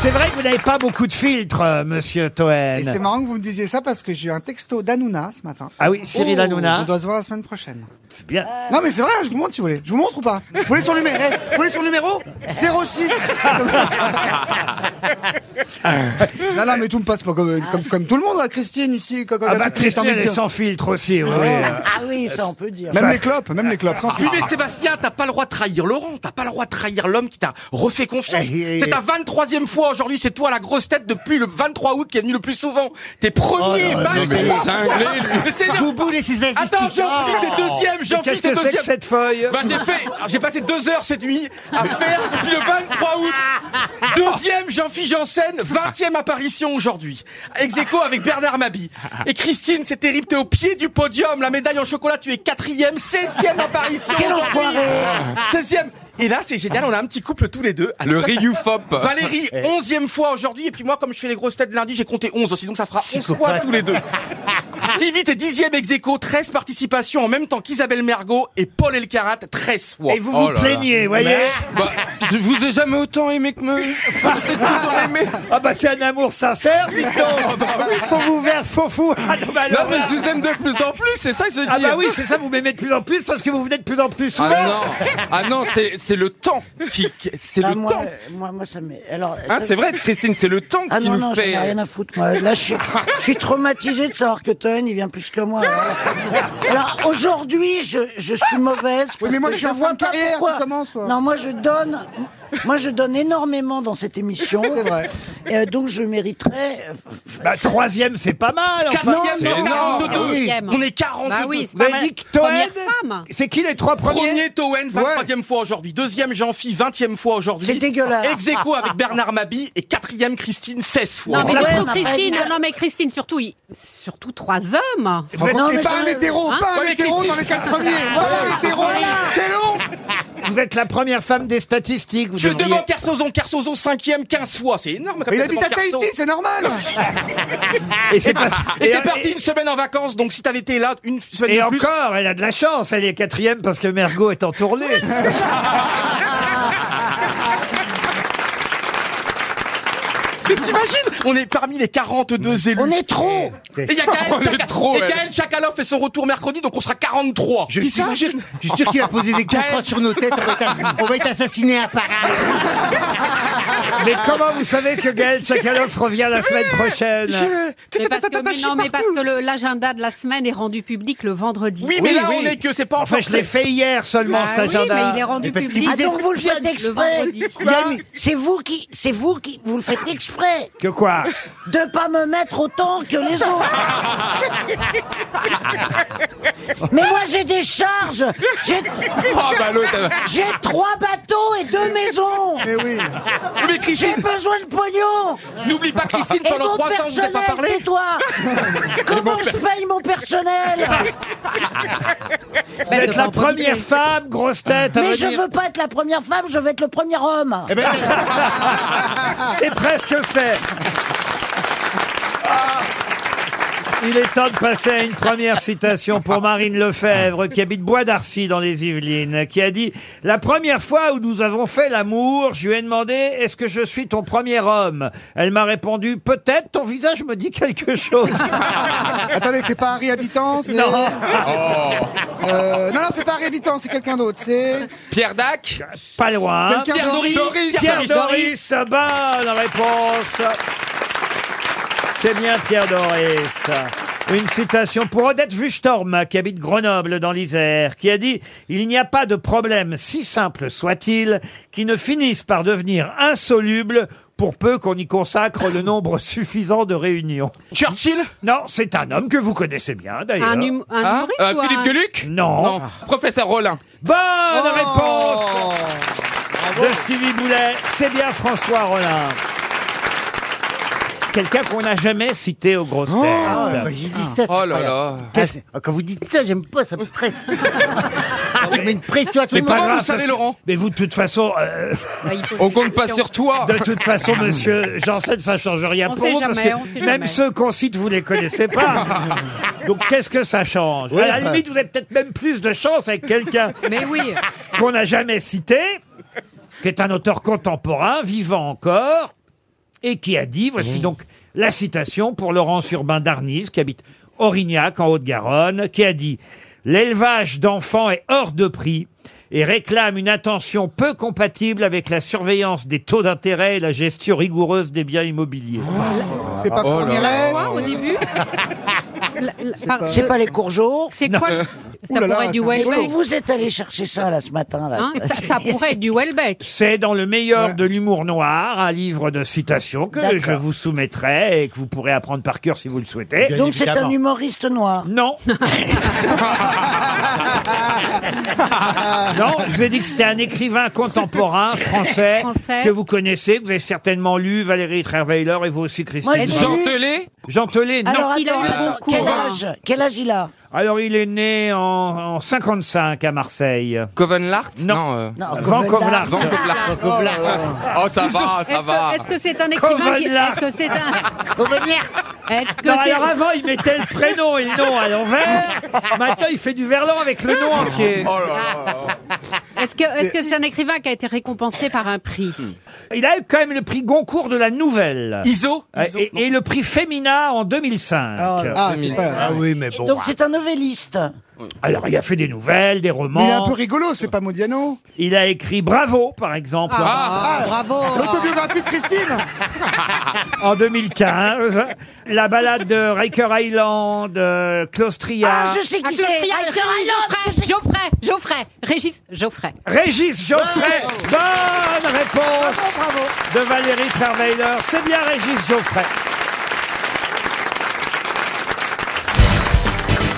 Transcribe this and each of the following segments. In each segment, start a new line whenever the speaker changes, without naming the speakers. C'est vrai que vous n'avez pas beaucoup de filtres, euh, monsieur
Et c'est
Toen.
marrant que vous me disiez ça parce que j'ai eu un texto d'Anouna ce matin. Oh,
Ah oui, Cyril Hanouna.
On doit se voir la semaine prochaine.
Bien.
Non mais c'est vrai, je vous montre si vous voulez. Je vous montre ou pas Vous voulez son numéro Eh, Vous voulez son numéro 06 Non, non, mais tout me passe pas comme, comme, comme tout le monde, hein, Christine ici. comme- comme-
Ah bah
comme-
Christian
comme-
est sans filtre aussi, oui. oui.
Ah oui, ça on peut dire.
Même les clopes, même les clopes. Sans
euh. Oui, mais Sébastien, t'as pas le droit de trahir Laurent, t'as pas le droit de trahir l'homme qui t'a refait confiance.
Eh, eh,
C'est ta 23e fois aujourd'hui, c'est toi la grosse tête depuis le 23 août qui est venu le plus souvent. T'es premier,
Oh,
23 Mais c'est-
Boubou, les six
Attends, Jean-Philippe,
Oh.
t'es deuxième,
Qu'est-ce
Jean-Philippe,
que
t'es
c'est que
deuxième.
cette feuille
Bah, j'ai fait, j'ai passé deux heures cette nuit à faire depuis le 23 août. Deuxième, Jean-Philippe Janssen, 20e apparition aujourd'hui. Ex aequo avec Bernard Mabi. Et Christine, c'est terrible, t'es au pied du podium. La médaille en chocolat, tu es quatrième, 16e apparition aujourd'hui. 16e. Et là, c'est génial, on a un petit couple tous les deux.
Le Ryufop.
Valérie,
Eh.
onzième fois aujourd'hui. Et puis moi, comme je fais les grosses têtes lundi, j'ai compté 11 aussi. Donc ça fera 11 fois tous les deux. Stevie, t'es dixième ex aequo, 13 participations en même temps qu'Isabelle Mergot et Paul Elkarat, 13 fois.
Et vous
Oh
vous
là là.
plaignez, vous voyez
Bah, je vous ai jamais autant aimé que me.
Ah bah c'est un amour sincère, dites donc Faut vous faire faux fou Ah non, bah,
Ah bah. Non,
alors,
mais je vous aime de plus en plus, c'est ça que je dis.
Ah bah oui, c'est ça, vous m'aimez de plus en plus parce que vous venez de plus en plus souvent
Ah non, ah non, c'est c'est le temps qui, qui- c'est le
moi,
temps.
euh, moi, moi, ça m'est. Alors,
Hein,
Ah,
ça-
c'est vrai, Christine, c'est le temps
Ah
qui
non,
nous
non, j'en
fait.
ai rien à foutre, moi. Là, je suis,
euh,
je suis traumatisé de savoir que Toen, il vient plus que moi. Alors, aujourd'hui, je, je suis mauvaise. parce
Oui, mais moi,
que
je suis en fin
vois
de
pas
carrière,
pourquoi.
tu commences, toi.
Non, moi, je donne, moi, je donne énormément dans cette émission.
C'est vrai.
Et, euh, donc, je mériterais. euh, f-
Bah troisième, c'est pas mal, enfin
Quatrième,
non, non,
42.
ah
oui.
On est 42.
Bah oui,
Vous
c'est pas
avez
mal.
dit que Toen...
Première femme.
C'est qui les trois premiers
Premier Toen, 23e fois aujourd'hui. Deuxième Jean-Phi, 20e fois aujourd'hui.
C'est dégueulasse.
ex aequo avec Bernard Mabi et quatrième Christine, 16 fois.
Non mais,
Ouais,
surtout
mais après,
Christine,
il-
non mais Christine, surtout, il- surtout trois hommes.
Vous êtes-
Non,
Et
mais
pas un
j'en-
hétéro,
Hein
pas un
Ouais, mais
hétéro dans
Christine-
les quatre premiers.
Ah,
Pas un hétéro, hétéro.
Vous êtes la première femme des statistiques. Vous
Je
devriez-
demande Carsozon, Carsozon 5e, 15 fois. C'est énorme comme
Mais il
Clément
habite à
Carso.
Tahiti, c'est normal.
Et c'est pas-
Et
et-
t'es parti une semaine en vacances, donc si t'avais été là une semaine
Et
de plus.
encore, elle a de la chance, elle est quatrième parce que Mergot est en tournée.
Mais t'imagines On est parmi les 42 élus.
On est trop.
Et il y a Gaël,
On est
Chaka-
trop,
et
elle.
Gaël Chakalov fait son retour mercredi, donc on sera 43.
Je suis, sûr, je suis sûr qu'il va poser des coups de crosse sur nos têtes. On va être, on va être assassiné à Paris.
Mais comment vous savez que Gaël Chakalov revient la semaine prochaine
Mais parce que, mais non, mais parce que le- l'agenda de la semaine est rendu public le vendredi.
Oui, mais
Oui,
là,
oui.
on est que c'est pas
Enfin,
enfin.
je l'ai fait hier seulement cet
Bah oui,
agenda.
mais il est rendu
Et parce qu'il
public.
Ah, donc, vous le faites
Le
exprès.
vendredi.
Il y a une- C'est vous qui, c'est vous qui, vous le faites exprès.
Que quoi
de pas me mettre autant que les autres. Mais moi j'ai des charges. J'ai,
Ah,
Oh, bah, l'autre, elle-
j'ai trois bateaux et deux maisons.
Eh oui.
Mais
J'ai
Christine,
besoin de pognon.
n'oublie pas Christine,
Et
pendant
mon
3 ans, vous
personnel,
n'avez pas parlé.
tais-toi. Comment je paye mon personnel
Vous êtes la
vendredi.
première femme, grosse tête, à
Mais je
venir. Eh ben,
veux pas être la première femme, je veux être le premier homme.
C'est presque fait. Ah. Il est temps de passer à une première citation pour Marine Lefebvre, qui habite Bois d'Arcy dans les Yvelines, qui a dit « La première fois où nous avons fait l'amour, je lui ai demandé « Est-ce que je suis ton premier homme ?» Elle m'a répondu « Peut-être, ton visage me dit quelque chose.
Attendez, c'est pas Harry Habitant, c'est.
Non. Oh.
Euh, non, non, c'est pas Harry Habitant, c'est quelqu'un d'autre. C'est.
Pierre Dac, »
Pas loin.
Quelqu'un
Pierre
d'autre.
Doris,
Pierre Doris, bonne réponse. C'est bien Pierre Doris. Une citation pour Odette Vuchtorm, qui habite Grenoble dans l'Isère, qui a dit « Il n'y a pas de problème, si simple soit-il, qui ne finisse par devenir insoluble pour peu qu'on y consacre le nombre suffisant de réunions.
Churchill ».
Non, c'est un homme que vous connaissez bien, d'ailleurs.
Un, hum- un
Hein
humoriste
Euh,
ou
Philippe
un-
Gueluc
Non.
Professeur Rollin.
Bonne
Oh.
réponse de Stevie Boulet. Ah C'est bien François Rollin. Quelqu'un qu'on n'a jamais cité aux grosses têtes.
Ah, bah, j'ai dit ça, c'est
Oh là
incroyable.
là.
Ah, c'est- ah, Quand vous dites ça, j'aime pas, ça me stresse. On met une pression à tout
C'est
le
pas
monde.
grave.
vous savez,
parce que-
Laurent
Mais vous, de toute façon, euh,
Bah, il pose
On
des
compte pas
questions.
sur toi.
de toute façon, monsieur Janssen, ça change rien
On
pour
sait
vous. parce
jamais,
que
on sait
même
jamais.
ceux qu'on cite, vous les connaissez pas. Donc qu'est-ce que ça change À la
bah.
limite, vous avez peut-être même plus de chance avec quelqu'un
Mais oui.
qu'on n'a jamais cité, qui est un auteur contemporain, vivant encore, et qui a dit, voici donc la citation pour Laurence Urbain d'Arnise, qui habite Orignac, en Haute-Garonne, qui a dit « L'élevage d'enfants est hors de prix et réclame une attention peu compatible avec la surveillance des taux d'intérêt et la gestion rigoureuse des biens immobiliers.
C'est pas pour premier rêve.
Quoi, au début La- la- par-
C'est pas les courgeaux.
C'est quoi le-
Ouh là
Ça
là,
pourrait être du
c'est un
Et vous,
Welbeck.
vous êtes allé chercher ça là ce matin là.
hein, ça, ça pourrait être du Welbeck.
C'est dans le meilleur de l'humour noir, un livre de citations que
D'accord.
je vous soumettrai et que vous pourrez apprendre par cœur si vous le souhaitez.
Donc c'est un humoriste noir.
Non. Ah, non, je vous ai dit que c'était un écrivain contemporain français,
Français.
que vous connaissez, que vous avez certainement lu, Valérie Trierweiler et vous aussi,
Moi,
Christine.
j'ai
Jean
lu-
Tellet
Jean Tellet, non.
Alors
Il a
attends,
eu le
attends,
concours,
quel
hein.
âge Quel âge il a
Alors, il est né en, en 55 à Marseille.
Covenlart
Non.
euh,
Non,
Van
Covelard.
Kovlar.
Van Covelart. Oh, ça va,
Est-ce
ça va.
que- est-ce que c'est un écrivain qui-
Covenlard.
Est-ce que c'est un. Est-ce que
Non,
c'est-
alors avant, il mettait le prénom et le nom à l'envers. Maintenant, il fait du verlan avec le nom entier.
Oh
Ah. Est-ce que est-ce que c'est un écrivain qui a été récompensé par un prix
Il a eu quand même le prix Goncourt de la nouvelle.
Iso
Et, et le prix Femina en 2005.
Oh là.
Ah, c'est pas.
Ah oui, mais
Donc c'est un novelliste.
Alors, il a fait des nouvelles, des romans.
Mais il est un peu rigolo, c'est pas Modiano.
Il a écrit Bravo, par exemple,
Ah, bravo
L'autobiographie de Christine.
en 2015. La balade de Riker Island, euh, Claustria.
Ah, je sais
Ah,
qui
Geoffrey,
c'est. Ah,
Geoffrey, Geoffrey, Geoffrey, Régis, Geoffrey. Oh.
Régis Geoffrey. Bonne réponse de Valérie Trierweiler. C'est bien Régis Geoffrey.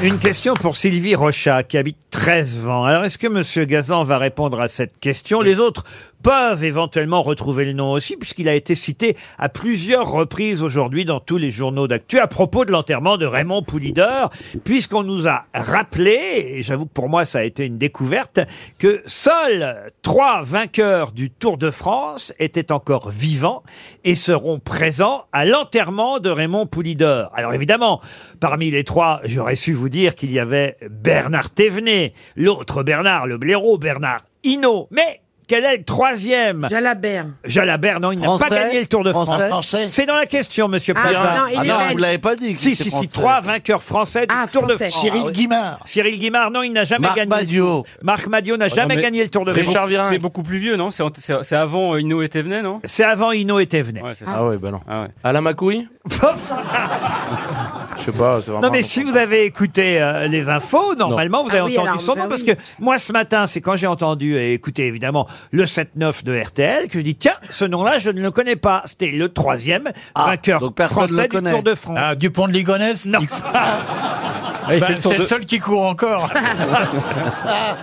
Une question pour Sylvie Rochat qui habite 13 vents. Alors est-ce que Monsieur Gazan va répondre à cette question Les autres peuvent éventuellement retrouver le nom aussi puisqu'il a été cité à plusieurs reprises aujourd'hui dans tous les journaux d'actu à propos de l'enterrement de Raymond Poulidor puisqu'on nous a rappelé, et j'avoue que pour moi ça a été une découverte, que seuls trois vainqueurs du Tour de France étaient encore vivants et seront présents à l'enterrement de Raymond Poulidor. Alors évidemment, parmi les trois, j'aurais su vous dire qu'il y avait Bernard Thévenet, l'autre Bernard, le blaireau Bernard Hinault, mais quel est le troisième
Jalabert.
Jalabert, non, il n'a pas
Français
gagné le Tour de France.
Français.
C'est dans la question, monsieur
Ah,
Plaza.
non, il est belge.
pas dit.
si, si, si, trois vainqueurs français du
Ah,
Tour de
français.
France.
Cyril Guimard.
Cyril Guimard, non, il n'a jamais gagné.
Badio.
Marc Madiot
Ah
n'a jamais
Oh mais
gagné le Tour de
C'est
France.
Richard Virenque.
C'est beaucoup plus vieux, non C'est en- C'est c'est avant euh, Inno et Thévenet, non
C'est avant Hinault et Thévenet.
Ouais, c'est ça.
Ah ouais, bah non.
Ah ouais.
Alain Macouille Je sais pas, c'est vraiment.
Non mais si vous avez écouté euh, les infos, normalement vous avez
Ah oui,
entendu
alors,
son nom
bah
parce que
oui.
moi ce matin c'est quand j'ai entendu et écouté évidemment le 7-9 de RTL que je dis tiens ce nom-là je ne le connais pas. C'était le troisième vainqueur
donc personne le
français du
connaît.
Tour de France.
Ah, Dupont de Ligonnès
Non. Bah,
C'est le seul qui court encore.
Ah.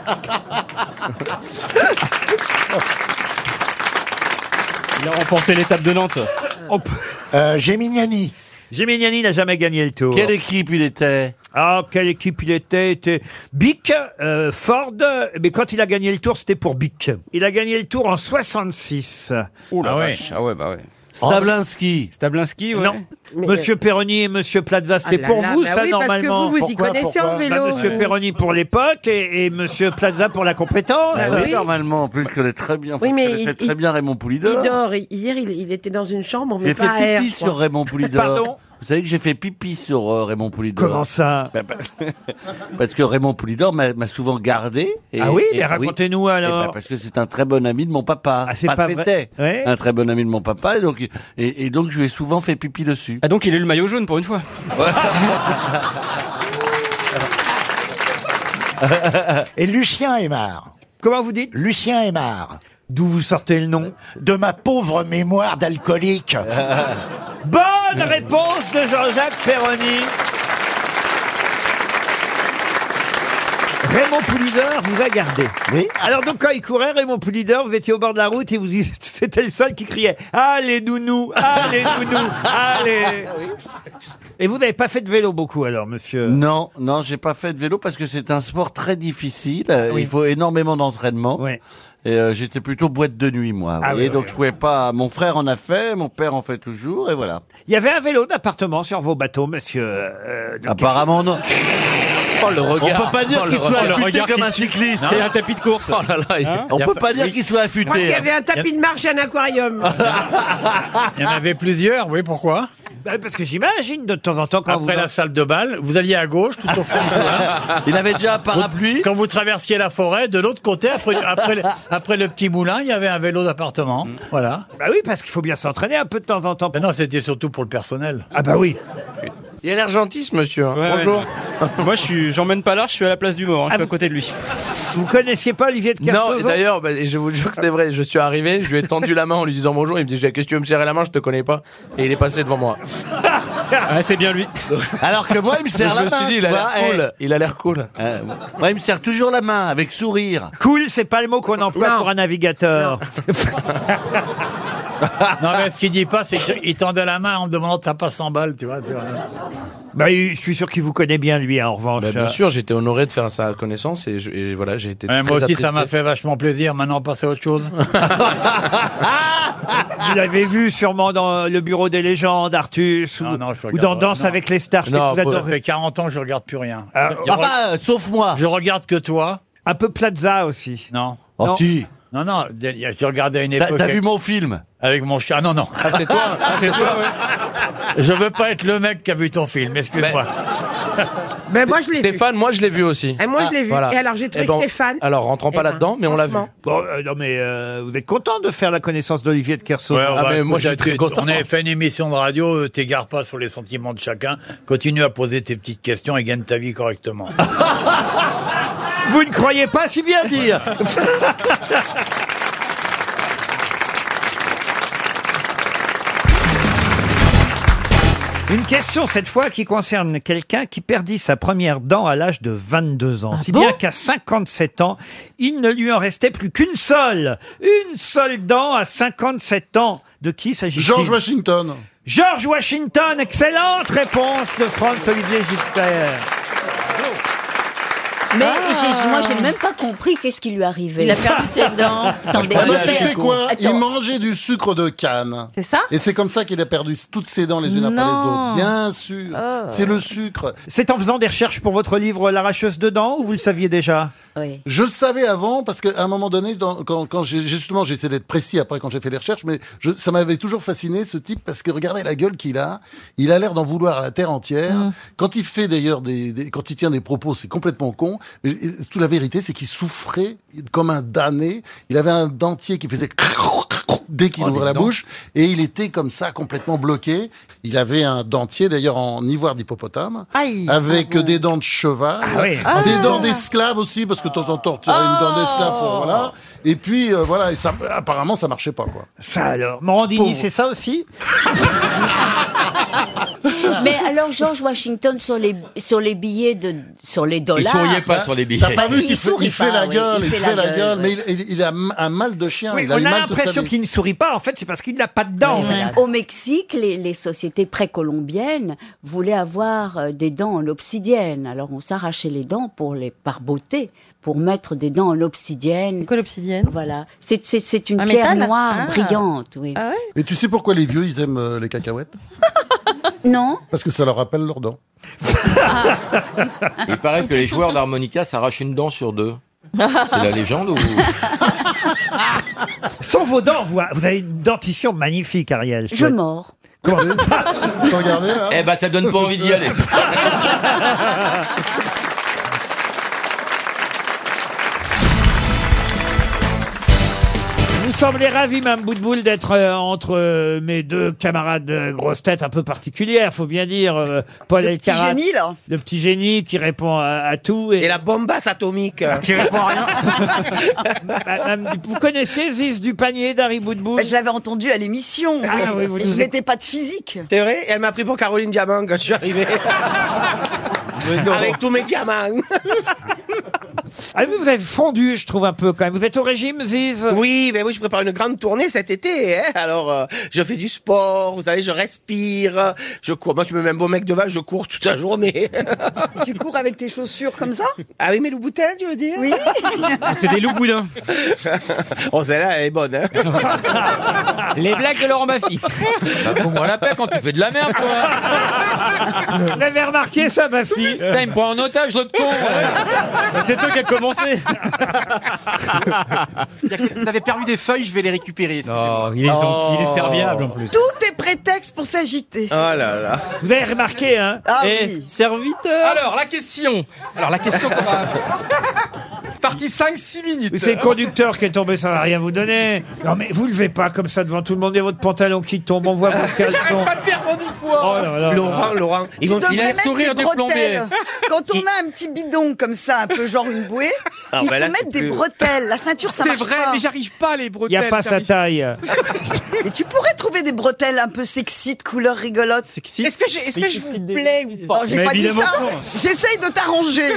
Il a remporté l'étape de Nantes.
On peut-
Euh, Geminiani.
Geminiani n'a jamais gagné le tour.
Quelle équipe il était
Ah, quelle équipe il était, était Bic, euh, Ford, mais quand il a gagné le tour, c'était pour Bic. Il a gagné le tour en 66.
Ah ouais.
Ah ouais, bah ouais. Stablinski.
Stablinski, ouais.
Non. Monsieur
euh,
Perroni et Monsieur Plaza,
Ah
c'était pour vous, ça, normalement
bah Parce que vous, vous y
Pourquoi,
connaissez
pourquoi
en
Bah,
vélo. euh.
monsieur Perroni pour l'époque et, et monsieur Plaza pour la compétence.
Ah oui.
normalement, en plus, je connais très bien.
Oui,
je
mais
connaissais très
il- il-
bien Raymond Poulidor.
Il dort. Hier, il, il était dans une chambre, mais
J'ai
pas à
fait
air.
pipi sur Raymond Poulidor.
Pardon
Vous savez que j'ai fait pipi sur euh, Raymond Poulidor.
Comment ça
Bah, bah, Parce que Raymond Poulidor m'a m'a souvent gardé. et-
Ah oui,
et-
mais racontez-nous
Eh ben,
alors.
parce que c'est un très bon ami de mon papa.
Ah, c'est pas vrai.
c'était
Ouais.
Un très bon ami de mon papa, et donc, et, et donc je lui ai souvent fait pipi dessus.
Ah donc il a eu le maillot jaune pour une fois.
Et Lucien Aymar.
Comment vous dites
Lucien Aymar.
D'où vous sortez le nom
De ma pauvre mémoire d'alcoolique.
Bonne réponse de Jean-Jacques Perroni. Raymond Poulidor vous a gardé.
Oui.
Alors donc quand il courait, Raymond Poulidor, vous étiez au bord de la route et vous c'était le seul qui criait « Allez nounou Allez nounou Allez !» Et vous n'avez pas fait de vélo beaucoup alors, monsieur
Non, non, j'ai pas fait de vélo parce que c'est un sport très difficile. euh,
Ah Oui.
Il faut énormément d'entraînement.
Ouais.
Et euh, j'étais plutôt boîte de nuit, moi.
Ah
vous voyez,
oui,
donc
oui,
je pouvais pas. Mon frère en a fait, mon père en fait toujours, et voilà.
Il y avait un vélo d'appartement sur vos bateaux, monsieur. euh, de-
Apparemment non.
Oh, le regard. Oh, le regard.
le
Le
regard
regard
qui
comme un
te pique.
cycliste.
Et
hein.
un tapis de course.
Oh là là, il-
Hein
on
Y a
peut
pas-
pas dire
oui.
qu'il soit
Je crois qu'il
affûté.
y
hein.
avait un tapis de marche et un aquarium.
Ah.
Il y en avait plusieurs, oui, pourquoi
Bah, Parce que j'imagine de temps en temps quand
Après
vous...
la salle de bal, vous alliez à gauche, tout au fond.
Il avait déjà un parapluie.
Quand vous traversiez la forêt, de l'autre côté, après, après, le, après le petit moulin, il y avait un vélo d'appartement.
Mm.
Voilà.
Bah oui, parce qu'il faut bien s'entraîner un peu de temps en temps.
Mais non, c'était surtout pour le personnel.
Ah bah oui.
Il a l'air gentil, ce monsieur. hein.
Ouais,
Bonjour.
Moi, je suis, j'emmène pas large, je suis à la place du mort, hein, je suis à côté de lui.
Ah, Vous connaissiez pas Olivier de
Non, et
Kersauzon
d'ailleurs, bah, je vous jure que c'était vrai. Je suis arrivé, je lui ai tendu la main en lui disant bonjour. Il me dit Qu'est-ce que tu veux me serrer la main Je te connais pas. Et il est passé devant moi.
Ouais, c'est bien lui.
Alors que moi, il me serre
la
Je me suis
main,
dit, il a
tu
l'air
vois,
cool. eh, Il a l'air cool.
Ah,
Bah,
Euh, moi, il me serre toujours la main avec sourire.
Cool, c'est pas le mot qu'on emploie
Non.
pour un navigateur.
Non, mais ce qu'il dit pas, c'est qu'il tendait la main en me demandant t'as pas 100 balles, tu vois. tu vois.
bah, je suis sûr qu'il vous connaît bien, lui, hein, en revanche.
Bah, bien sûr, j'étais honoré de faire sa connaissance et, je- et voilà, j'ai été.
Ouais,
très
moi aussi, ça
attristé. Ah,
m'a fait vachement plaisir. Maintenant, passer à autre chose.
Vous l'avez vu sûrement dans Le Bureau des légendes, Artus, ou,
Ah Non, non, je
ou
regarde
dans
pas,
Danse
non.
avec les stars. je sais
Non,
que vous
faut-
Ça
adorez.
fait 40 ans, je regarde plus rien.
Ah,
Je-
Enfin, euh, sauf moi.
Je regarde que toi.
Un peu Plaza aussi.
Non.
Oh, si.
Non, non, je regardais à une
T'as
époque
t'as vu
avec,
mon film
avec mon chien. Ah, non, non.
Ah, c'est toi
Je veux pas être le mec qui a vu ton film, excuse-moi.
Mais moi, je l'ai vu.
Stéphane, moi je l'ai vu aussi.
Ah,
Et moi, je l'ai vu.
Ah, Voilà.
Et alors, j'ai trouvé
Eh ben,
Stéphane.
Alors, rentrons pas
Eh ben,
là-dedans, mais on l'a vu.
franchement.
Bon, euh, non, mais euh, vous êtes content de faire la connaissance d'Olivier de Kersauzon.
Ouais, on
Ah,
va
mais moi, je suis
écouter-
très content.
On avait fait une émission de radio, euh, t'égare pas sur les sentiments de chacun, continue à poser tes petites questions et gagne ta vie correctement.
Vous ne croyez pas si bien dire Une question cette fois qui concerne quelqu'un qui perdit sa première dent à l'âge de 22
Ah
ans. si bien qu'à 57 ans, il ne lui en restait plus qu'une seule. Une seule dent à 57 ans. De qui s'agit-il
George Washington.
George Washington, excellente réponse de Franz-Olivier Gisbert.
Mais
Ah.
j'ai- moi, j'ai même pas compris qu'est-ce qui lui arrivait.
Il a perdu ses dents.
Attendez,
Ah bah,
attends.
tu sais quoi Il
Attends.
mangeait du sucre de canne.
C'est ça
Et c'est comme ça qu'il a perdu toutes ses dents les unes après les
Non.
autres. Bien sûr. Oh. C'est le sucre.
C'est en faisant des recherches pour votre livre L'arracheuse de dents ou vous le saviez déjà
Oui.
Je le savais avant parce qu'à un moment donné, dans- quand, quand j'ai justement j'ai essayé d'être précis après quand j'ai fait les recherches, mais je- ça m'avait toujours fasciné ce type parce que regardez la gueule qu'il a. Il a l'air d'en vouloir à la terre entière. Quand il fait d'ailleurs des, des- quand il tient des propos, c'est complètement con. Mais il- toute la vérité, c'est qu'il souffrait comme un damné. Il avait un dentier qui faisait dès qu'il Oh, ouvrait dis la donc. bouche et il était comme ça complètement bloqué. Il avait un dentier d'ailleurs en ivoire d'hippopotame
Aïe.
avec des dents de cheval,
oui.
des dents d'esclave aussi, parce que de temps en temps, tu as une dent d'esclave pour, voilà. Et puis, euh, voilà, et ça, apparemment, ça marchait pas, quoi.
Ça alors. Morandini,
Pauvre.
c'est ça aussi
Mais alors, George Washington, sur les, sur les billets de, sur les
Il
dollars.
souriait pas sur les
Hein T'as
billets.
pas vu
il
qu'il fait,
sourit
il fait
pas,
la
oui,
gueule, il fait, la, gueule, mais
ouais.
il, il- il a m- un mal de chien,
Oui,
il
On
a
a
eu mal toute sa
l'impression
vie.
qu'il ne sourit pas. En fait, c'est parce qu'il n'a pas de dents.
Au Mexique, les, les sociétés précolombiennes voulaient avoir euh, des dents en obsidienne. Alors on s'arrachait les dents pour les par beauté, pour mettre des dents en obsidienne.
Quoi l'obsidienne
Voilà, c'est c'est- c'est une
Un
pierre
métal
noire
Ah.
brillante, oui.
Ah ouais
Mais tu sais pourquoi les vieux, ils aiment euh, les cacahuètes
Non,
Parce que ça leur rappelle leurs dents.
Il paraît que les joueurs d'harmonica s'arrachent une dent sur deux. C'est la légende ou
Sans vos dents, vous, vous avez une dentition magnifique, Ariel.
je mords.
Comment ça
Regardez, là.
Eh ben, ça donne pas envie d'y aller.
Vous semblez ravi, Mme Boutboul, d'être euh, entre euh, mes deux camarades euh, grosses têtes un peu particulières, faut bien dire. euh, Paul
Le petit
Elkarat,
génie, là.
le petit génie qui répond à, à tout. Et,
Et la bombasse atomique.
qui répond à rien. Bah, Madame, vous connaissiez Ziz du panier d'Harry Boutboul
Bah, je l'avais entendu à l'émission.
Ah oui, vous nous
je n'étais pas de physique.
C'est vrai Elle m'a pris pour Caroline Diamant quand je suis arrivé. Avec tous mes diamants.
Ah mais vous avez fondu, je trouve, un peu quand même. Vous êtes au régime, Ziz
Oui, ben oui, je prépare une grande tournée cet été. hein. Alors, euh, je fais du sport, vous savez, je respire, je cours. Moi, tu me mets un beau mec devant, je cours toute la journée.
Tu cours avec tes chaussures comme ça
Ah oui, mes loups boutins, tu veux dire
Oui.
Ah,
boudins. oh, celle-là, elle est bonne. hein.
Les blagues de Laurent Baffy. Pour moi la paix quand tu fais de la merde, toi.
Vous avez remarqué ça, ma fille
Putain, il me prend en otage, l'autre con.
C'est toi qui as commencé.
Vous avez perdu des feuilles, je vais les récupérer.
Oh, il est gentil, il est serviable en plus.
Tout est prétexte pour s'agiter.
Oh là là.
Vous avez remarqué, hein
Ah
Eh,
oui.
Serviteur. Alors, la question. Alors, la question qu'on va. Partie 5-6 minutes.
C'est le conducteur qui est tombé, ça va rien vous donner. Non mais vous levez pas comme ça devant tout le monde et votre pantalon qui tombe, on voit vos caleçons.
J'arrête pas de perdre du poids.
Oh là là.
Laurent, Laurent,
Tu
ils vont
devrais
il a
mettre
sourire
des
de plombier.
bretelles. Quand on a un petit bidon comme ça, un peu genre une bouée,
Ah,
il
bah là,
faut mettre
c'est
des
plus-
bretelles. La ceinture, ça
C'est
marche
vrai,
pas.
mais j'arrive pas à les
Il n'y
bretelles.
a pas sa
j'arrive-
taille.
Et tu pourrais trouver des bretelles un peu sexy, de couleur rigolote.
Sexy
Est-ce que, j'ai- est-ce que je vous plais ou
Oh,
pas
j'ai pas dit ça. J'essaye de t'arranger.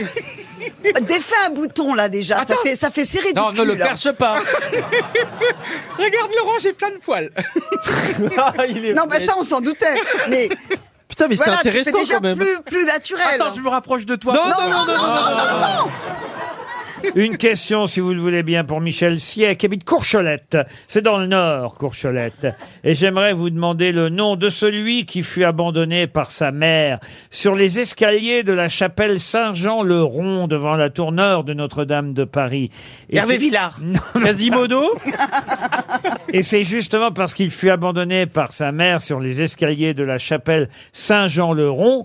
Défais un bouton là déjà. Ça fait, ça fait serrer
Non,
du
ne
cul.
le
là.
perche pas.
Regarde Laurent, j'ai plein de poils. Ah,
Non, mais ça on s'en doutait. Mais
Putain, mais
voilà, tu fais déjà Plus, plus naturel.
Attends, je me rapproche de toi.
Non, non, non, non, non, non, non.
Une question, si vous le voulez bien, pour Michel Siey, qui habite Courcholette. C'est dans le Nord, Courcholette. Et j'aimerais vous demander le nom de celui qui fut abandonné par sa mère sur les escaliers de la chapelle Saint-Jean-le-Rond devant la tour Nord de Notre-Dame de Paris. Et
Hervé
c'est-
Villard.
Quasimodo
Et c'est justement parce qu'il fut abandonné par sa mère sur les escaliers de la chapelle Saint-Jean-le-Rond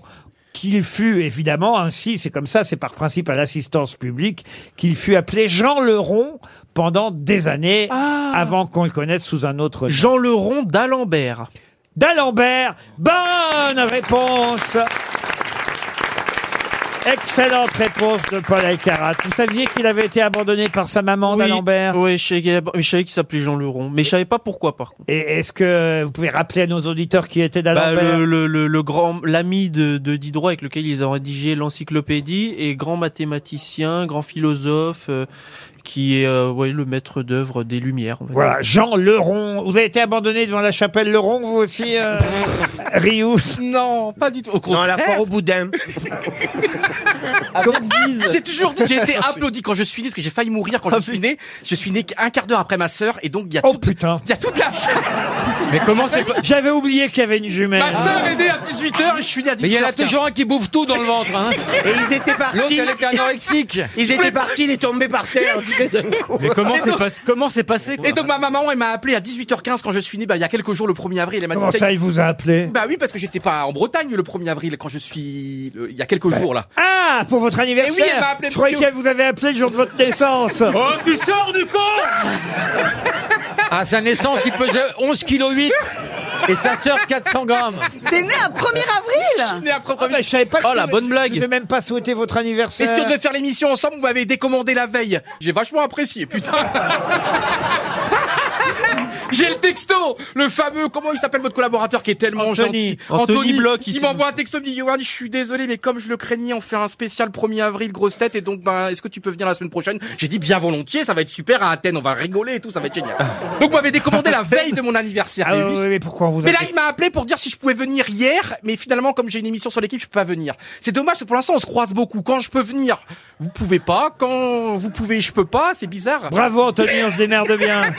qu'il fut évidemment ainsi, c'est comme ça, c'est par principe à l'assistance publique, qu'il fut appelé Jean le Rond pendant des années avant qu'on le connaisse sous un autre nom.
Ah. Jean Leron d'Alembert.
D'Alembert, bonne réponse Excellente réponse de Paul Alcarat. Vous saviez qu'il avait été abandonné par sa maman d'Alembert
Oui, je savais- mais je savais qu'il s'appelait Jean Leron, mais je savais pas pourquoi par contre.
Et est-ce que vous pouvez rappeler à nos auditeurs qui était
Bah,
d'Alembert
le, le- le- le grand l'ami de, de Diderot avec lequel ils ont rédigé l'encyclopédie et grand mathématicien, grand philosophe euh, qui est euh, ouais, le maître d'œuvre des Lumières. on va dire.
Voilà, Jean Leron. Vous avez été abandonné devant la chapelle Leron, vous aussi, euh, Rioux
Non, pas du tout. Au
Non, la
contraire,
part au boudin.
Ah,
j'ai toujours dit, j'ai été applaudi quand je suis né, parce que j'ai failli mourir quand je suis né. Je suis né un quart d'heure après ma sœur, et donc il y a,
Ah, Oh
toute-
putain,
il y a toute la sœur.
Mais comment c'est pas.
j'avais oublié qu'il y avait une jumelle.
Ma sœur est née à 18h et je suis né à 18h.
Mais il y en a toujours un qui bouffe tout dans le ventre, hein.
Et ils étaient
L'autre,
partis.
elle est anorexique.
Ils étaient partis, il est tombé par terre. tu sais, d'un coup.
Mais comment c'est pas- comment c'est passé quoi
Et donc ma maman, elle m'a appelé à 18h15 quand je suis né, bah, il y a quelques jours, le 1er avril. Elle m'a dit,
Comment ça, il vous a appelé
Bah oui, parce que j'étais pas en Bretagne le 1er avril quand je suis. le- Il y a quelques jours là.
Ah, pour votre anniversaire
Eh oui, elle m'a appelé
Je croyais
plus tôt.
qu'elle vous avait appelé le jour de votre naissance.
Oh, tu sors du camp
À sa naissance, il pesait 11 kg et sa sœur 400 grammes.
T'es né un 1er avril
Né après
Ah, bah, je savais pas que
Oh, la
je-
bonne
Je
blague.
vous ai même pas souhaité votre anniversaire.
Question de faire l'émission ensemble, vous m'avez décommandé la veille. J'ai vachement apprécié, putain. J'ai le texto, le fameux, comment il s'appelle votre collaborateur qui est tellement
Anthony.
gentil.
Anthony Bloch,
il
ici.
m'envoie un texto, il me dit, Johan, je suis désolé, mais comme je le craignais, on fait un spécial 1er avril, grosse tête, et donc, ben, est-ce que tu peux venir la semaine prochaine? J'ai dit, bien volontiers, ça va être super à Athènes, on va rigoler et tout, ça va être génial. Donc, vous m'avez décommandé la veille de mon anniversaire.
Ah
Et
oui,
oui.
oui, mais pourquoi on vous a
Mais là, il m'a appelé pour dire si je pouvais venir hier, mais finalement, comme j'ai une émission sur l'équipe, je peux pas venir. C'est dommage, parce que pour l'instant, on se croise beaucoup. Quand je peux venir, vous pouvez pas. Quand vous pouvez, je peux pas. C'est bizarre.
Bravo Anthony, on se démerde bien.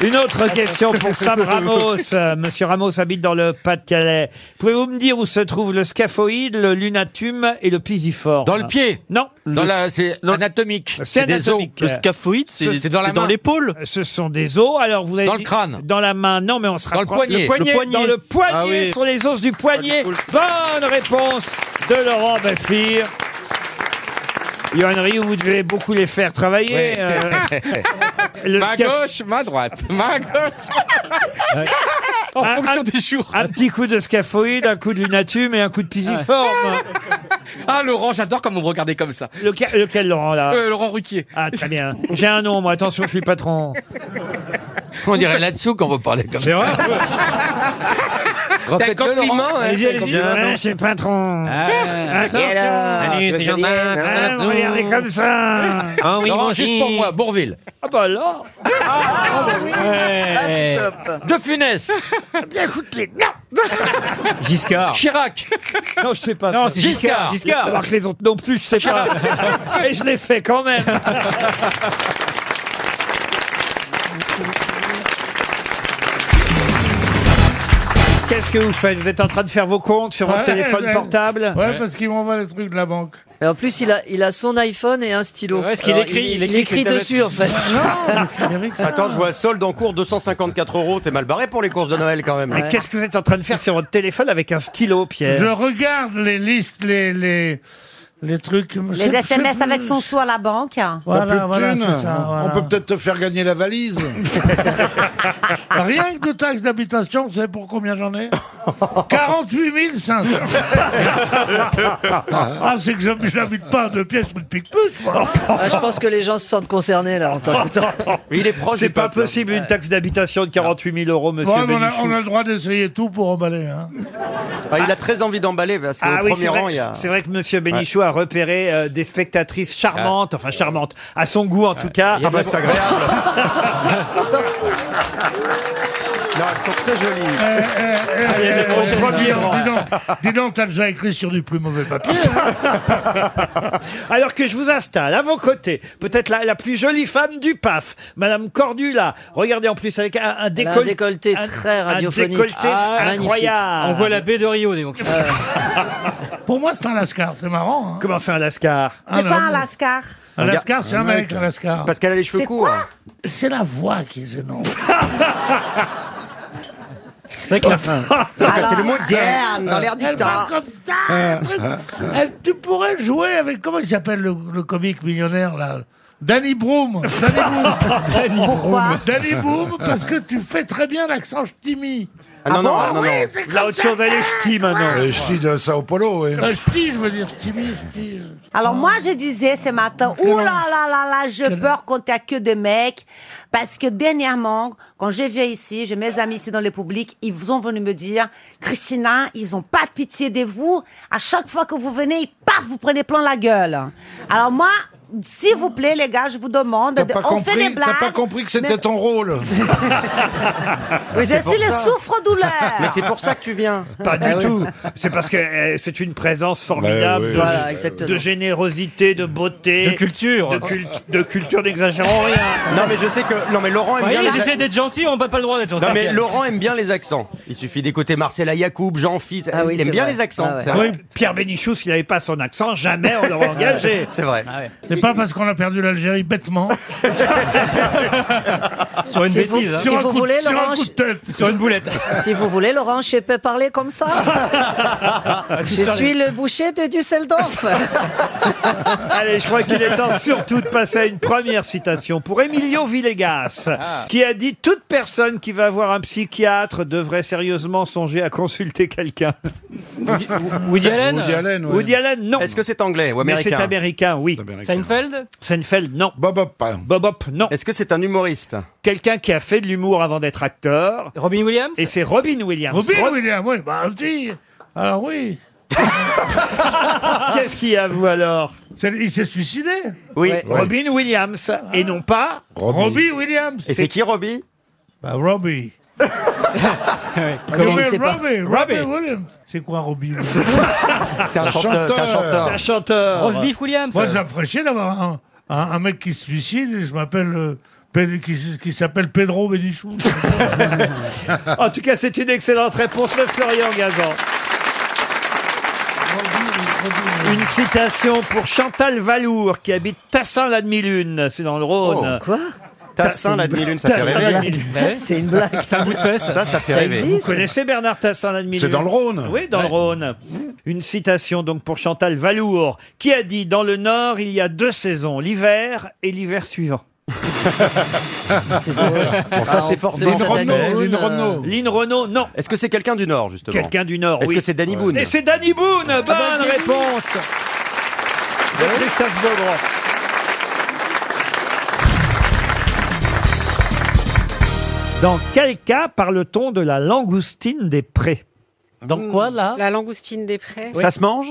Une autre question pour Sam Ramos. Euh, Monsieur Ramos habite dans le Pas-de-Calais. Pouvez-vous me dire où se trouvent le scaphoïde, le lunatum et le pisiforme
Dans le pied.
Non,
Dans la, c'est anatomique.
c'est
des os.
anatomique.
Le scaphoïde, c'est
C'est dans la
c'est dans
main.
l'épaule.
Euh, Ce sont des os. Alors vous avez
Dans le
dit-
crâne.
dans la main. Non, mais on se
Dans le
rapproche.
poignet.
Le poignet.
Dans le poignet.
Ah oui.
Sur les os du poignet. Bonne réponse de Laurent Baffir. Yoann Rioux, vous devez beaucoup les faire travailler.
Ouais.
euh, le
Main
scaph-
gauche, main droite. Main gauche. en
Ah,
fonction
ah.
des jours.
Un petit coup de scaphoïde, un coup de lunatum et un coup de pisiforme.
Ah, Laurent, j'adore quand vous me regardez comme ça.
Lequel, lequel, Laurent, là
Euh, Laurent Ruquier.
Ah, très bien. J'ai un nom, moi. Attention, je suis patron.
On dirait là-dessous quand vous parlez comme ça.
C'est vrai
Refaites-le, Laurent.
Les yeux, les yeux. Ouais, hein, c'est patron. Attention.
Ah. Et alors Salut, c'est Jean-Marc.
Ah, vous regardez comme ça.
Ah oui, Laurent, juste pour moi, Bourville.
Ah bah là. Ah,
De Funès.
Bien écoutez, non.
Giscard. Chirac.
Non, je sais pas.
Non, c'est Giscard. Giscard.
Alors que les autres non plus, je sais pas. Et je l'ai fait quand même. Qu'est-ce que vous faites Vous êtes en train de faire vos comptes sur votre
Ouais,
téléphone
ouais.
portable
Ouais, parce qu'il m'envoie les trucs de la banque.
Et en plus, il a, il a son iPhone et un stylo.
Ouais, ce qu'il
Alors,
écrit,
il,
il
il
écrit que
écrit
c'est
dessus en fait.
Attends, je vois solde en cours 254 euros. T'es mal barré pour les courses de Noël quand même.
Mais qu'est-ce que vous êtes en train de faire sur votre téléphone avec un stylo, Pierre
Je regarde les listes, les, les, les trucs.
Les SMS avec son sou à la banque.
Voilà, voilà, c'est ça.
voilà.
peut peut-être te faire gagner la valise. Rien que de taxe d'habitation, vous savez pour combien j'en ai 48 500. ah, c'est que j'hab- j'habite pas en deux pièces ou de pique-puce, moi.
Ah, je pense que les gens se sentent concernés là en tant que
C'est pas possible une taxe d'habitation de 48 000 euros, monsieur
Ouais, mais on, a,
Bénichou.
on a le droit d'essayer tout pour emballer. Hein.
Ah, il a très envie d'emballer parce qu'au
Ah oui,
premier
c'est
rang,
vrai,
il y a.
c'est vrai que Monsieur Bénichou a repéré euh, des spectatrices charmantes, enfin charmantes, à son goût en tout cas.
Ah bah, c'est agréable. non, elles sont très jolies.
Eh,
Ah,
Allez, les prochaines
dis, donc,
avant.
dis donc, dis donc, t'as déjà écrit sur du plus mauvais papier.
Alors que je vous installe à vos côtés, peut-être la, la plus jolie femme du PAF, Madame Cordula. Regardez en plus avec un, un
Elle a un
décolleté,
décolleté
un-
très
un
radiophonique.
décolleté
Ah,
incroyable.
magnifique. On voit la
baie de Rio, dis donc.
Pour moi, c'est un lascar, c'est marrant. hein.
Comment c'est un lascar
Ah,
C'est pas un
homme.
lascar.
Un lascar, c'est un
Un
mec,
mec.
un lascar.
Parce qu'elle a les cheveux
C'est
courts.
quoi
C'est la voix qui est gênante.
C'est vrai que la fin. C'est le Ah. moderne Ah, dans l'air du
Elle
temps.
parle comme ça, un truc. Elle- tu pourrais jouer avec, comment il s'appelle le, le comique millionnaire là Danny Broom Danny Broom
Danny Pourquoi Broom.
Danny Broom, parce que tu fais très bien l'accent ch'timi.
Ah non, non, non, non,
oui,
non.
c'est
Là,
comme
autre
ça.
chose, elle est ch'ti maintenant.
Et je dis de Sao Paulo, oui.
Euh, ch'ti, je veux dire ch'timi, ch'ti.
Alors moi, je disais ce matin, ouh là là là là, j'ai peur quand t'as que des mecs. Parce que dernièrement, quand je viens ici, j'ai mes amis ici dans le public, ils sont venus me dire, Christina, ils ont pas de pitié de vous. À chaque fois que vous venez, paf, vous prenez plein la gueule. Alors moi, s'il vous plaît, les gars, je vous demande, de-
pas
on fait
compris-
des
t'as
blagues.
pas compris que c'était
mais-
ton rôle.
Je
c'est pour
suis le
ça.
souffre-douleur.
Mais c'est pour ça que tu viens.
Pas du
Ah oui.
tout. C'est parce que euh, c'est une présence formidable
oui,
de,
Voilà,
de
exactement.
générosité, de beauté,
De culture.
de, cult- de culture. N'exagérons rien.
Non, mais je sais que. Non, mais Laurent aime bien. les-
d'être gentil, on n'a pas le droit d'être
Non, mais Laurent aime bien les accents. Il suffit d'écouter Marcella Yacoub, Jean Fit.
Ah oui,
il aime
c'est
bien
vrai.
les accents.
Ah ouais.
c'est vrai.
Oui, Pierre Bénichou, s'il n'avait pas son accent, jamais on l'aurait engagé.
C'est vrai.
Ah
C'est pas parce qu'on a perdu l'Algérie bêtement.
Sur une
Si vous-
bêtise. hein.
si vous voulez,
sur un
Laurent,
coup de tête.
Sur une boulette.
Si vous voulez, Laurent, je peux parler comme ça. Je suis le boucher de Düsseldorf.
Allez, je crois qu'il est temps surtout de passer à une première citation pour Emilio Villegas,
Ah.
qui a dit Toute personne qui va voir un psychiatre devrait sérieusement songer à consulter quelqu'un.
Woody Allen Woody
Allen, ouais.
Woody Allen, non.
Est-ce que c'est anglais ou
Mais
américain
c'est américain, oui.
Seinfeld
Seinfeld, non.
Bob Hop.
Bob Hop, non.
Est-ce que c'est un humoriste
Quelqu'un qui a fait de l'humour avant d'être acteur.
Robin Williams
Et c'est Robin Williams.
Robin
Ro-
Williams, oui, bah si. Alors oui.
Qu'est-ce qu'il y a, vous, alors
C'est- Il s'est suicidé.
Oui.
Robin Williams. Et non pas.
Robbie, Williams.
Et c'est qui Robbie
Bah Robbie.
Comment
Robbie,
il sait pas
Robbie, Robbie Williams. C'est quoi Robbie Williams
C'est un chanteur. C'est un chanteur.
Un chanteur.
Roast beef Williams.
Moi, ça me ferait chier d'avoir un, un- un mec qui se suicide et je m'appelle. euh, Pe- qui, s- qui s'appelle Pedro Benichou.
En tout cas, c'est une excellente réponse de Florian Gazan. Une citation pour Chantal Valour qui habite Tassin la demi-lune, c'est dans le Rhône.
Oh, quoi Tassin, la demi-lune, ça fait
Tassin, la
rêver.
demi-lune.
C'est une blague.
C'est un bout de fesse.
Ça, ça fait rêver.
Vous connaissez Bernard Tassin la demi-lune
C'est dans le Rhône.
Oui, dans le Rhône. Une citation donc pour Chantal Valour qui a dit dans le Nord il y a deux saisons, l'hiver et l'hiver suivant.
Bon, ça, c'est forcément
Lynn
français.
Renault, Lynn Renault.
Lynn Renault, non.
Est-ce que c'est quelqu'un du Nord, justement
Quelqu'un du Nord.
Est-ce
oui.
que c'est Danny Boone
Et c'est Danny Boone.
Ah,
Bonne réponse. De Christophe Beaugrand. Dans quel cas parle-t-on de la langoustine des prés
Dans quoi, là
La langoustine des prés.
Hmm. Oui.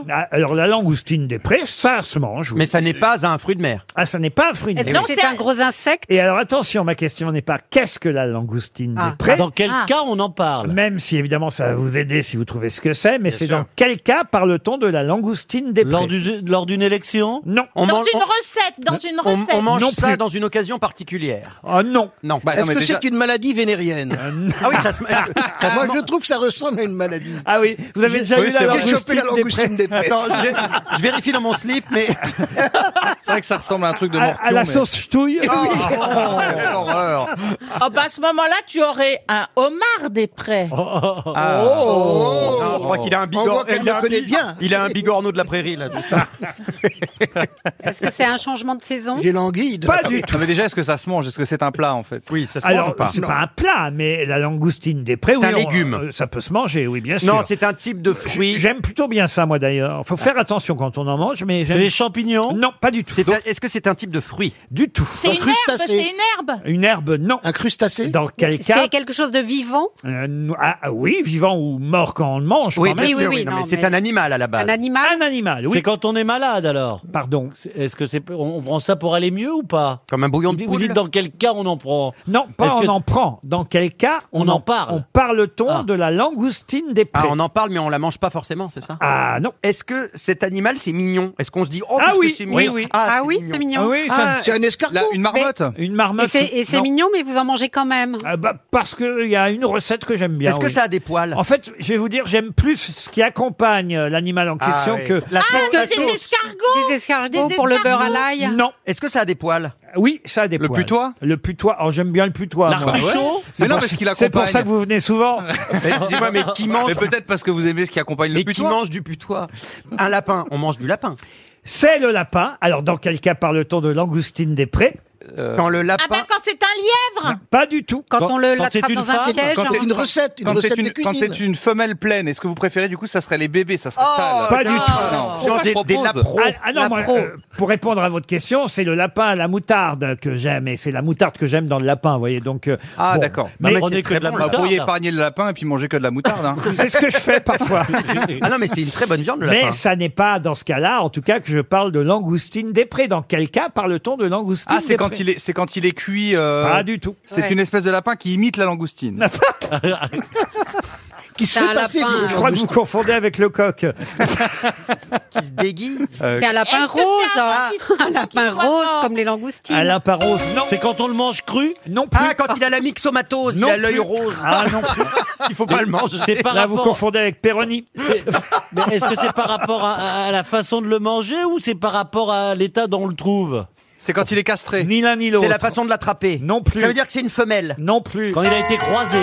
Ah, Alors la langoustine des prés, ça se mange. Mais ça n'est pas un fruit de mer. Ah, ça n'est pas un fruit de
Eh
Est-ce
mer.
que c'est un gros insecte
Et alors attention, ma question n'est pas qu'est-ce que la langoustine
Ah.
des prés
Dans quel Ah. cas
on en parle Même si évidemment ça va vous aider si vous trouvez ce que c'est, mais c'est dans quel cas parle-t-on de la langoustine des prés Lors d'une élection Non.
Dans une recette, dans une
On,
recette.
on mange
Non
ça
plus.
dans une occasion particulière.
Ah non.
Non.
Est-ce que c'est une maladie vénérienne
Ah oui, ça se. ça se
Moi,
man-
je trouve que ça ressemble à une maladie.
Ah oui, vous avez déjà
Oui,
vu
c'est
la
vrai.
langoustine,
J'ai chopé la
des
langoustine
prés
des prés. Attends, je vais- je vérifie dans mon slip, mais.
C'est vrai que ça ressemble à un truc de
À- à
morpion.
la
mais-
sauce ch'touille
Oui.
Oh,
quelle horreur.
Oh, bah, à ce moment-là, tu aurais un homard des prés.
Ah.
Oh.
Non, je crois qu'il a un
On voit
bigorneau.
qu'elle
Il, a
le
un
connaît
bi-
bien.
il a un bigorneau de la prairie, là.
Est-ce que c'est un changement de saison
l'anguille.
Pas du tout.
Non, mais déjà, est-ce que ça se mange Est-ce que c'est un plat en fait
Oui, ça
Alors, c'est pas un plat, mais la langoustine des prés,
C'est
oui,
un
on-
légume.
euh, ça peut se manger, oui, bien sûr.
Non, c'est un type de fruit.
J'aime plutôt bien ça, moi d'ailleurs. Faut faire attention quand on en mange, mais
C'est
les
des
champignons Non, pas du tout.
Est-ce que c'est un type de fruit
Du tout.
C'est une herbe, c'est une herbe.
Une herbe, non. Un crustacé Dans quel cas
C'est quelque chose de vivant
Euh, ah, ah, Oui, vivant ou mort quand on le mange.
Oui,
quand même.
bien Oui, sûr, oui, oui, oui, non, non, mais c'est mais- un
animal à la
Un animal
Un animal, oui.
C'est quand on est malade alors.
Pardon.
Est-ce que c'est on, on prend ça pour aller mieux ou pas
Comme un bouillon de
Vous dites dans quel cas on en prend
Non, pas
Est-ce
on
que
en prend. Dans quel cas
On en parle. Ah.
On parle-t-on de la langoustine des prés
Ah, on en parle, mais on la mange pas forcément, c'est ça
Ah non.
Est-ce que cet animal, c'est mignon Est-ce qu'on se dit, oh,
Ah
qu'est-ce
oui,
que c'est
oui,
mignon
oui.
Ah oui, c'est mignon.
Ah oui, ça-
Ah,
c'est un escargot.
La-
une marmotte
Mais-
Une marmotte,
Et c'est- Et c'est
non.
mignon, mais vous en mangez quand même.
Ah bah, parce qu'il y a une recette que j'aime bien.
Est-ce que
oui.
ça a des poils
En fait, je vais vous dire, j'aime plus ce qui accompagne euh, l'animal en
Ah
question
oui.
que
La
Ah,
sauce- la
que
sauce.
des escargots Des escargots
Des
pour le beurre à
escargots.
l'ail
Non. Euh,
Est-ce que ça a des poils
Oui, ça a des
Le
poils.
putois
Le putois. Oh, j'aime bien le putois. moi.
L'artichaut
C'est
Mais non,
pour-
parce qu'il
C'est pour
accompagne.
ça que vous venez souvent.
Eh, Dis-moi, mais qui mange
Mais peut-être parce que vous aimez ce qui accompagne le
Mais qui
putois.
mange du putois Un lapin, on mange du lapin.
C'est le lapin. Alors, dans quel cas parle-t-on de langoustine des prés
Euh, Quand le lapin.
Ah ben quand c'est un lièvre
Pas du tout.
Quand on le l'attrape dans un piège
Quand c'est-
hein.
quand- quand c'est une- Quand c'est une femelle pleine, est-ce que vous préférez du coup ça serait les bébés, ça serait
Oh,
sale
Pas du tout.
Non, je propose.
Ah, ah non, moi, euh, pour répondre à votre question, c'est le lapin à la moutarde que j'aime. Et c'est la moutarde que j'aime dans le lapin, vous voyez. Donc, euh,
Ah
bon.
d'accord.
Mais on est que de la
Vous
moutarde.
pourriez épargner le lapin et puis manger que de la moutarde. hein.
C'est ce que je fais parfois.
Ah non, mais c'est une très bonne viande, le
Mais
lapin.
ça n'est pas dans ce cas-là, en tout cas, que je parle de langoustine des prés. Dans quel cas parle-t-on de langoustine
Ah,
des
c'est
prés
quand il est, c'est quand il est cuit. euh,
Pas du tout.
C'est
Ouais.
une espèce de lapin qui imite la langoustine.
Qui
se C'est fait un passer lapin, pour une
Je crois que vous confondez avec le coq.
Qui se déguise.
C'est un lapin
Est-ce que c'est
rose, hein. un lapin rose comme les
À
langoustines.
l'imparose, non.
C'est quand on le mange cru
Non plus.
Ah, quand il a la myxomatose,
Non
il a l'œil
plus.
rose.
Ah non plus.
Il faut pas le manger.
C'est par
Là, vous
rapport-
confondez avec Péroni.
Mais est-ce que c'est par rapport à, à la façon de le manger ou c'est par rapport à l'état dont on le trouve
C'est quand il est castré.
Ni l'un ni l'autre.
C'est la façon de l'attraper.
Non plus.
Ça veut dire que c'est une femelle.
Non plus.
Quand il a été croisé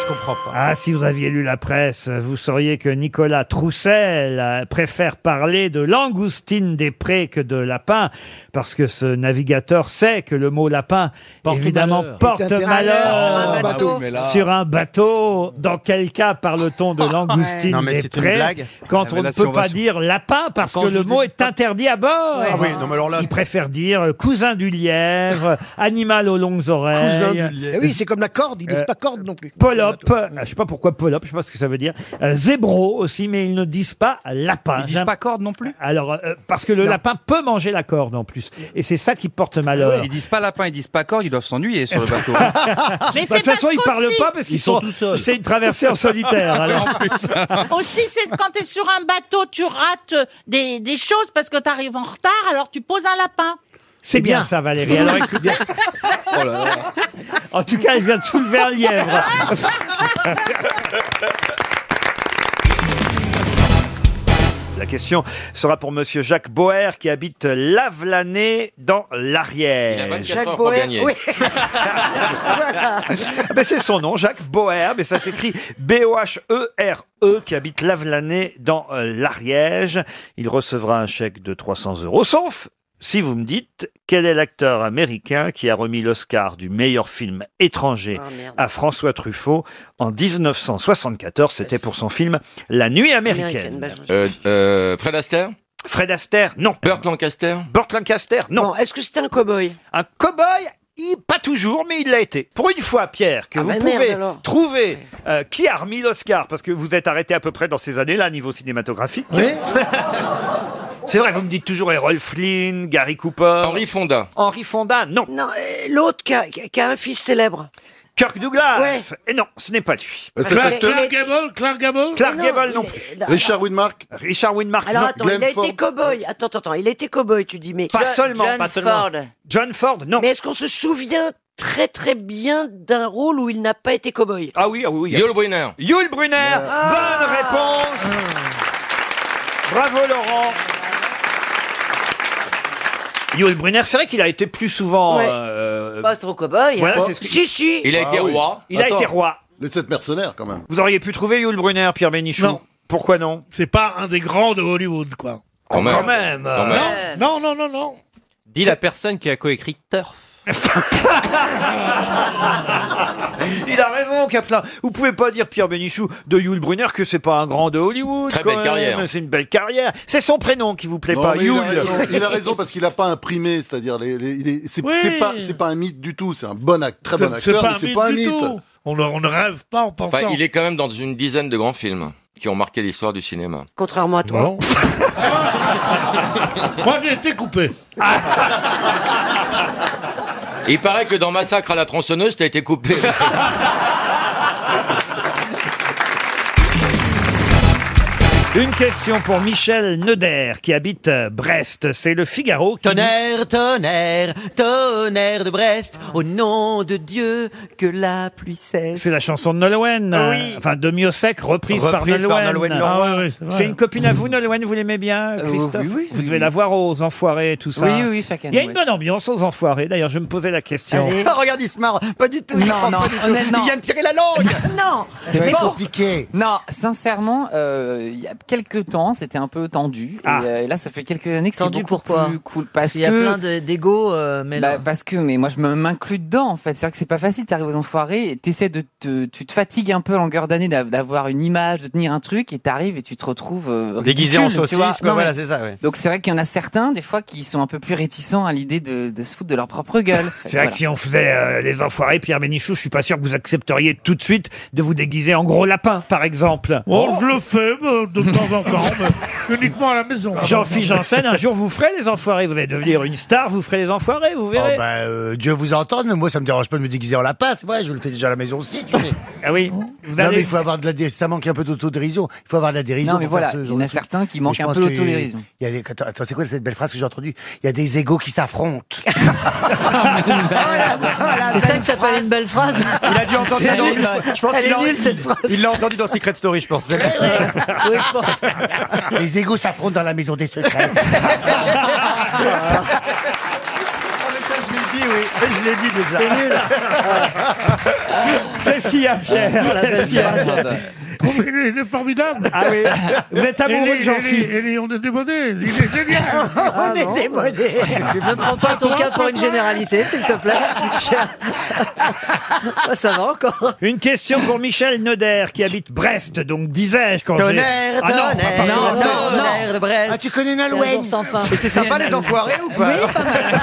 Je comprends pas.
Ah, si vous aviez lu la presse, vous sauriez que Nicolas Troussel euh, préfère parler de langoustine des prés que de lapin, parce que ce navigateur sait que le mot lapin,
Porte
évidemment,
malheur.
porte
C'est un
malheur
malheur sur un
Ah,
bateau.
bah oui,
mais là-
sur un bateau. Dans quel cas parle-t-on de langoustine
Non, mais
des
c'est une
prés
blague.
quand
Ah,
on
mais
ne
là, si
peut
on va
pas
sur-
dire lapin, parce
Quand
que
je
le
vous
mot
dis-
est interdit à bord
Ouais.
Ah oui, non, mais alors là.
Il préfère dire euh, cousin du lièvre, animal aux longues oreilles.
Eh oui, c'est comme la corde, il ne
Euh,
laisse pas corde non plus.
Polype, je sais pas pourquoi polype, je sais pas ce que ça veut dire. Euh, zébro aussi, mais ils ne disent pas lapin.
Ils disent
J'aime-
pas corde non plus.
Alors, euh, parce que le
Non. Ah
lapin peut manger la corde en plus. Et c'est ça qui porte malheur.
Ils disent pas lapin, ils disent pas corde, ils doivent s'ennuyer sur le bateau.
Mais
Bah, de
c'est
toute façon,
parce
ils parlent
qu'aussi-
pas parce qu'ils
Ils sont
sont.
tout seuls.
C'est une traversée en solitaire. alors.
Aussi, c'est quand t'es sur un bateau, tu rates euh, des, des choses parce que t'arrives en retard, alors tu poses un lapin.
C'est bien ça, Valérie. Alors, écoute oh bien.
hein.
En tout cas, elle vient de soulever un lièvre. La question sera pour Monsieur Jacques Boer qui habite Lavelanet dans l'Arrière.
Jacques Boer, oui. Voilà.
Ben, c'est son nom, Jacques Boer, mais ça s'écrit B-O-H-E-R-E, E qui habite Lavelanet dans euh, l'Ariège. Il recevra un chèque de 300 euros, sauf si vous me dites quel est l'acteur américain qui a remis l'Oscar du meilleur film étranger à François Truffaut en 1974. C'était pour son film La Nuit américaine.
Euh, euh, Fred Astaire
Fred Astaire, non.
Burt Lancaster
Burt Lancaster, non.
Bon, est-ce que c'était un cow-boy
Un cow-boy Il- pas toujours, mais il l'a été. Pour une fois, Pierre, que
Ah
vous
bah merde,
pouvez
alors.
trouver euh, qui a remis l'Oscar, parce que vous êtes arrêté à peu près dans ces années-là, niveau cinématographique. C'est vrai, vous me dites toujours Errol Flynn, Gary Cooper. Henri Fonda. Henri Fonda, non. Non,
euh,
l'autre qui a, un fils célèbre. Kirk Douglas. Et non, ce n'est pas lui.
Euh, cet acteur-
Clark Gable, Clark Gable
Clark Gable non plus.
Richard Widmark
Richard Widmark.
Alors
non.
attends, il a été cow-boy. Attends, attends, attends, il a été cow-boy, tu dis, mais.
Pas seulement,
John
pas seulement.
Ford.
John Ford, non.
Mais est-ce qu'on se souvient très très bien d'un rôle où il n'a pas été cow-boy
Ah oui, ah oui.
Yul
Brunner. Yul Brunner, bonne réponse.
Ah.
Bravo Laurent. Yul Brunner, c'est vrai qu'il a été plus souvent.
Ouais. Bah,
euh,
Pas trop cow-boy.
Voilà, c'est ce que- Ah
Si, si.
Il a été roi.
Les sept mercenaires, quand même.
Vous auriez pu trouver Yul Brunner, Pierre Bénichou Non. Pourquoi non
C'est pas un des grands de Hollywood, quoi.
Quand même. Quand même.
Non, non, non, non.
Dis la personne qui a coécrit Turf.
Il a raison, Kaplan. Vous pouvez pas dire Pierre Bénichou de Yul Brunner que c'est pas un grand de Hollywood.
Très
quand
belle
même.
carrière.
C'est une belle carrière. C'est son prénom qui vous plaît
Non,
pas,
mais il,
Yul.
a raison, il a raison parce qu'il n'a pas imprimé, c'est-à-dire les, les- il est- c'est
Oui.
c'est pas c'est pas un mythe du tout, c'est un bon acte, très bon
C'est- C'est
acteur,
pas
mais
un
c'est
mythe
pas un
du
mythe.
tout. On ne, on ne rêve pas en pensant.
Enfin, il est quand même dans une dizaine de grands films qui ont marqué l'histoire du cinéma.
Contrairement à toi.
Moi, j'ai été coupé.
Il paraît que dans Massacre à la tronçonneuse, t'as été coupé.
Une question pour Michel Neuder qui habite euh, Brest. C'est le Figaro. Qui
Tonnerre, tonnerre, tonnerre de Brest, au nom de Dieu que la pluie cesse.
C'est la chanson de Nolwenn, euh,
Oui.
enfin de Miossec, reprise, par
Reprise
Nolwenn.
par Nolwenn Leroy.
Ah ouais, ouais,
vrai.
c'est une copine à vous, Nolwenn, vous l'aimez bien,
Euh,
Christophe
oui, oui,
Vous
oui,
devez
oui.
la voir aux enfoirés, tout ça.
Oui, oui, chaque année,
Il y a une
ouais.
bonne ambiance aux enfoirés, d'ailleurs, je me posais la question.
Oh, regarde, il se marre. Pas du tout. il
Non,
se marre
non,
pas du tout.
honnêtement.
Il vient de tirer la langue. non.
C'est
Mais
pas
bon.
compliqué. Non, sincèrement, euh, il y a quelques temps, c'était un peu tendu. Et, euh, là, ça fait quelques années que c'est
Ah. Tendu
beaucoup
pourquoi
plus cool.
Parce
Parce
qu'il y a
que-
plein de- d'égos, euh, mais
Bah,
non.
parce que mais moi je me- m'inclus dedans en fait c'est à dire que c'est pas facile t'arrives aux enfoirés et t'essaies de te, tu te fatigues un peu à longueur d'année d'av- d'avoir une image de tenir un truc et t'arrives et tu te retrouves euh,
Déguisé
ridicule,
en
tu vois.
saucisse, quoi,
Non, mais-
voilà, c'est ça, ouais.
donc c'est vrai qu'il y en a certains des fois qui sont un peu plus réticents à l'idée de, de se foutre de leur propre gueule
C'est vrai que si on faisait euh, les enfoirés, Pierre Bénichou, je suis pas sûr que vous accepteriez tout de suite de vous déguiser en gros lapin, par exemple.
Oh, je le fais mais de temps en temps, mais uniquement à la maison.
Jean-Philippe Janssen, un jour vous ferez les enfoirés, vous allez devenir une star, vous ferez les enfoirés, vous verrez.
Oh, bah, euh, Dieu vous entende, mais moi ça me dérange pas de me déguiser en lapin, c'est vrai, je le fais déjà à la maison aussi, tu sais.
Ah oui.
non
allez-
mais il faut avoir de la dé- ça manque un peu d'autodérision. Il faut avoir de la dérision.
Non, mais
pour faire
voilà, il
ce
y
genre
en a
de truc.
certains qui
Mais
manquent
je
un
pense
peu
que-
d'autodérision.
il y a des- Attends, attends, c'est quoi cette belle phrase que j'ai entendue Il y a des égaux qui s'affrontent.
C'est ça que t'appelles une belle phrase
Il a dû entendre ça dans. Je pense
Elle
qu'il
est
a-
nulle cette phrase.
Il l'a entendu dans Secret Story, je pense.
Les égaux s'affrontent dans la maison des secrets.
Je l'ai dit, oui. Je l'ai dit déjà. C'est nul.
Qu'est-ce qu'il y a, Pierre
Oh, la belle
Qu'est-ce qu'il y a
phrase. Oh, mais il est- il est formidable.
Ah oui. Vous êtes amoureux
Il est-
de Jean-Phi.
il est- il est- On est démodés. Il est génial.
Ah,
on est
démodés.
Ne prends pas ton cas pour une généralité, s'il te plaît.
Ça va encore. Une question pour Michel Noder qui habite Brest, donc disais-je quand j'ai-
Tonnerre,
Ah non, on va pas
tonnerre,
commencer.
tonnerre de Brest. Ah, tu connais
C'est un
Nolwenn
jour sans fin.
Et c'est sympa les enfoirés ou pas Oui, pas mal.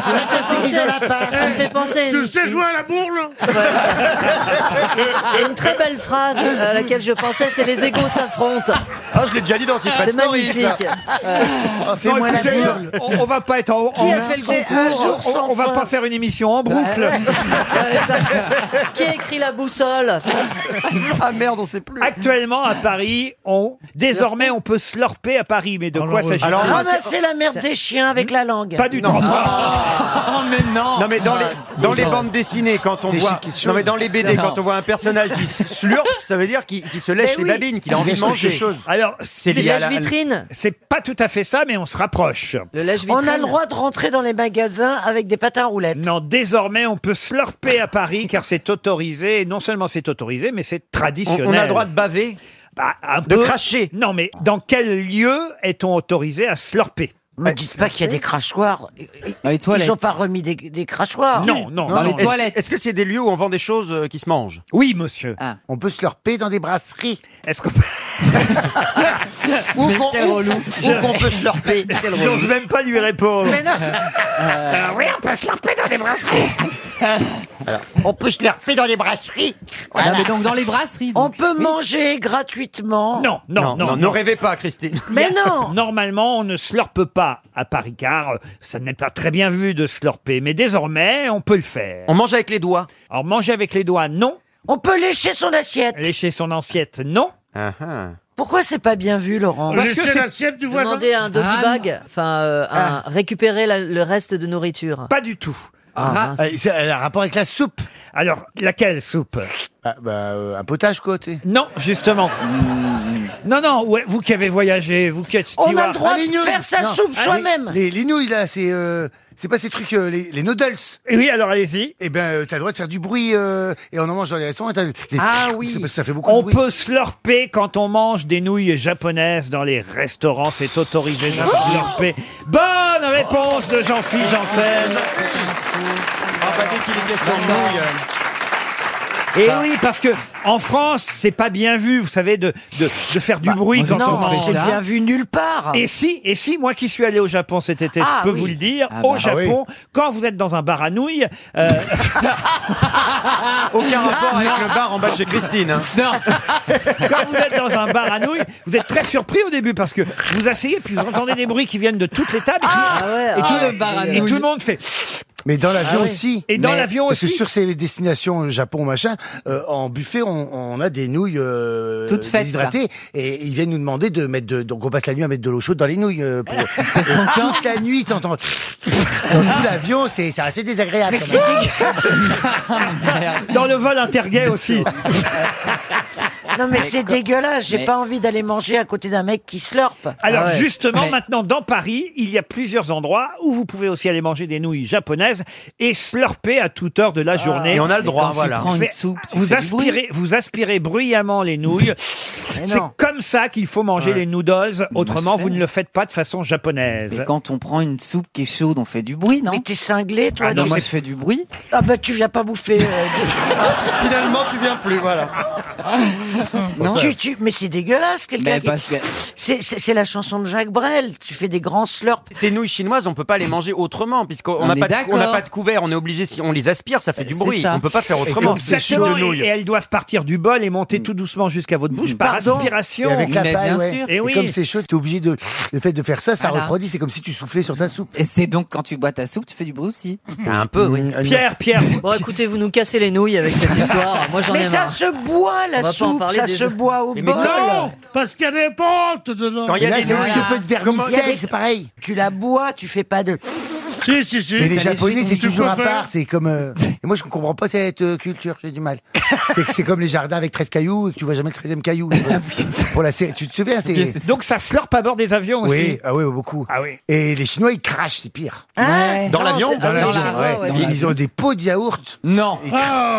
Ça me fait penser à une-
Tu sais jouer à la bourre
Il y a une très belle phrase euh, à laquelle je pensais, c'est les égaux s'affrontent.
Ah, je l'ai déjà dit dans Secret
C'est
Story. ça.
magnifique.
Ah,
Ouais.
Oh, fais-moi
Euh, Non,
la
écoutez,
bourre.
on, on va pas être en,
Qui
en-
a fait le
en-
concours
on-
Un jour sans
on, va
fin.
pas faire une émission en boucle.
Qui a écrit la boussole
Ah merde, on sait plus.
Actuellement à Paris, on désormais on peut slurper à Paris, mais de quoi s'agit-il
Alors,
moi,
Ramasser
c'est-
la merde des
chiens avec la langue.
Pas du tout.
Non. Oh,
mais non
Non mais dans les, dans les
Non.
bandes dessinées quand on
Des
voit
chiquichons.
non mais dans les BD
Non.
quand on voit un personnage qui slurp ça veut dire qu'il qu'il se lèche
Ben
Mais oui.
les babines qu'il a
Il
envie de
lèche quelque
manger
chose.
Alors,
c'est lié à la
C'est pas tout à fait ça, mais on se rapproche.
On a le droit de rentrer dans les magasins avec des patins à roulettes.
Non, désormais, on peut slurper à Paris car c'est autorisé. Et non seulement c'est autorisé, mais c'est traditionnel. Bah,
On- on a le droit de baver
De cracher Non, mais dans quel lieu est-on autorisé à slurper
Me dites pas qu'il y a des crachoirs.
les
Ils n'ont pas remis des, des
Ah.
crachoirs.
Est-ce- Est-ce que c'est des lieux où on vend des choses euh, qui se mangent
Oui, monsieur.
Ah.
On peut se leur payer dans des brasseries. Est-ce qu'on
Ou
qu'on- quel ou- relou. ou qu'on peut se leur payer. Quel relou.
J'ose même pas lui répondre.
Mais non.
Euh,
oui, on peut se leur payer dans des brasseries. on peut se leur payer dans des brasseries.
Non, mais donc dans les brasseries.
On peut manger gratuitement.
Non, non, non.
non, ne rêvez pas, Christine.
Mais non
Normalement, on ne slurpe pas à Paris, car euh, ça n'est pas très bien vu de slurper. Mais désormais, on peut le faire. On mange avec les doigts Alors, manger avec les doigts, non.
On peut lécher son assiette
Lécher son assiette, non. Uh-huh.
Pourquoi c'est pas bien vu, Laurent
Parce que c'est-
Demander un doggy
Ah,
bag, enfin euh, un-
Ah.
récupérer la- le reste de nourriture.
Pas du tout. Euh,
Ah, mince.
un rapport avec la soupe. Alors, laquelle soupe Un potage, quoi, Mm. Non, justement. Non, non, ouais, vous qui avez voyagé, vous qui êtes steward.
Ah,
Non.
Les, les nouilles, là, c'est. euh, c'est pas ces trucs, euh, les, les noodles.
oui, alors allez-y.
Eh ben, euh, t'as le droit de faire du bruit, euh, et on en mange dans les restaurants. et t'as- les-
Ah oui.
C'est parce que ça fait beaucoup de
On
bruit.
peut slurper quand on mange des nouilles japonaises dans les restaurants, c'est autorisé de slurper. Bonne réponse de Jean-Philippe Janssen.
euh,
Et Eh oui, parce que en France, c'est pas bien vu, vous savez, de, de, de faire du bruit
moi,
quand
Bah, non,
on mange.
c'est bien vu nulle part.
Et si, et si, moi qui suis allé au Japon cet été,
Ah,
je peux
oui.
vous le dire,
Ah,
au
bah.
Japon, quand vous êtes dans un bar à nouilles, euh,
Aucun
Ah,
rapport avec le bar en bas de chez Christine. hein.
quand vous êtes dans un bar à nouilles, vous êtes très surpris au début parce que vous asseyez puis vous entendez des bruits qui viennent de toutes les tables et, tout- et tout,
ah, le bar à
et
nouilles.
tout le monde fait.
Mais dans l'avion
Ah oui.
aussi.
Et dans l'avion
Parce que
aussi.
sur ces destinations euh, Japon, machin, euh, en buffet, on, on a des nouilles euh,
Toutes faites,
déshydratées. Et ils viennent nous demander de mettre de. Donc on passe la nuit à mettre de l'eau chaude dans les nouilles. euh, pour- Et toute la nuit, t'entends. dans tout l'avion, c'est c'est assez désagréable. quand même.
Dans le vol intergay aussi.
Non mais c'est dégueulasse, j'ai
Mais- Ah
pas envie d'aller manger à côté d'un mec qui slurpe.
Alors justement, maintenant, dans Paris, il y a plusieurs endroits où vous pouvez aussi aller manger des nouilles japonaises et slurper à toute heure de la journée.
Ah. Et on a le Et droit, quand tu voilà. prends une
C'est-
soupe, tu
vous,
fais du bruit.
aspirez, vous aspirez bruyamment les nouilles.
Mais
C'est
non.
comme ça qu'il faut manger
Ouais.
les noodles. Autrement, vous ne le faites pas de façon japonaise.
Mais quand on prend une soupe qui est chaude, on fait du bruit, non Mais
t'es cinglé, toi.
Ah non,
tu-
moi je fais du bruit.
Ah bah tu viens pas bouffer. euh,
Finalement, tu viens plus, voilà.
Non.
tu- tu- mais c'est dégueulasse quelqu'un.
Mais
qui-
parce que-
C'est- C'est c'est la chanson de Jacques Brel. Tu fais des grands slurps.
Ces nouilles chinoises, on peut pas les manger autrement, puisqu'on
On
n'a
est
pas, de- on n'a
d'accord.
pas de couvert, on est obligé, si on les aspire, ça fait du
C'est
bruit.
ça.
On peut pas faire autrement.
Exactement, et, et elles doivent partir du bol et
Mm.
monter tout doucement jusqu'à votre bouche par
Pardon
aspiration.
Et avec la paille, ouais.
Et oui.
comme c'est chaud, t'es obligé de. Le fait de faire ça, ça
Voilà.
refroidit. C'est comme si tu soufflais sur ta soupe.
Et c'est donc quand tu bois ta soupe, tu fais du bruit aussi.
Un peu, oui.
Pierre, Pierre.
Bon, écoutez, vous nous cassez les nouilles avec cette histoire. Moi, j'en ai
mais ça
marre.
se boit
On va
la
pas en
soupe,
parler
ça
des-
se boit au
Mais
bol.
non,
parce qu'il y a des pentes dedans.
Quand il y a Mais là, des- c'est aussi un peu de vermicelle,
Il y a des-
c'est pareil.
Tu la bois, tu fais pas de.
Si, si, si.
Mais les Japonais, c'est toujours à part. C'est comme. euh, et moi, je comprends pas cette euh, culture. J'ai du mal. C'est que c'est comme les jardins avec 13 cailloux et que tu vois jamais le 13 e caillou. Pour la série, tu te souviens
Ok,
c'est...
c'est- Donc ça slurpe à bord des avions
Oui,
aussi.
ah oui, beaucoup.
Ah oui. Ah
Et les Chinois, ils crachent, c'est pire.
Hein
Dans Non, l'avion c'est-
Dans
ah,
l'avion,
dans la-
ouais.
ouais, Ah.
Ils-
dans l'avion.
Ils ont des pots de yaourt.
Non.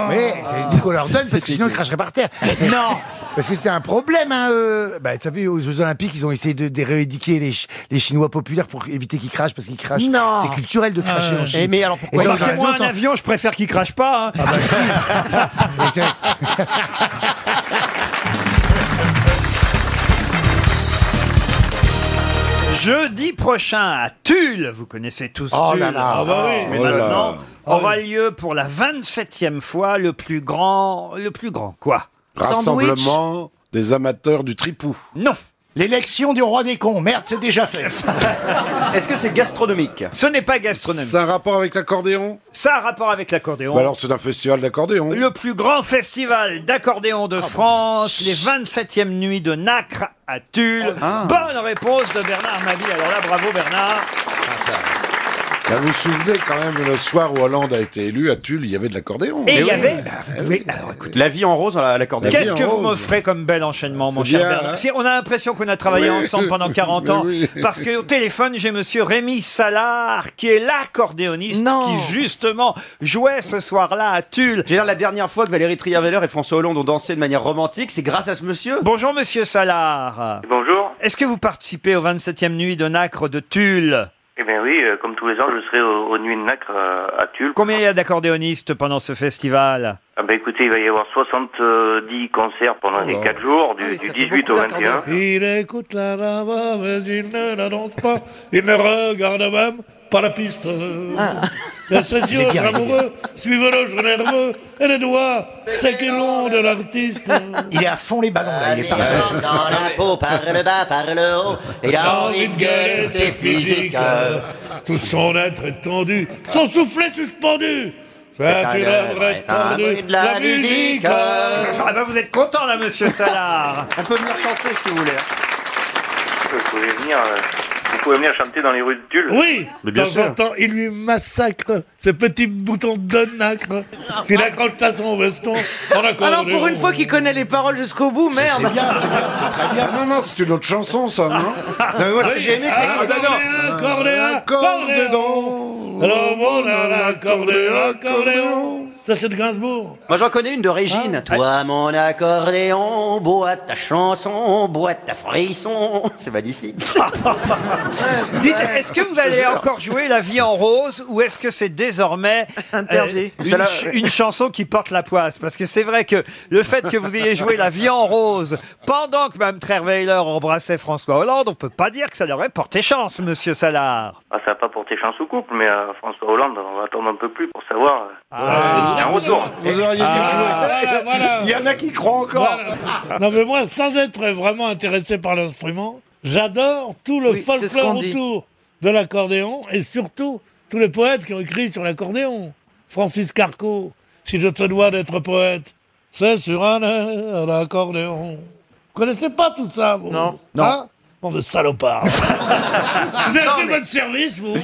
Mais c'est du qu'on leur donne parce que sinon ils cracheraient par terre.
Non.
Parce que c'était un problème. Hein, euh. bah, t'as vu aux Jeux Olympiques, ils ont essayé de, de rééduquer les, Ch- les Chinois populaires pour éviter qu'ils crachent parce qu'ils crachent.
Non.
C'est culturel de cracher
Ah ouais.
en Chine.
Eh, mais alors pourquoi-
Et dans
Embarquez-moi
l'avion,
un avion, je préfère qu'il crache pas. hein.
Ah, bah,
Jeudi prochain à Tulle, vous connaissez tous
Oh
Tulle.
là là. Ah bah oui.
Mais
Oh là
maintenant
là. Oh
aura lieu pour la 27e fois le plus grand le plus grand quoi
Rassemblement des amateurs du tripou.
Non.
L'élection du roi des cons. Merde, c'est déjà fait.
Est-ce que c'est gastronomique
Ce n'est pas gastronomique.
C'est un rapport avec l'accordéon
Ça a rapport avec l'accordéon.
Bah alors c'est un festival d'accordéon.
Le plus grand festival d'accordéon
Ah
de France, les 27e nuits de Nacre à
Oh, Ah,
Tulle. Bonne réponse de Bernard Mabie. Alors là, bravo Bernard.
Là, vous vous souvenez quand même le soir où Hollande a été élu à Tulle, il y avait de l'accordéon.
Et
Mais
il y
oui.
avait. oui,
La vie en rose à l'accordéon.
Qu'est-ce que vous m'offrez comme bel enchaînement, Oh, mon
C'est
cher
bien,
Bernard
hein
Si, On a l'impression qu'on a travaillé
Oui.
ensemble pendant 40 ans,
Oui.
parce que au téléphone, j'ai monsieur Rémi Salard, qui est l'accordéoniste, qui justement jouait ce soir-là à Tulle.
J'ai la dernière fois que Valérie Trier-Veller et François Hollande ont dansé de manière romantique, c'est grâce à ce monsieur.
Bonjour monsieur Salard.
Bonjour.
Est-ce que vous participez aux 27e nuits de Nacre de Tulle
Eh bien oui, euh, comme tous les ans, je serai au- aux Nuits de Nacre euh, à Tulle.
Combien il y a d'accordéonistes pendant ce festival
Ah ben écoutez, il va y avoir 70 concerts pendant
Oh
les 4 jours,
Ah
du, du 18 au 21.
Il écoute la rava, mais il ne la danse pas. Il ne regarde même pas la piste.
Ah.
Les ses yeux
Les gars,
amoureux suivent le jeu nerveux et les doigts séquilons de l'artiste.
Il est à fond les ballons, là, il est parti. Dans la peau, par le bas, par le haut,
Ah
il a envie de gueuler, c'est physique.
euh, Tout son être est tendu, son soufflet suspendu.
C'est un
C'est une
œuvre,
œuvre étendue.
bruit de la musique.
euh,
Ah ben, vous êtes content là, monsieur Salard
On peut venir chanter si vous voulez.
Vous pouvez venir, euh, vous pouvez venir chanter dans les rues de Tulle.
Oui, de temps en temps, il lui massacre ce petit bouton de nacre qu'il accroche à son veston en accordéon.
Alors Ah. pour une fois qu'il connaît les paroles jusqu'au bout, merde.
Très bien. Ah Non, non, c'est une autre chanson, ça, non
mais moi, ce que j'ai aimé, c'est que-
Accordéon, Ah, accordéon, accordéon. Alors bon, là, là, accordéon, accordéon. Ça, c'est de Gainsbourg.
Moi j'en connais une de Régine. Toi mon accordéon, bois ta chanson, bois ta frisson. C'est magnifique.
Euh, Dites, est-ce que vous allez encore jouer La vie en rose ou est-ce que c'est désormais euh,
Interdit.
une,
Cela-
ch- une chanson qui porte la poisse Parce que c'est vrai que le fait que vous ayez joué La vie en rose pendant que Mme Trerweiler embrassait François Hollande, on peut pas dire que ça leur aurait porté chance, monsieur Salard.
Ah, ça n'a pas porté chance au couple, mais euh, François Hollande, on va attendre un peu plus pour savoir. euh,
Ah.
il y a un retour.
Vous auriez
Ah.
dû
Voilà, voilà.
Il y en a qui croient encore.
Voilà. Non, mais moi, sans être vraiment intéressé par l'instrument, j'adore tout le
Oui, c'est ce qu'on
folklore
dit.
autour de l'accordéon et surtout tous les poètes qui ont écrit sur l'accordéon. Francis Carco, si je te dois d'être poète, c'est sur un air d'accordéon. Vous connaissez pas tout ça, vous Non. Hein Bon, de salopard. vous avez
Non,
fait
mais-
votre service, vous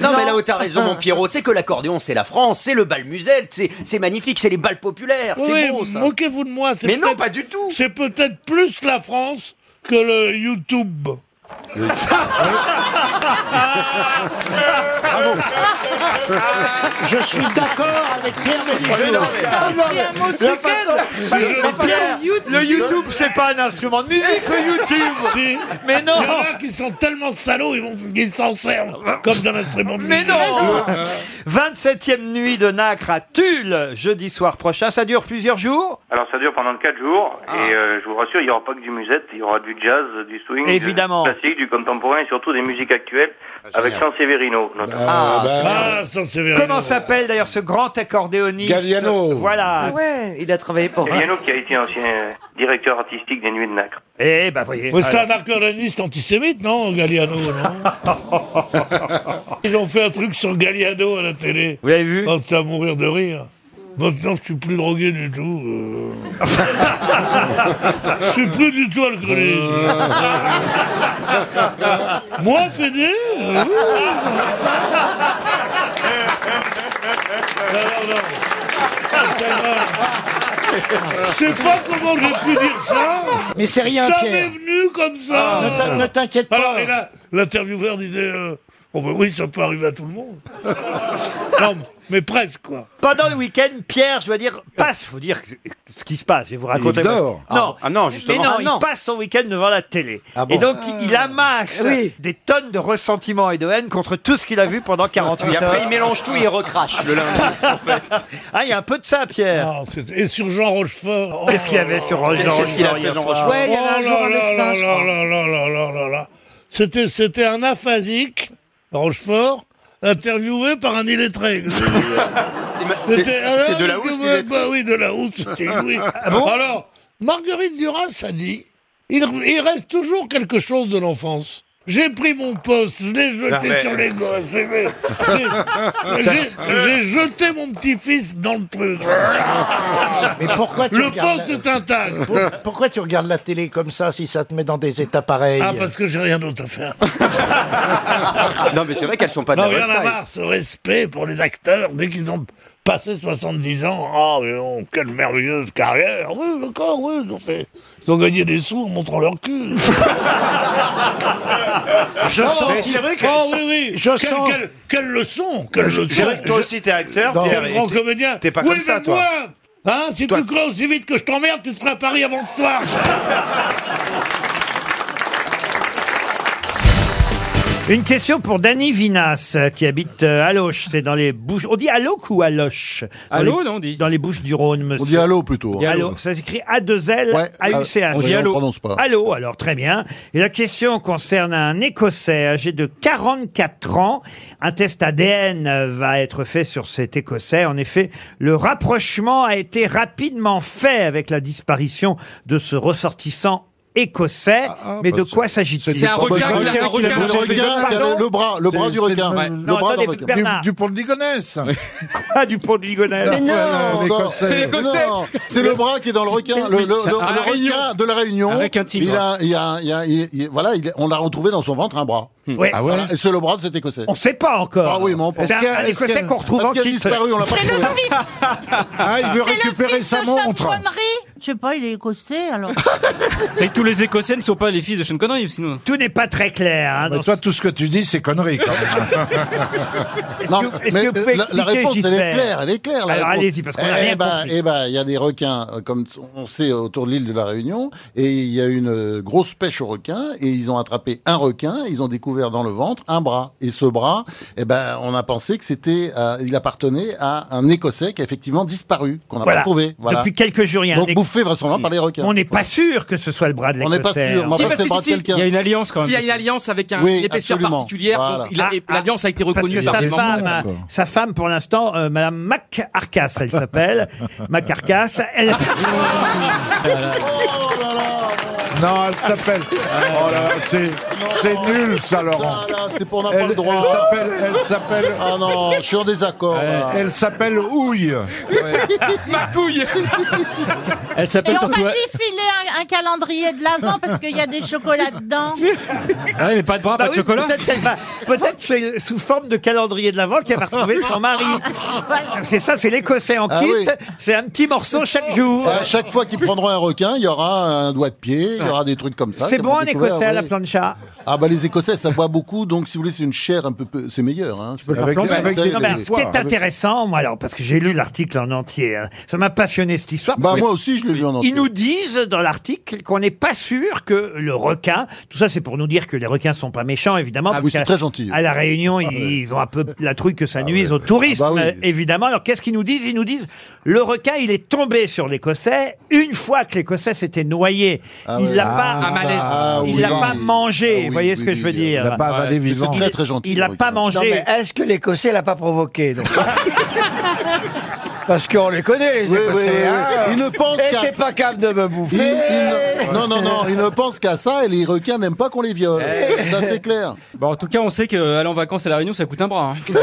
Non, mais là où t'as raison, mon Pierrot, c'est que l'accordéon, c'est la France, c'est le bal musette, c'est- c'est magnifique, c'est les balles populaires,
Oui,
c'est beau ça.
moquez-vous de moi.
Mais non,
pas du tout. C'est peut-être plus la France que le YouTube.
Je suis d'accord avec Ah, Pierre
La façon- la façon- le YouTube, c'est pas un instrument de musique, le YouTube
Si.
Mais non
Il y en a qui sont tellement salauds, ils vont- ils s'en servent comme d'un instrument de
Mais
musique.
non 27e nuit de Nacre à Tulle, jeudi soir prochain. Ça dure plusieurs jours
Alors ça dure pendant 4 jours,
Ah.
et euh, je vous rassure, il n'y aura pas que du musette, il y aura du jazz, du swing,
Évidemment.
du classique, du contemporain, et surtout des musiques actuelles, avec San Severino. notamment.
Ah, ça c'est vrai.
Comment s'appelle d'ailleurs ce grand accordéoniste
Galliano.
Voilà.
Ouais, il a travaillé pour.
Severino qui a été ancien euh, directeur artistique des Nuits de Nacre.
Eh
bah,
ben, voyez.
Mais c'est
Ah,
Alors.
un accordéoniste antisémite, non, Galliano non Ils ont fait un truc sur Galliano à la télé.
Vous l'avez vu
oh, C'était à mourir de rire. Maintenant, je suis plus drogué du tout. euh. Je suis plus du tout alcoolique. Moi, pédé euh, ouh. Non, non, non. Je sais pas comment j'ai pu dire ça.
Mais c'est rien,
Ça
Pierre.
m'est venu comme ça.
Ah, ne t'in- ne
t'inquiète pas. Alors, et là, l'intervieweur disait euh, Oh, ben oui, ça peut arriver à tout le monde. non, mais presque, quoi.
Pendant le week-end, Pierre, je dois dire, passe, faut dire que- ce qui se passe, je vais vous raconter.
Il dort.
Non,
Ah, ah non,
Mais
justement.
non,
Ah, non.
il passe son week-end devant la télé.
Ah bon
et donc, il amasse
Oui.
des tonnes de ressentiments et de haine contre tout ce qu'il a vu pendant 48
Et
heures.
après, il mélange tout et il recrache le lundi.
Ah, il y a un peu de ça, Pierre.
Ah, c'est- et sur Jean Rochefort. oh
Qu'est-ce qu'il y avait sur Jean
là là.
Rochefort hier soir
Oh là là là là là là là là là. C'était, c'était un aphasique, Rochefort, interviewé par un illettré.
C'est ma- c'est-
C'était-
c'est-
alors,
c'est de la
il
housse,
dit,
vous
ouais,
êtes-
Bah oui, de la housse, c'était oui.
Ah bon
Alors, Marguerite Duras a dit il, il reste toujours quelque chose de l'enfance. J'ai pris mon poste, je l'ai jeté Non, mais- sur les gosses. j'ai- j'ai- Ça,
c'est-
J'ai j'ai jeté mon petit-fils dans le truc.
Mais pourquoi tu
Le
regardes-
poste est intact.
Pour- Pourquoi tu regardes la télé comme ça si ça te met dans des états pareils
Ah, parce que j'ai rien d'autre à faire.
Non, mais c'est vrai qu'elles sont pas de
Non,
la
il y en
bonne
a
taille.
marre, ce respect pour les acteurs, dès qu'ils ont passé 70 ans, oh, mais bon, quelle merveilleuse carrière Oui, d'accord, oui, ils ont, fait- ils ont gagné des sous en montrant leur cul
Je
Ah,
sens-
mais
c'est vrai que-
Oh, oui, oui
Je
quelle,
sens-
quelle- quelle leçon Quelle
Je-
leçon
c'est vrai que toi aussi, t'es acteur,
Quel
Pierre, et
grand
t'es-
comédien
t'es pas
Oui,
comme ça,
mais
toi.
moi, Hein, si tu crois aussi vite que je t'emmerde, tu seras à Paris avant ce soir
Une question pour Dany Vinas, euh, qui habite euh, Aloche, c'est dans les Bouches... On dit Aloche ou Aloche Dans
Allo,
les-
non, on dit.
Dans les Bouches du Rhône, monsieur.
On dit allô plutôt. hein.
Allo, ça s'écrit A2L,
Ouais, euh,
A-U-C-H.
on dit Allo. On prononce pas.
Allo, alors très bien. Et la question concerne un Écossais âgé de 44 ans. Un test ADN euh, va être fait sur cet Écossais. En effet, le rapprochement a été rapidement fait avec la disparition de ce ressortissant écossais. Mais
bah,
de quoi s'agit-il
C'est un requin qui l'a- un requin qui l'a enlevé.
Pardon
Le bras, le bras
C'est-
du
c'est
requin.
le-
Ouais.
Non,
Le bras
attendez,
dans le requin.
Bernard.
Du-
pont de Ligonnès. Quoi, du pont de Ligonnès
Mais non, encore. Mais non, C'est le bras qui est dans le requin, le, le- le- le requin de la Réunion.
Avec un tigre.
Il a, il a- il a- il- il- voilà, il- on l'a retrouvé dans son ventre un bras.
Ouais. Ah ouais.
Voilà, Et c'est le bras de cet Écossais.
On ne sait pas encore.
Ah oui, mais on pense.
C'est un- un Écossais qu'on retrouve en
Parce qu'il a
kit.
disparu, on l'a pas
C'est
trouvé.
Ah, il veut
C'est le
récupérer
fils
sa
de
montre.
Je sais pas, il est écossais, alors.
C'est que tous les Écossais ne sont pas les fils de Sean Connery, sinon.
Tout n'est pas très clair.
Ah,
hein,
Mais
dans
toi, tout ce que tu dis, c'est connerie, quand même.
Non,
est-ce
mais
que vous pouvez
la,
expliquer,
la réponse, elle est
Gisbert
claire, elle est claire. la
Alors,
réponse.
allez-y, parce qu'on a rien
eh ben,
compris.
Eh ben, il y a des requins, euh, comme on sait, autour de l'île de la Réunion, et il y a une euh, grosse pêche aux requins, et ils ont attrapé un requin, ils ont découvert dans le ventre un bras. Et ce bras, eh ben, on a pensé que c'était, euh, il appartenait à un Écossais qui a effectivement disparu, qu'on n'a
Voilà.
pas trouvé. Voilà.
Depuis quelques jours, il y a un
Donc
Éc-
bouffé vraisemblablement par les requins.
On n'est pas sûr que ce soit le bras de
On n'est pas
l'Écossais.
sûr, mais Si, enfin, parce c'est le que bras de si, si, quelqu'un. il y a une alliance, quand même.
S'il y a une alliance avec un,
Oui,
une épaisseur
absolument.
particulière, donc
Voilà.
il a- et l'alliance a été
Ah, Parce
reconnue
que
par
sa
des
femme,
membres.
euh, sa femme, pour l'instant, euh, Madame Mac Arcas, elle s'appelle. Mac Arcas,
Ah,
elle...
Non, elle s'appelle. Oh là là, c'est, c'est nul, ça, Laurent.
Voilà, c'est pour on n'a pas
Elle-
le droit.
elle s'appelle- elle s'appelle-
Ah non, je suis en désaccord. là.
Elle s'appelle Houille.
Ma couille
Elle
Et on m'a dit filer un, un calendrier de l'avant parce qu'il y a des chocolats dedans.
Ah oui, mais pas de bras,
Bah
pas de
oui,
chocolat.
Peut-être qu'elle va- peut-être c'est sous forme de calendrier de l'Avent qu'elle va retrouver son mari. C'est ça, c'est l'Écossais en kit.
Ah oui.
C'est un petit morceau chaque jour.
À chaque fois qu'ils prendront un requin, il y aura un doigt de pied, il y aura des trucs comme ça.
C'est
qu'ils
bon
vont
en
découvrir,
Écossais à la
oui.
plancha.
Ah bah les Écossais, ça boit beaucoup, donc si vous voulez, c'est une chair un peu, peu- c'est meilleur. Hein. C'est-
Non, mais alors, ce qui est
Avec-
intéressant, moi, alors, parce que j'ai lu l'article en entier, hein, ça m'a passionné cette histoire.
Bah moi aussi, je l'ai vu en entier.
Ils nous disent dans l'article qu'on n'est pas sûr que le requin, tout ça c'est pour nous dire que les requins sont pas méchants évidemment,
Ah oui,
qu'à-
c'est très gentil.
à la Réunion ils, ils ont un peu la truc que ça nuise au tourisme
Ah bah oui.
euh, évidemment. Alors qu'est-ce qu'ils nous disent Ils nous disent le requin il est tombé sur l'Écossais une fois que l'Écossais s'était noyé, il
ouais.
l'a
Ah,
pas,
un malaise. Ah,
il
oui.
l'a pas mangé. vous voyez ce que je veux dire
Il l'a pas avalé vivant.
Il-
Très, très gentil,
Il l'a
le
pas
requin.
mangé.
Non, mais est-ce que l'Écossais l'a pas provoqué donc Parce qu'on les connaît, les
Oui, oui,
Écossais.
oui, oui.
hein.
Ils ne pensent
Et
qu'à
t'es
ça.
pas capable de me
Il-
bouffer.
il ne- Non, non, non, ils ne pensent qu'à ça et les requins n'aiment pas qu'on les viole.
Eh.
Ça, c'est clair.
Bon, en tout cas, on sait qu'aller en vacances à La Réunion, ça coûte un bras. hein.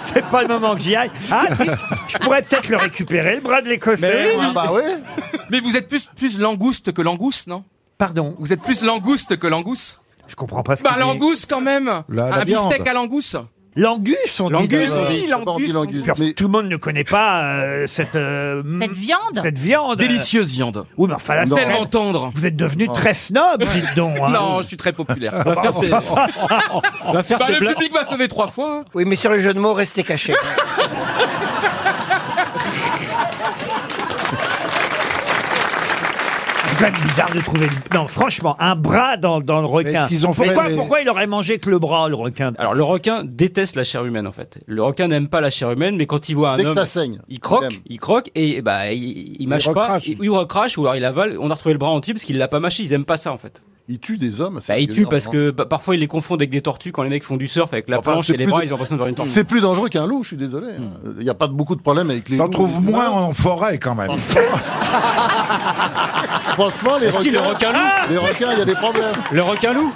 C'est pas le moment que j'y aille. Ah, dites, je pourrais peut-être le récupérer, le bras de l'Écossais.
Mais Ah oui,
moi.
Bah oui.
Mais vous êtes plus, plus langouste que langouste, non
Pardon,
Vous êtes plus langouste que langouste
je comprends pas ce
Bah,
qu'il dit.
langouste quand même
La- la
Un
viande.
bistec à langouste
Langus, on dit.
Langus,
d'abord.
on dit.
Langus, langus.
Puis, Tout le monde ne connaît pas euh, cette, euh,
Cette viande
cette viande.
Délicieuse viande.
Oui, mais enfin là, c'est-
Tellement tendre.
vous êtes devenu très snob, dites donc. hein.
Non, je suis très populaire.
On va faire des-
Bah, le public va sauver trois fois. hein.
Oui, mais sur les jeux de mots, restez cachés.
C'est quand même bizarre de trouver. une- Non, franchement, un bras dans, dans le requin.
est-ce qu'ils ont fait-
pourquoi,
Mais-
pourquoi il aurait mangé que le bras, le requin
Alors le requin déteste la chair humaine en fait. Le requin n'aime pas la chair humaine, mais quand il voit un
Dès que
homme,
ça saigne,
il
il
croque,
aime.
il croque et bah il, il mâche pas,
recrache.
il, il recrache ou alors il avale. On a retrouvé le bras entier parce qu'il l'a pas mâché. Ils aiment pas ça en fait.
Ils tuent des hommes. c'est
Bah, ils tuent
dégueulasse,
parce
hein.
que bah, parfois ils les confondent avec des tortues quand les mecs font du surf avec la
Enfin,
planche
c'est
et les
plus
bras,
de-
ils ont l'impression de voir une tortue.
C'est plus dangereux qu'un loup, je suis désolé. hein. Il n'y a pas beaucoup de problèmes avec les
T'en
loups,
trouves
les-
moins en forêt, quand même.
Franchement, les
Ah si, le requin loup.
Les requins, il y a des problèmes.
Le requin loup.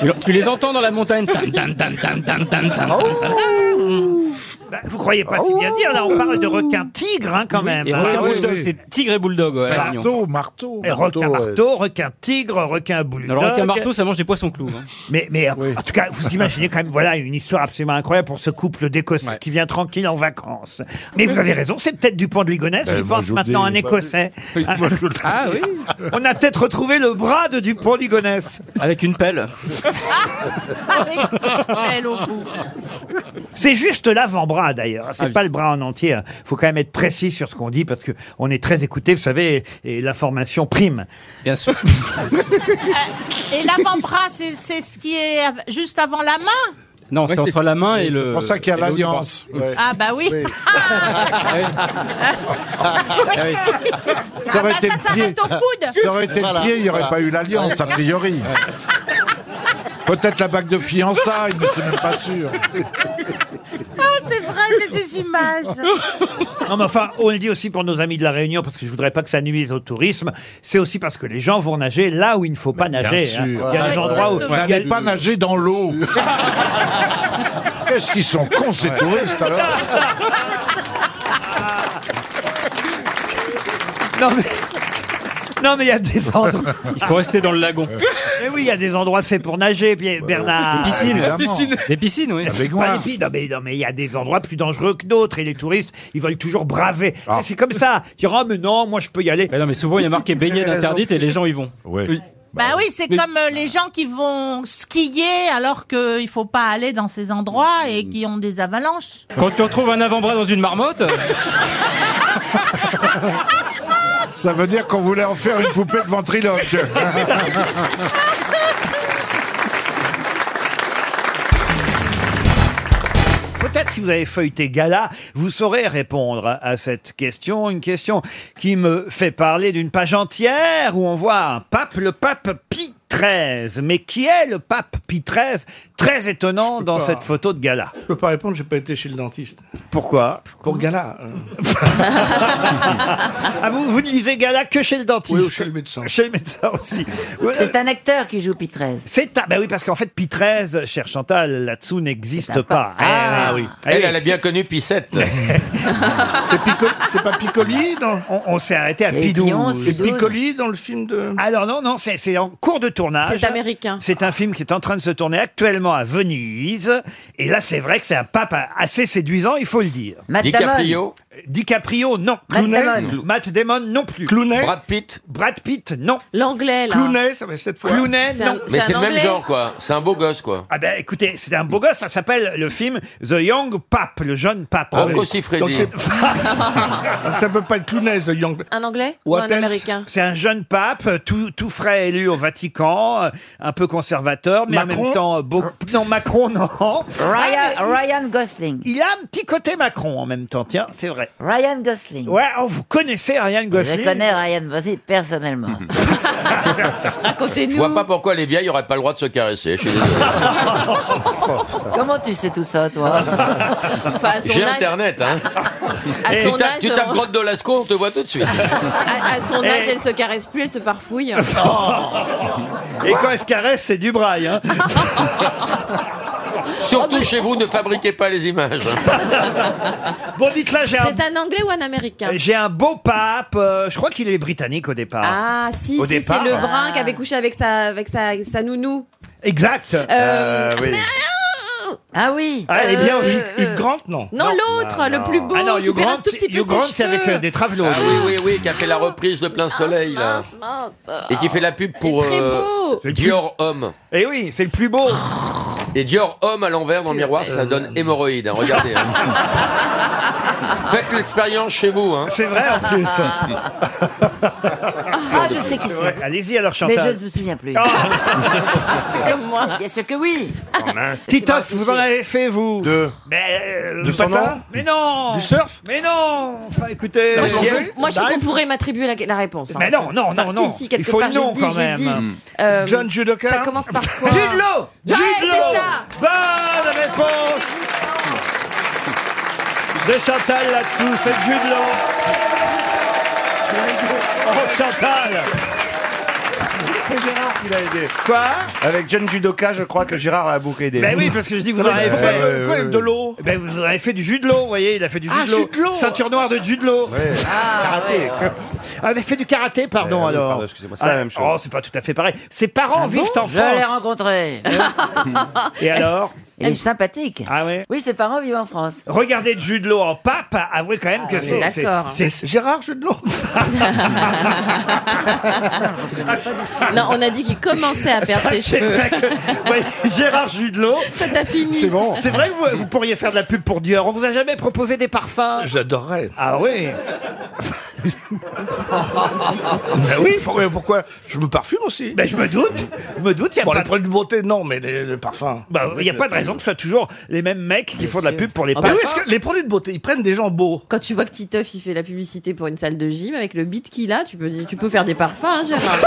Tu, tu les entends dans la montagne. Tan, tan, tan, tan, tan, tan, tan,
Ah,
tan,
oh.
tan.
Bah, Ah vous croyez pas si bien dire, là on parle de requin tigre hein, quand même.
Et
hein.
requin bulldog, c'est tigre et bulldog. ouais, à La Réunion.
marteau. requin marteau, requin tigre, requin bulldog.
Alors, requin marteau, ça mange des poissons clous. hein.
Mais, mais en- en tout cas, vous imaginez quand même, voilà une histoire absolument incroyable pour ce couple d'Écossais qui vient tranquille en vacances. Mais vous avez raison, c'est peut-être Dupont de Ligonnès,
Ben,
je
moi,
pense
je vous
maintenant
dis-
en Écossais.
Oui, moi, je vous le dis.
Ah oui On a peut-être retrouvé le bras de Dupont de Ligonnès.
Avec une pelle.
Avec elle au cou.
C'est juste l'avant-bras d'ailleurs,
Ah
c'est pas le bras en entier. hein. Faut quand même être précis sur ce qu'on dit parce que on est très écouté, vous savez, et l'information prime.
Bien sûr.
Euh, Et l'avant-bras, c'est c'est ce qui est av- juste avant la main
Non, c'est entre la main et le.
C'est pour ça qu'il y a
et le haut du bras.
l'alliance. Ouais.
Ah bah oui.
Ah Ça aurait été
Ah bah, ça
le pied.
s'arrête au coude.
Ça aurait été le pied, il n'y aurait pas eu l'alliance, a priori. Peut-être la bague de fiançailles, mais c'est même pas sûr.
Ah,
Oh, c'est vrai, j'ai des images.
Non, mais enfin, on le dit aussi pour nos amis de la Réunion parce que je voudrais pas que ça nuise au tourisme. C'est aussi parce que les gens vont nager là où il ne faut pas nager. hein. Il y a des endroits où il y a-
N'allez pas nager dans l'eau. Qu'est-ce qu'ils sont cons, ces touristes, alors
Ah. Non mais. Non mais il y a des Euh. endroits.
Il faut rester dans le lagon.
Mais Eh oui, il y a des endroits faits pour nager, Pierre- Bernard.
Des piscines. Des piscines. Des piscines, oui.
Pas les piscines, non, mais non, mais il y a des endroits plus dangereux que d'autres et les touristes, ils veulent toujours braver. Et C'est comme ça. Ils diront, Ah, mais non, moi je peux y aller.
Mais non, mais souvent il y a marqué baignade interdite et les gens y vont.
Oui.
Bah oui, c'est comme euh, les gens qui vont skier alors qu'il faut pas aller dans ces endroits et qui ont des avalanches.
Quand tu retrouves un avant-bras dans une marmotte,
Ça veut dire qu'on voulait en faire une poupée de ventriloque.
Peut-être si vous avez feuilleté Gala, vous saurez répondre à- à cette question. Une question qui me fait parler d'une page entière où on voit un pape, le pape Pie XIII. Mais qui est le pape Pie XIII Très étonnant dans
pas.
cette photo de Gala.
Je peux pas répondre, j'ai pas été chez le dentiste.
Pourquoi
Pour gala. euh.
Ah, vous, vous ne lisez Gala que chez le dentiste
Oui, ou chez le médecin.
Chez le médecin aussi.
C'est un acteur qui joue Pitrez.
C'est ah, bah oui parce qu'en fait Pie XIII, cher Chantal, là-dessous n'existe pas.
Ah.
Eh
Elle,
oui. Ah,
elle a bien connu Pissette.
C'est pas Piccoli non on, on s'est arrêté à
Il y a eu
Pidou.
Beyoncé, C'est Doze. Piccoli
dans le film de. Alors non, non, c'est c'est en cours de tournage.
C'est américain.
C'est un film qui est en train de se tourner actuellement à Venise. Et là, c'est vrai que c'est un pape assez séduisant, il faut le dire.
Matt DiCaprio.
Euh, DiCaprio, non.
Matt Clooney. Damon.
Matt Damon, non plus. Clooney. Brad Pitt. Brad Pitt, non.
L'anglais, là.
Clooney, ça va cette
fois.
Clooney,
C'est un-
non.
Mais c'est le même genre, quoi. C'est un beau gosse, quoi.
Ah ben écoutez, c'est un beau gosse, ça s'appelle le film The Young Pape, le jeune pape.
Rocco Siffredi. Donc c'est-
ça peut pas être Clooney, The Young
Un anglais ou un américain
C'est un jeune pape, tout, tout frais élu au Vatican, euh, un peu conservateur, mais en
Macron
même temps... Beau... Non, Macron, non.
Ryan,
Ah, mais
Ryan Gosling.
Il a un petit côté Macron en même temps, tiens, c'est vrai.
Ryan Gosling.
Ouais, oh, vous connaissez Ryan Gosling
Je connais Ryan Gosling personnellement.
Je vois pas pourquoi les vieilles n'auraient pas le droit de se caresser. Je suis désolé.
Comment tu sais tout ça, toi
Pas à son
J'ai
âge.
internet, hein.
À
Et
son
tu, tapes-
âge,
tu tapes
on-
Grotte de Lascaux, on te voit tout de suite.
À, à son
Eh. Oh.
âge, elle se caresse plus, elle se farfouille.
Et quand elle se caresse, c'est du braille. Hein.
Surtout chez vous, ne fabriquez pas les images.
Bon, dites-là, j'ai un...
C'est un anglais ou un américain
J'ai un beau pape, euh, je crois qu'il est britannique au départ.
Ah, si,
Au
si, c'est
départ.
le brun qui avait couché avec sa, avec sa, sa nounou.
Exact.
Euh,
oui.
Ah oui
Euh,
Ah, elle est bien aussi. Hugh Grant,
Non, l'autre, le plus beau,
Ah non,
qui
Hugh
perd un
Grant,
tout petit peu
Hugh
ses
Grant,
c'est avec
cheveux.
euh, des travelots.
Ah oui, oui, oui, qui a fait la reprise de plein soleil, là.
Mince, mince.
Et qui fait la pub pour
très
euh,
beau.
C'est le
Dior Homme.
Et oui, c'est le plus beau. Euh,
Et Dior Homme à l'envers dans le miroir, ça donne hémorroïde. hein, regardez. hein. Faites l'expérience chez vous. Hein.
C'est vrai en plus.
Ah, je sais qui c'est.
Allez-y alors,
Mais
Chantal.
je ne me souviens plus.
C'est comme moi.
Bien sûr que oui.
Titoff, vous en avez fait, vous Deux. Mais, euh,
Du patin
Mais non
Du surf
Mais non Enfin, écoutez... euh,
Moi, je trouve qu'on- moi, je trouve qu'on pourrait m'attribuer la, la réponse. hein.
Mais non, non, non,
Enfin,
non.
Si, si, quelque
Il faut
part,
le nom,
j'ai dit,
quand
j'ai
même.
dit.
Hmm.
Euh,
John Judoka
Ça commence par quoi
Jude Law
Ouais,
Jude
c'est
Law
ça
Bonne réponse De Chantal là-dessous, c'est Jude Law Oh Chantal
C'est Gérard qui l'a aidé.
Quoi
Avec John Judoka, je crois que Gérard l'a beaucoup aidé.
Ben oui, parce que je dis, vous aurez fait.
de l'eau
Ben vous aurez fait du jus de l'eau, vous voyez, il a fait du jus
Ah,
de l'eau.
jus de l'eau
Ceinture noire de jus de l'eau. Ah,
Karaté.
ouais. Ah, il a fait du karaté, pardon,
Eh oui,
alors.
pardon, excusez-moi, c'est la même chose.
Oh, c'est pas tout à fait pareil. Ses parents
Ah
Ah
vivent en
Je l'ai
France.
rencontré.
Euh, Et alors
Il est sympathique.
Ah ouais
Oui, ses parents vivent en France.
Regardez de jus de l'eau en pape, avouez quand même que
oui,
c'est. c'est-
d'accord.
c'est-
C'est
Gérard jus de l'eau
Non, on a dit qu'il commençait à perdre
Ça,
ses
c'est
cheveux.
vrai que- Ouais, Gérard Judelot.
Ça t'a fini.
C'est bon. C'est vrai que vous, vous pourriez faire de la pub pour Dior. On vous a jamais proposé des parfums
J'adorerais.
Ah oui
Ah.
Ben oui, pour- mais pourquoi Je me parfume aussi.
Ben je me doute. Je me doute. Y a
bon,
pas
les produits de beauté, non, mais les, les parfums.
Bah, il n'y a pas de raison que ce soit toujours les mêmes mecs qui font de la pub pour les
Ah
parfums.
bah oui, est-ce que les produits de beauté, ils prennent des gens beaux.
Quand tu vois que Titoff il fait la publicité pour une salle de gym avec le beat qu'il a, tu peux, tu peux faire des parfums, hein, Gérard.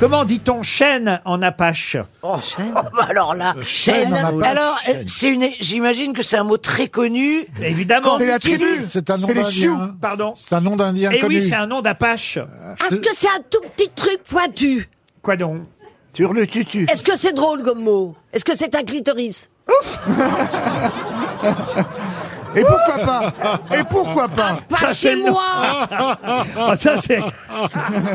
Comment dit-on chaîne en apache
Oh, bah alors
Euh,
là,
Chêne,
alors,
on n'a pas.
alors, euh,
Chêne.
c'est une, j'imagine que c'est un mot très connu.
Évidemment.
Qu'on
C'est la tribu,
utilise.
c'est un nom C'est les d'Indien, Sioux, hein. pardon.
C'est un nom d'Indien
Eh oui, c'est un nom d'apache.
Ah,
Est-ce que c'est un tout petit truc pointu
Quoi donc
Sur le tutu.
Est-ce que c'est drôle comme mot Est-ce que c'est un clitoris
Et pourquoi pas Et pourquoi pas
Pas chez moi
Ah, ça, c'est.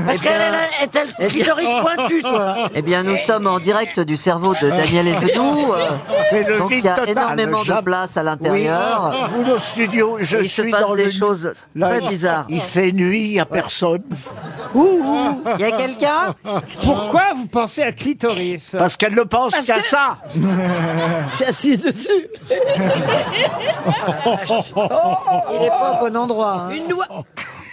Parce qu'elle est là- est elle clitoris pointu, toi.
Eh bien, nous sommes en direct du cerveau de Daniel Evenou. euh,
C'est le
donc
vide
il y a
total,
énormément de
jamais-
place à l'intérieur.
Ah,
Oui.
Vous, le studio,
je
il
suis
se passe
dans
des
le-
choses
Là,
très
il-
bizarres.
il fait
nuit, il n'y a personne. Il y a quelqu'un
Pourquoi vous pensez à clitoris Parce qu'elle le pense
Parce qu'à que- ça.
Je suis assise dessus.
Il est pas au bon endroit. hein. Une noix.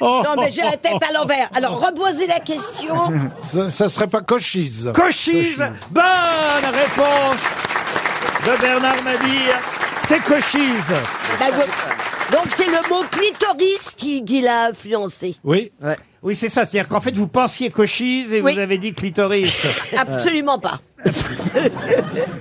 Non, mais j'ai la tête à l'envers. Alors, reposez la question.
Ça, ça serait pas cochise.
Cochise Bonne réponse de Bernard Mabille. C'est cochise.
Bah, vous- Donc, c'est le mot clitoris qui, qui l'a influencé.
Oui. Oui, c'est ça. C'est-à-dire qu'en fait, vous pensiez cochise et
Oui.
vous avez dit clitoris.
Absolument pas.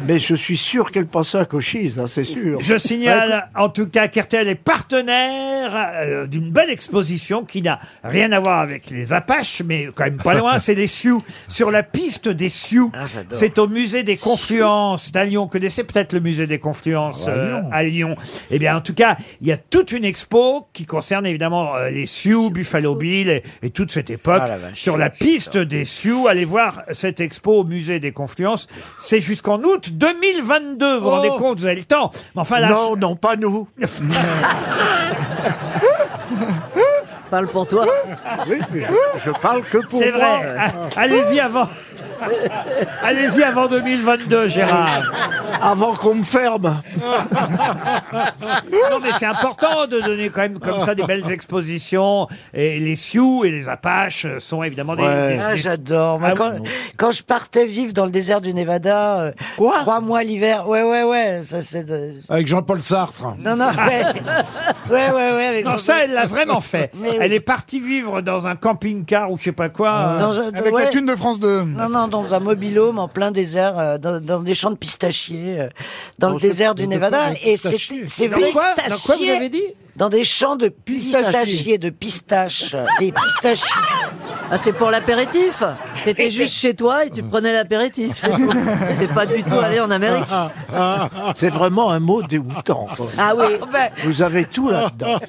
Mais je suis sûr qu'elle pensait à Cochise, hein, c'est sûr.
Je
Bah,
Bah,
signale en tout cas qu'RTL est partenaire euh, d'une belle exposition qui n'a rien à voir avec les Apaches, mais quand même pas loin, c'est les Sioux. Sur la piste des Sioux,
Ah, j'adore.
c'est au musée des Confluences d'à Lyon. Vous connaissez peut-être le musée des Confluences
Ah, à
euh, à Lyon. Eh bien, en tout cas, il y a toute une expo qui concerne évidemment euh, les Sioux, Buffalo Bill et, et toute cette époque.
Ah, la vache.
sur la piste des Sioux, allez voir cette expo au musée des Confluences. C'est jusqu'en août 2022. Vous vous
Oh.
rendez compte, vous avez le temps. Mais enfin, là,
non, non, pas nous.
Parle pour toi.
Oui, mais je, je parle que pour
C'est
moi.
vrai. Ah, Allez-y avant. Allez-y avant 2022, Gérard.
Avant qu'on me ferme.
Non, mais c'est important de donner quand même comme ça des belles expositions. Et les Sioux et les Apaches sont évidemment des. des-
Ah,
des-
j'adore. Moi,
Ah
quand, quand je partais vivre dans le désert du Nevada, euh, trois mois l'hiver, ouais, ouais, ouais, ça c'est de-
Avec Jean-Paul Sartre.
Non, non, ouais. ouais, ouais, ouais. avec
Non,
Jean-
ça, elle l'a vraiment fait.
Mais oui.
Elle est partie vivre dans un camping-car ou je sais pas quoi.
Dans
euh,
un- ouais. Non, non, dans un mobilhome en plein désert, euh, dans, dans des champs de pistachiers, euh, dans le désert du Nevada. Et c'était- c'est
Dans
vrai.
quoi Dans quoi vous avez dit
Dans des champs de pistachiers,
Pistachiers.
de pistaches, des pistaches.
Ah, c'est pour l'apéritif T'étais juste chez toi et tu prenais l'apéritif. c'est tout. T'étais pas du tout allé en Amérique.
Ah,
C'est vraiment un mot dégoûtant. quoi.
Ah oui.
bah,
Vous avez tout là-dedans.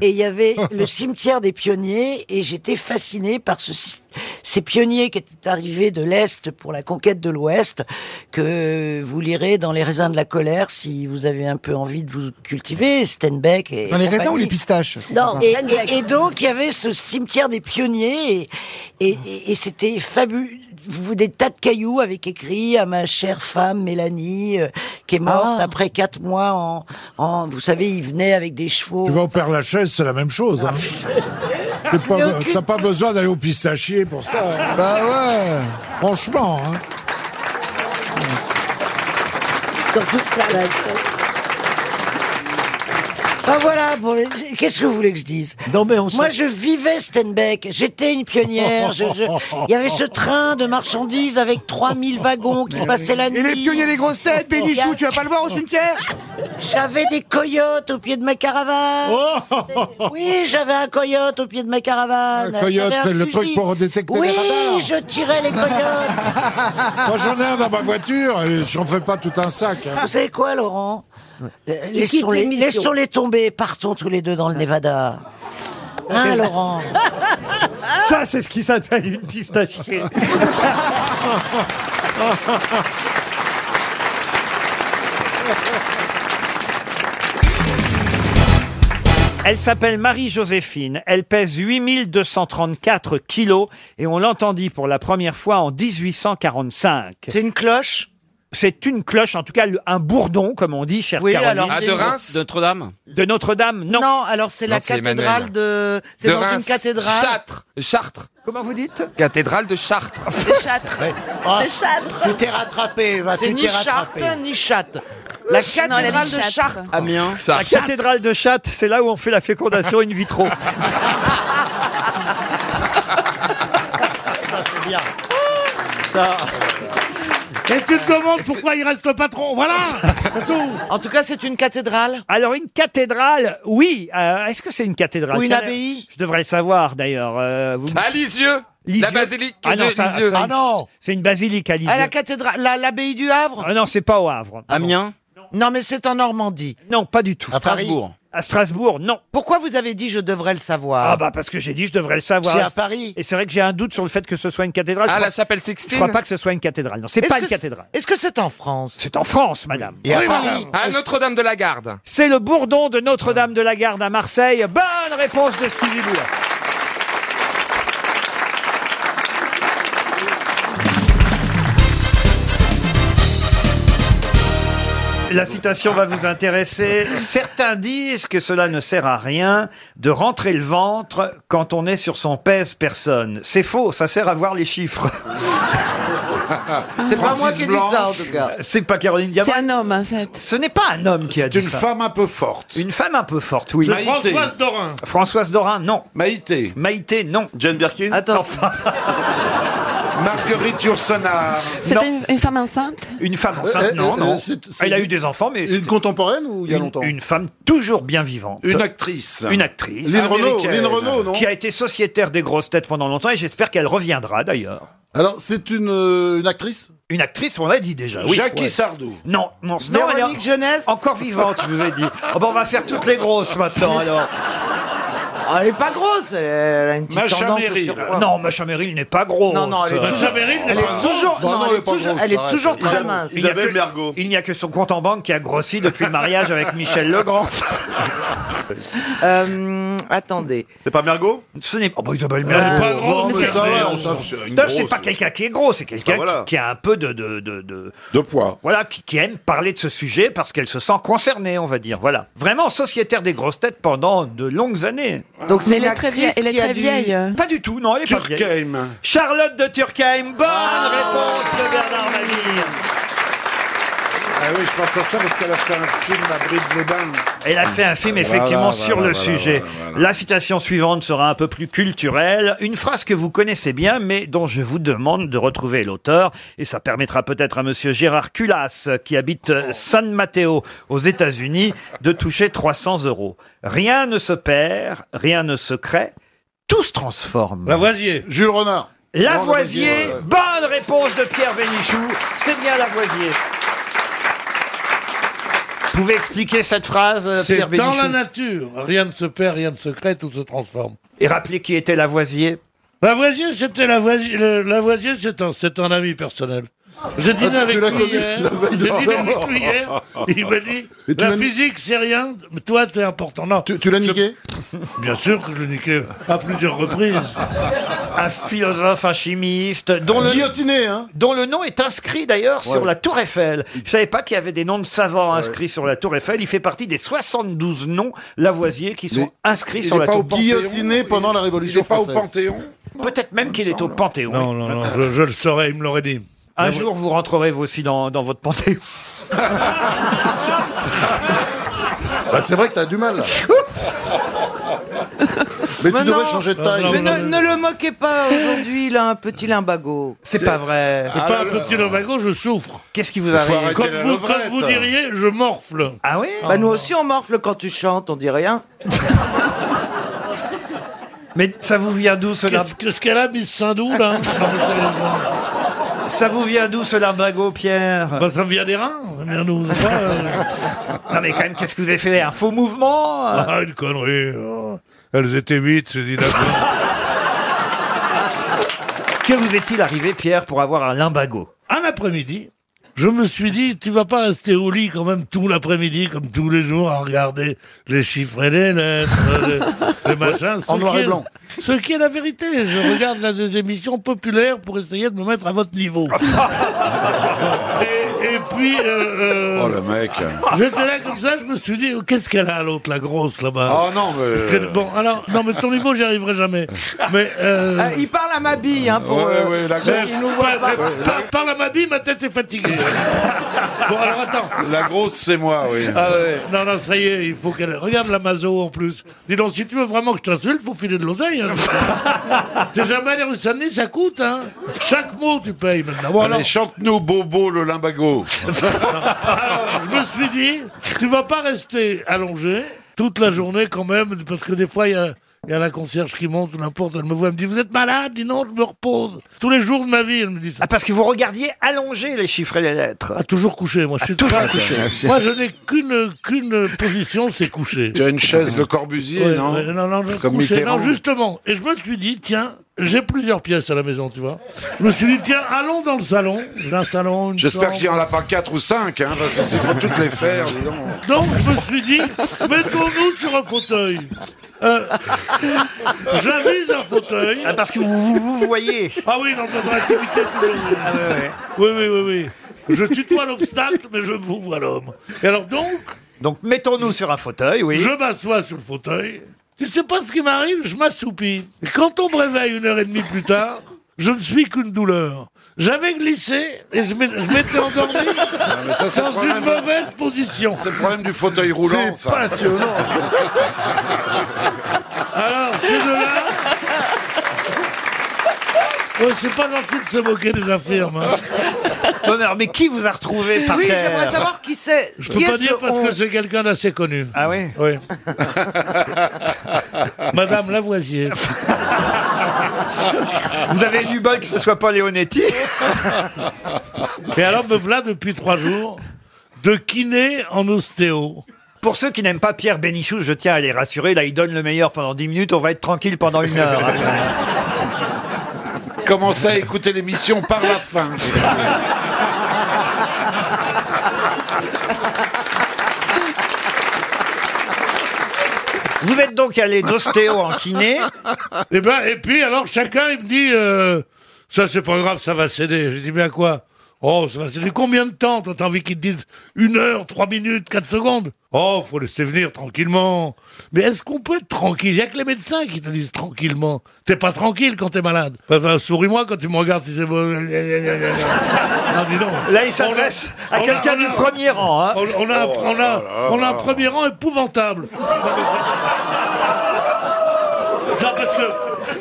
Et il y avait le cimetière des pionniers et j'étais fasciné par ce, ci- ces pionniers qui étaient arrivés de l'Est pour la conquête de l'Ouest, que vous lirez dans Les raisins de la colère si vous avez un peu envie de vous cultiver, Steinbeck et
Dans les raisins
compagnie.
ou les pistaches
Non, et, et- et donc il y avait ce cimetière des pionniers et, et- et- et c'était fabuleux. Vous- Des tas de cailloux avec écrit à ma chère femme Mélanie, euh, qui est morte après quatre mois en, en- vous savez, il venait avec des chevaux.
Tu vas au Père Lachaise, c'est la même chose. hein.
Ah,
T'es pas-
Mais aucune-
T'as pas besoin d'aller au pistachier pour ça. hein.
Bah ouais.
Franchement. hein.
Bah, Ben voilà, bon, j'ai- qu'est-ce que vous voulez que je dise Non mais Moi je vivais Steinbeck, j'étais une pionnière, je- je- il y avait ce train de marchandises avec 3000 wagons qui passaient la nuit.
Et les pionniers des grosses têtes, Bénichou, tu vas pas le voir au cimetière
J'avais des coyotes au pied de ma caravane.
Oh.
Oui, j'avais un coyote au pied de ma caravane.
Un coyote,
J'avais
c'est le
fusil.
truc pour détecter
oui,
les radars.
je tirais les coyotes.
Moi j'en ai un dans ma voiture et j'en fais pas tout un sac. hein.
ah. Vous savez quoi, Laurent Euh,
Tu quittes
Laissons-les
l'émission.
laissons-les tomber, partons tous les deux dans le Nevada. Hein, Laurent
Ça, c'est ce qui s'appelle une pistachier. Elle s'appelle Marie-Joséphine. Elle pèse 8234 kilos et on l'entendit pour la première fois en 1845. C'est une cloche c'est une cloche, en tout cas le- un bourdon, comme on dit, cher
Oui,
Caroline.
alors, Ah, de Reims
De Notre-Dame De Notre-Dame, non.
Non, alors c'est la
Non, c'est
cathédrale
Emmanuel.
de. C'est
De
dans une
Reims.
cathédrale.
Châtres.
Chartres.
Comment vous dites
Cathédrale de Chartres. C'est Châtres.
Ah,
C'est Châtres. Tu t'es rattrapé, va. C'est
tu
ni
t'es
Chartres
rattrapé.
ni Châtres. La
Non, elle a dit
cathédrale de
Châtres.
Chartres.
Amiens. La cathédrale de Châtes, c'est là où on fait la fécondation in vitro.
Ah, Ah.
Et tu te demandes pourquoi il reste le patron. Voilà. en tout cas, c'est une cathédrale.
Alors une cathédrale, oui. euh, Est-ce que c'est une cathédrale
Ou une
Tiens,
abbaye
Je devrais le savoir d'ailleurs. euh, vous...
Ah, Lisieux La basilique
Ah non,
de
ça-
Lisieux.
ça-
Ah non.
C'est une basilique à Lisieux.
À la cathédrale, la- l'abbaye du Havre.
Ah non, c'est pas au Havre.
Amiens. Non, mais c'est en Normandie.
Non, pas du tout.
À
Strasbourg. À Strasbourg, non.
Pourquoi vous avez dit je devrais le savoir
Ah bah parce que j'ai dit je devrais le savoir.
C'est à Paris.
Et c'est vrai que j'ai un doute sur le fait que ce soit une cathédrale.
Ah,
Je
la
crois-
chapelle Sixtine
Je crois pas que ce soit une cathédrale. Non, c'est
Est-ce
pas
que
une
c'est-
cathédrale.
Est-ce que c'est en France
C'est en France, madame.
Oui, madame.
À Notre-Dame de la Garde.
C'est le bourdon de Notre-Dame de la Garde à Marseille. Bonne réponse de Stevie Boulet. La citation va vous intéresser. Certains disent que cela ne sert à rien de rentrer le ventre quand on est sur son pèse personne. C'est faux, ça sert à voir les chiffres.
C'est pas Francis moi qui ai dit Blanche. ça, en tout cas.
C'est pas Caroline Diamant. C'est un homme en fait. Ce n'est pas un homme qui a
C'est
dit
une
ça.
femme
un peu forte. Une femme un peu forte, oui.
C'est Maïté. Françoise Dorin.
Françoise Dorin, non. Maïté. Maïté, non. John Birkin. Attends.
Marguerite Yourcenar.
C'était
une, femme enceinte
Une femme
Euh,
enceinte,
euh,
non,
euh,
non.
c'est- c'est
Elle a
une-
eu des enfants, mais. Une
contemporaine ou
il y a longtemps Une femme toujours bien vivante.
Une actrice.
Une actrice.
Lynn Renaud, Américaine. Lynn Renaud, non
Qui a été sociétaire des grosses têtes pendant longtemps et j'espère qu'elle reviendra d'ailleurs.
Alors, c'est une, euh, une actrice
Une actrice, on l'a dit déjà. Oui.
Jackie
Ouais.
Sardou.
Non, non, non, elle est
Ah Véronique Jeunesse.
encore vivante, je vous ai dit. Oh, ben, on va faire toutes les grosses maintenant alors.
Ah, elle est pas grosse. Elle elle a une petite
Macha
tendance au
Merrill.
surpoids.
Non, Macha Merrill n'est pas grosse.
Non, non, elle est Macha toujours- Merrill n'est elle pas est grosse. toujours- non, elle est toujours- elle est toujours très mince.
Il n'y a
Isabelle
que- Il n'y a que son compte en banque qui a grossi depuis le mariage avec Michel Legrand.
Euh, attendez.
C'est pas Mergot Ce n'est oh, bah, Isabelle Mergo.
Elle est pas grosse,
Oh, mais
mais
ça
c'est-
va, on
mais
s'en
c'est
fout.
une
D'ailleurs, c'est
grosse.
pas quelqu'un qui est gros, c'est quelqu'un
Ah, voilà.
qui, qui a un peu de de de de, poids. Voilà, qui, qui aime parler de ce sujet parce qu'elle se sent concernée, on va dire. Voilà, vraiment sociétaire des grosses têtes pendant de longues années.
Donc, c'est Mais elle est une très actrice vieille- elle est qui a très du- vieille.
Pas du tout, non, elle est pas vieille. Charlotte de Turckheim, bonne
Ah.
réponse de Bernard Mabille.
Ah oui, je pense à ça parce qu'elle a fait un film à Brive les Bains.
Elle a fait un film
Voilà,
effectivement
voilà,
sur
voilà,
le
voilà,
sujet.
voilà,
La citation suivante sera un peu plus culturelle. Une phrase que vous connaissez bien, mais dont je vous demande de retrouver l'auteur. Et ça permettra peut-être à monsieur Gérard Culas, qui habite euh, San Mateo aux États-Unis, de toucher 300 euros. Rien ne se perd, rien ne se crée, tout se transforme.
Lavoisier.
Jules Renard.
Lavoisier, bonne réponse de Pierre Bénichou. C'est bien Lavoisier. Vous pouvez expliquer cette phrase, euh,
C'est
Pierre
dans
Bénichou
la nature. Rien ne se perd, rien ne se crée, tout se transforme.
Et rappelez qui était Lavoisier
Lavoisier, c'était Lavoisier. le- Lavoisier, c'est un, c'est un ami personnel. J'ai
Ah, tu
dîné avec
l'as
lui
connu
hier.
la veille
J'ai
de
dîné
sa
avec
mort.
lui hier. Il m'a dit
Mais tu
La
l'as ni-
physique, c'est rien. mais Toi, c'est important. Non.
Tu, tu l'as niqué
Bien sûr que je l'ai niqué à plusieurs reprises.
un philosophe, un chimiste, dont le,
hein.
dont le nom est inscrit d'ailleurs sur
Ouais.
la Tour Eiffel. Je savais pas qu'il y avait des noms de savants inscrits sur la Tour Eiffel. Il fait partie des 72 noms Lavoisier qui sont inscrits sur la Tour
Guillotiné pendant la Révolution française.
Peut-être même qu'il est au Panthéon.
Non, non, non, je, je le saurais, il me l'aurait dit.
Un jour, vous rentrerez vous aussi dans, dans votre Panthéon.
Bah, c'est vrai que t'as du mal. là. Mais tu devrais changer de taille.
Mais ne, ne le moquez pas aujourd'hui, il a un petit lumbago.
C'est pas
vrai.
C'est pas un petit lumbago, je souffre.
Qu'est-ce
qui vous arrive arrêter
Quand
la
vous, quand
levrette.
vous diriez, je morfle.
Ah oui
Bah, nous aussi, on morfle quand tu chantes, on dit rien.
Mais ça vous vient d'où ce
Qu'est-ce que- ce qu'elle a, Miss hein Sindou, là
Ça vous vient d'où ce lumbago, Pierre
bah, Ça me vient des reins. Ça me vient d'où c'est pas, euh,
Non mais quand même, qu'est-ce que vous avez fait Un faux mouvement euh
Ah, une connerie. oh. Elles étaient vite, je dis d'accord.
Que vous est-il arrivé, Pierre, pour avoir un lumbago
Un après-midi, je me suis dit, tu vas pas rester au lit quand même tout l'après-midi, comme tous les jours, à regarder les chiffres et les lettres, les, les machins.
En
Ce
noir
qui
et
est-
blanc.
Ce qui est la vérité. Je regarde la des émissions populaires pour essayer de me mettre à votre niveau. et, et puis, euh, euh,
Oh le mec.
J'étais là comme ça, je me suis dit, euh, qu'est-ce qu'elle a l'autre, la grosse là-bas
Oh, non, mais-
Quel- Bon, alors, non, mais ton niveau, j'y arriverai jamais. Mais. euh,
Euh, il parle à ma bille, hein, pour.
Ouais,
euh,
ouais, la
ceux
grosse.
qui nous voient
Par-
pas.
par- Par la mabille, ma tête est fatiguée. bon, alors attends.
La grosse, c'est moi, oui.
Ah ouais. Non, non, ça y est, il faut qu'elle. Regarde la maso en plus. Dis donc, si tu veux vraiment que je t'insulte, faut filer de l'oseille. hein. T'es jamais allé rue Saint-Denis, ça coûte, hein. Chaque mot, tu payes maintenant. Bon, alors,
Allez, chante-nous, Bobo, le limbago.
je me suis dit, tu vas pas rester allongé toute la journée quand même, parce que des fois, il y a. il y a la concierge qui monte ou n'importe, elle me voit, elle me dit Vous êtes malade Dis non, je me repose. Tous les jours de ma vie, elle me dit ça.
Ah, parce que vous regardiez allonger les chiffres et les lettres.
Ah, toujours couché, moi. Je suis
toujours
pas-
couché.
Moi, je n'ai qu'une qu'une position, c'est coucher.
Tu as une chaise, le Corbusier,
Ouais,
non
ouais, non, non, je
Comme
couchais.
Mitterrand.
Non, justement. Et je me suis dit, tiens, j'ai plusieurs pièces à la maison, tu vois. Je me suis dit, tiens, allons dans le salon. J'ai un salon, une
J'espère
chambre.
qu'il n'y en a pas 4 ou 5, hein, parce que s'il faut toutes les faire, dis donc.
Donc, je me suis dit, mettons-nous sur un fauteuil. Euh, J'avise un fauteuil.
Ah, parce que vous vous, vous voyez. Ah,
Ah oui, dans votre activité toujours. Oui, oui, oui, oui. Je tutoie l'obstacle, mais je vous vois l'homme. Et alors donc,
Donc mettons-nous sur un fauteuil, oui.
Je m'assois sur le fauteuil. Je sais pas ce qui m'arrive, je m'assoupis. Et quand on me réveille une heure et demie plus tard, je ne suis qu'une douleur. J'avais glissé et je m'é- je m'étais endormi
mais ça, c'est le
dans une
problème.
mauvaise position.
C'est le problème du fauteuil roulant, ça.
Alors, c'est de là. Ouais, c'est pas gentil de se moquer des infirmes. hein.
Ouais, mais- mais qui vous a retrouvé par
Oui,
terre
j'aimerais savoir qui c'est.
Je
Qui
peux
est
pas
ce
dire parce
on
que c'est quelqu'un d'assez connu.
Ah oui
Oui. Madame Lavoisier.
Vous avez du bol que ce soit pas Léonetti
Et alors me voilà depuis trois jours de kiné en ostéo.
Pour ceux qui n'aiment pas Pierre Bénichou, je tiens à les rassurer, là il donne le meilleur pendant 10 minutes, on va être tranquille pendant une heure. hein.
Commencez à écouter l'émission par la fin.
Vous êtes donc allé d'ostéo en kiné.
Et, ben, et puis, alors, chacun, il me dit, euh, ça, c'est pas grave, ça va céder. J'ai dit, mais à quoi Oh, ça va céder. Combien de temps Toi, t'as envie qu'ils te disent une heure, trois minutes, quatre secondes Oh, faut laisser venir tranquillement. Mais est-ce qu'on peut être tranquille Il y a que les médecins qui te disent tranquillement. T'es pas tranquille quand t'es malade. Enfin, souris-moi quand tu me regardes si c'est bon. Non, dis donc.
Là, il s'adresse
On a-
à
on a-
quelqu'un du
on a-
premier rang. hein.
On, on a, un- on, a, on a un premier rang épouvantable. Non, parce que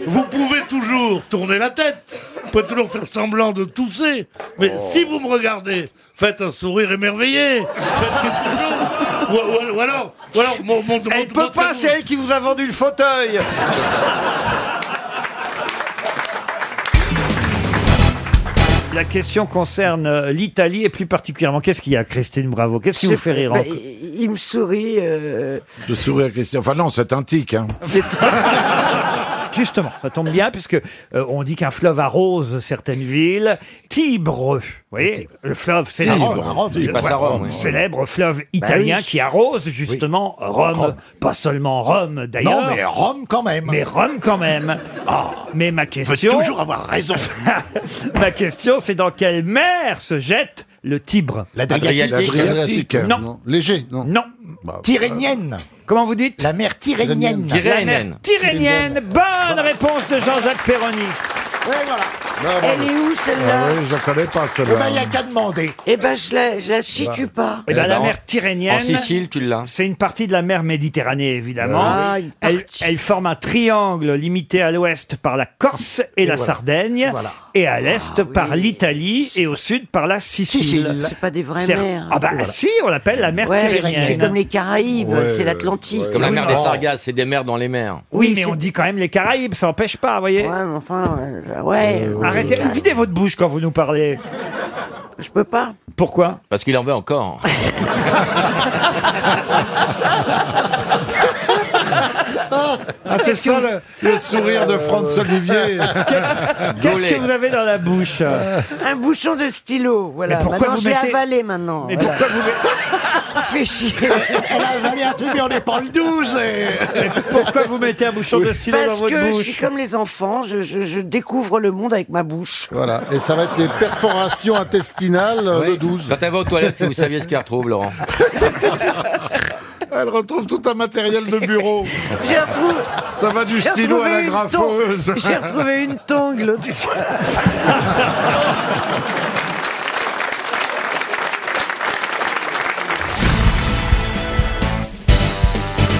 vous pouvez toujours tourner la tête, vous pouvez toujours faire semblant de tousser, mais si vous me regardez, faites un sourire émerveillé, faites quelque chose. Ou, ou- ou alors, ou alors, mon, mon, mon-
Elle peut pas, c'est elle qui vous a vendu le
Euh,
fauteuil. La question concerne euh, l'Italie et plus particulièrement, qu'est-ce qu'il y a, Christine Bravo Qu'est-ce qui vous fait rire hein
Bah,
encore
il, il me sourit. euh,
Je souris à Christian. Enfin non, c'est un tic. Hein.
Justement, ça tombe bien puisque euh, on dit qu'un fleuve arrose certaines villes. Tibre, vous voyez, le fleuve célèbre,
Rome, à Rome, il
Le-
passe à Rome, oui. Bah
célèbre fleuve italien
oui.
qui arrose justement Rome.
Rome.
pas seulement Rome d'ailleurs.
Non, mais
Rome quand même. Mais Rome quand même. mais ma question.
Ah. toujours avoir raison.
ma question, c'est dans quelle mer se jette le Tibre
L'Adriatique. L'Adriatique.
Non.
hein. Non. Léger, non.
Non.
Tyrénienne.
Comment vous dites
La mer Tyrénienne.
La mer Tyrénienne. Bonne réponse de Jean-Jacques Perroni.
Ouais, voilà.
Elle est où celle-là
Ah oui, je la connais pas
Eh
celle-là. hein.
qu'à demander. Eh ben je la, je la situe pas.
Eh ben, la
ben,
mer
en-
Tyrrhénienne.
en Sicile,
tu l'as. C'est une partie de la mer Méditerranée, évidemment.
Ah, une
elle, elle forme un triangle limité à l'ouest par la Corse et,
Et
la
voilà.
Sardaigne,
Voilà.
et à l'est par l'Italie et au sud par la Sicile.
Sicile. Ah C'est pas des vraies
C'est-
mers.
Ah bah
Voilà.
si, on l'appelle la mer
Ouais,
Tyrrhénienne.
c'est comme les Caraïbes,
bah,
c'est l'Atlantique.
Comme la
Oui,
mer
mais-
des Sargasses, c'est des mers dans les mers.
Oui, mais on dit quand même les Caraïbes, ça empêche pas, vous voyez Ouais, mais enfin,
ouais, Euh, ouais.
Arrêtez,
Ouais.
videz votre bouche quand vous nous parlez.
Je peux pas.
Pourquoi
Parce qu'il en veut encore.
Ah, c'est ça le, le sourire de Franz Olivier.
Qu'est-ce que vous avez dans la bouche euh,
Un bouchon de stylo, voilà.
Mais pourquoi
maintenant,
vous
je l'ai
mettez-
avalé maintenant.
Mais
voilà.
pourquoi vous
Fais chier.
Elle a avalé un truc, mais on n'est pas le 12.
Pourquoi vous mettez un bouchon de stylo
Parce
dans votre
que
bouche
je suis comme les enfants, je, je- je découvre le monde avec ma bouche.
Voilà, et ça va être les perforations intestinales euh, le 12.
Quand elle va aux toilettes, si vous saviez ce qu'elle retrouve, Laurent.
Elle retrouve tout un matériel de
Oh.
bureau. Ça va du
J'ai
stylo à
retrouvé
la
une
graffeuse.
tong- j'ai retrouvé
une tongue l'autre fois.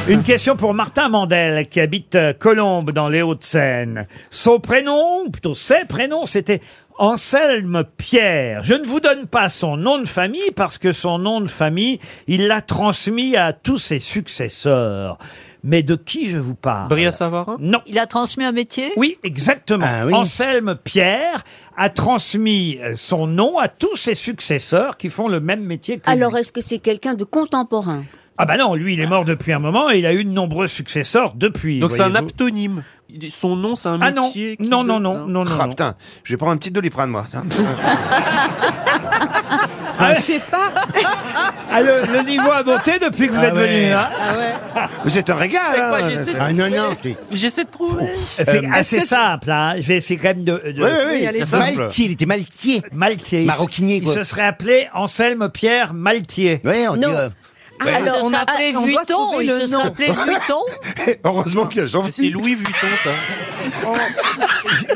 Une question pour Martin Mandel qui habite euh, Colombes dans les Hauts-de-Seine. Son prénom, ou plutôt ses prénoms, c'était Anselme Pierre. Je ne vous donne pas son nom de famille parce que son nom de famille, il l'a transmis à tous ses successeurs. Mais de qui je vous parle Bria Savarin Non.
Il a transmis un métier
Oui, exactement.
Ah
Anselme Pierre a transmis euh, son nom à tous ses successeurs qui font le même métier
Ah
que lui.
Alors, est-ce que c'est quelqu'un de contemporain
Ah bah non, lui, il est mort depuis un moment et il a eu de nombreux successeurs depuis.
Donc c'est un
voyez-vous.
aptonyme. Il- Son nom, c'est un
Ah non,
métier.
non, non, non, non, non,
Ah,
non.
putain, je vais prendre un petit doliprane, moi.
Ah, je sais pas. Ah, le, le niveau a monté depuis que vous
Ah
êtes
ouais.
venu. Hein
Vous êtes un régal,
Mais quoi,
hein.
j'essaie de
Ah, non,
trouver.
non. J'essaie de trouver.
C'est
Euh,
assez
est-ce que-
simple. Hein. Je vais essayer quand même de. de-
Oui, oui, oui, Oui, allez-y. c'est simple. Maltier,
il était maltier. Maltier. Il se-
Maroquinier,
Il
quoi.
se serait appelé Anselme Pierre Maltier. Oui,
on dit, Non. euh,
ouais.
il se
Ah, Alors, on
serait
a-
appelé
on doit
Vuitton,
trouver
il
le
se serait
nom.
appelé Vuitton.
Heureusement qu'il y a Jean-Philippe.
C'est Louis Vuitton, ça.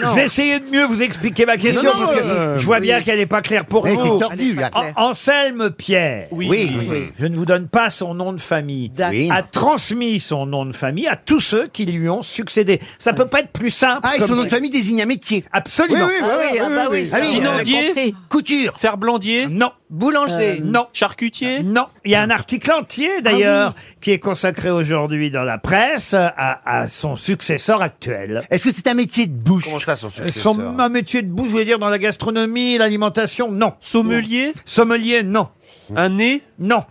Je vais essayer de mieux vous expliquer ma question
Non, non,
parce que
euh,
je vois
oui.
bien qu'elle n'est pas claire pour
Mais
vous.
c'est tordu, là.
An- Anselme Pierre.
Oui, Oui, oui, oui.
Je ne vous donne pas son nom de famille. A transmis son nom de famille à tous ceux qui lui ont succédé. Ça peut pas être plus simple.
Ah, et son nom de
famille désigne un métier. Absolument.
Oui, oui, Ah oui, oui, ah oui, bah oui, oui. ça, on l'avait Finandier, compris.
couture, faire blandier, non,
Boulanger. Euh,
non, charcutier, non. Il y a un article entier
Ah
d'ailleurs qui est consacré aujourd'hui dans la presse à, à son successeur actuel. Est-ce que c'est un métier de bouche
Comment ça, son
son, un métier de bouche, je veux dire, dans la gastronomie, l'alimentation, non. Sommelier Sommelier, non. Un nez Non.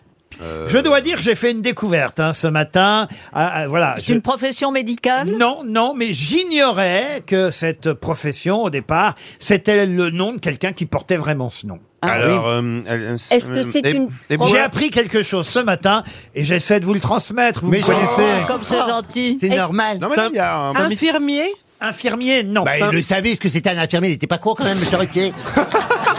Euh.
Je dois dire, j'ai fait une découverte hein, ce matin. Ah, ah, voilà.
C'est
je-
une profession médicale
Non, non, mais j'ignorais que cette profession, au départ, c'était le nom de quelqu'un qui portait vraiment ce nom.
Ah
Alors,
Ah
euh,
Euh,
Est-ce que c'est
une...
J'ai appris quelque chose ce matin et j'essaie de vous le transmettre. Vous me connaissez.
Comme c'est gentil.
C'est normal.
Non, mais là, il y a un- C'est un métier-
Infirmier Infirmier, non.
Bah, il le
savait, ce que c'était un infirmier, il n'était pas con quand même, monsieur Ruquier.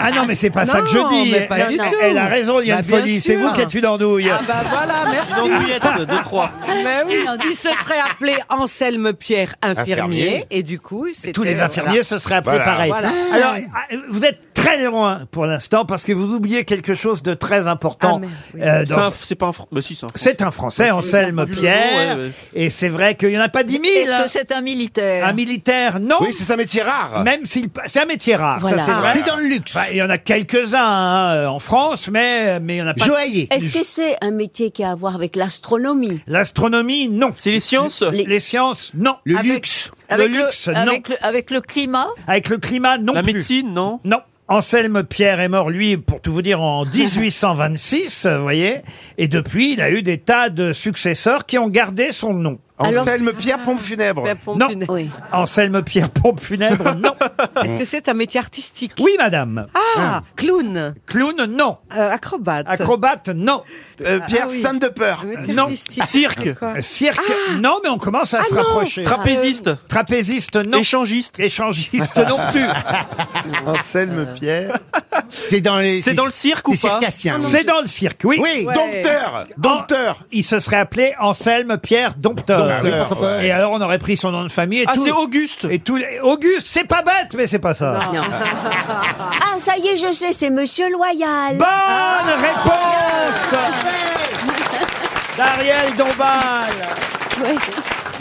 ah non, mais c'est pas ça que je
Non,
dis.
mais pas
elle,
du tout.
elle a raison, il y a
Bah,
une
bien
folie. C'est
sûr.
vous qui êtes une andouille.
Ah bah voilà, merci.
Une andouillette de trois.
Mais oui, il se serait appelé Anselme Pierre infirmier,
Infirmier.
et du coup, c'était euh,
Tous les infirmiers,
voilà.
ce serait appelé pareil.
Voilà.
Alors, ah, vous êtes très loin pour l'instant parce que vous oubliez quelque chose de très important. euh,
C'est
dans-
un- c'est pas un... Fr... Bah, si, c'est un...
C'est un Français, Anselme
Du nom,
Pierre.
ouais, ouais.
Et c'est vrai qu'il n'y en a pas 10 000.
Est-ce
hein.
que c'est un militaire
Un militaire, non.
Oui, c'est un métier rare.
Même s'il, pa- c'est un métier rare,
Voilà.
ça c'est vrai.
C'est dans
le luxe. Il y en a quelques-uns hein, en France, mais mais il y en a pas.
Est-ce que c'est un métier qui a à voir avec l'astronomie
L'astronomie, non. C'est les sciences. Les, sciences, non. Le
luxe.
Avec
le luxe, non.
Avec le, avec le climat
Avec le climat, non La médecine, non Non. Anselme Pierre est mort, lui, pour tout vous dire, en 1826, euh, vous voyez. Et depuis, il a eu des tas de successeurs qui ont gardé son nom.
Alors- Anselme Pierre, pompe funèbre. Pierre, pompe
non.
funèbre.
Anselme Pierre, pompe funèbre, non.
Est-ce que c'est un métier artistique
Oui, madame.
Ah, clown. Euh,
Clown, non.
acrobate.
Acrobate, non.
Pierre, oui. stand
Non.
artistique.
Cirque.
Quoi
Cirque, non, mais on commence à
Ah
se
non.
rapprocher.
Trapéziste.
Trapéziste, non. Échangiste. Échangiste non plus.
Anselme Pierre.
C'est dans les.
C'est dans le cirque ou pas Ah
C'est dans le cirque, oui.
Oui. Ouais. Dompteur,
Dompteur. il se serait appelé Anselme Pierre Dompteur.
Dompteur,
Ah oui.
ouais.
Et alors on aurait pris son nom de famille. Et
Ah,
tout-
c'est Auguste.
Et tout. Auguste, c'est pas bête, mais c'est pas ça.
Ah, ça y est, je sais, c'est Monsieur Loyal.
Bonne
Ah.
réponse d'Ariel Dombal.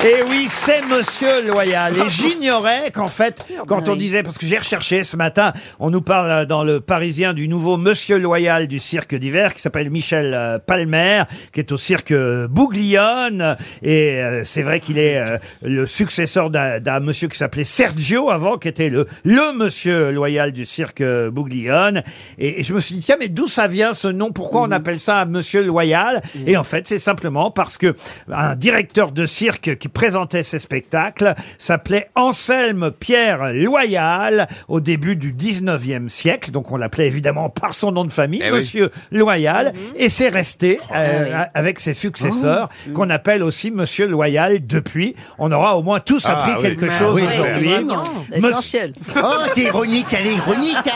Et oui, c'est Monsieur Loyal. Et j'ignorais qu'en fait, quand on disait, parce que j'ai recherché ce matin, on nous parle euh, dans le Parisien du nouveau Monsieur Loyal du cirque d'hiver qui s'appelle Michel euh, Palmer, qui est au cirque euh, Bouglione. Et euh, c'est vrai qu'il est euh, le successeur d'un d'un monsieur qui s'appelait Sergio avant, qui était le, le Monsieur Loyal du cirque euh, Bouglione. Et, et je me suis dit, tiens, mais d'où ça vient ce nom Pourquoi on appelle ça Monsieur Loyal Et en fait, c'est simplement parce que un directeur de cirque qui présentait ses spectacles s'appelait Anselme Pierre Loyal au début du 19e siècle. Donc on l'appelait évidemment par son nom de famille,
Eh oui.
Monsieur Loyal. Et c'est resté euh, avec ses successeurs qu'on appelle aussi Monsieur Loyal depuis. On aura au moins tous
Ah
appris
oui.
quelque
Ah
chose
oui,
aujourd'hui.
vraiment.
Monsieur-
Essentiel. Oh, c'est ironique, c'est ironique,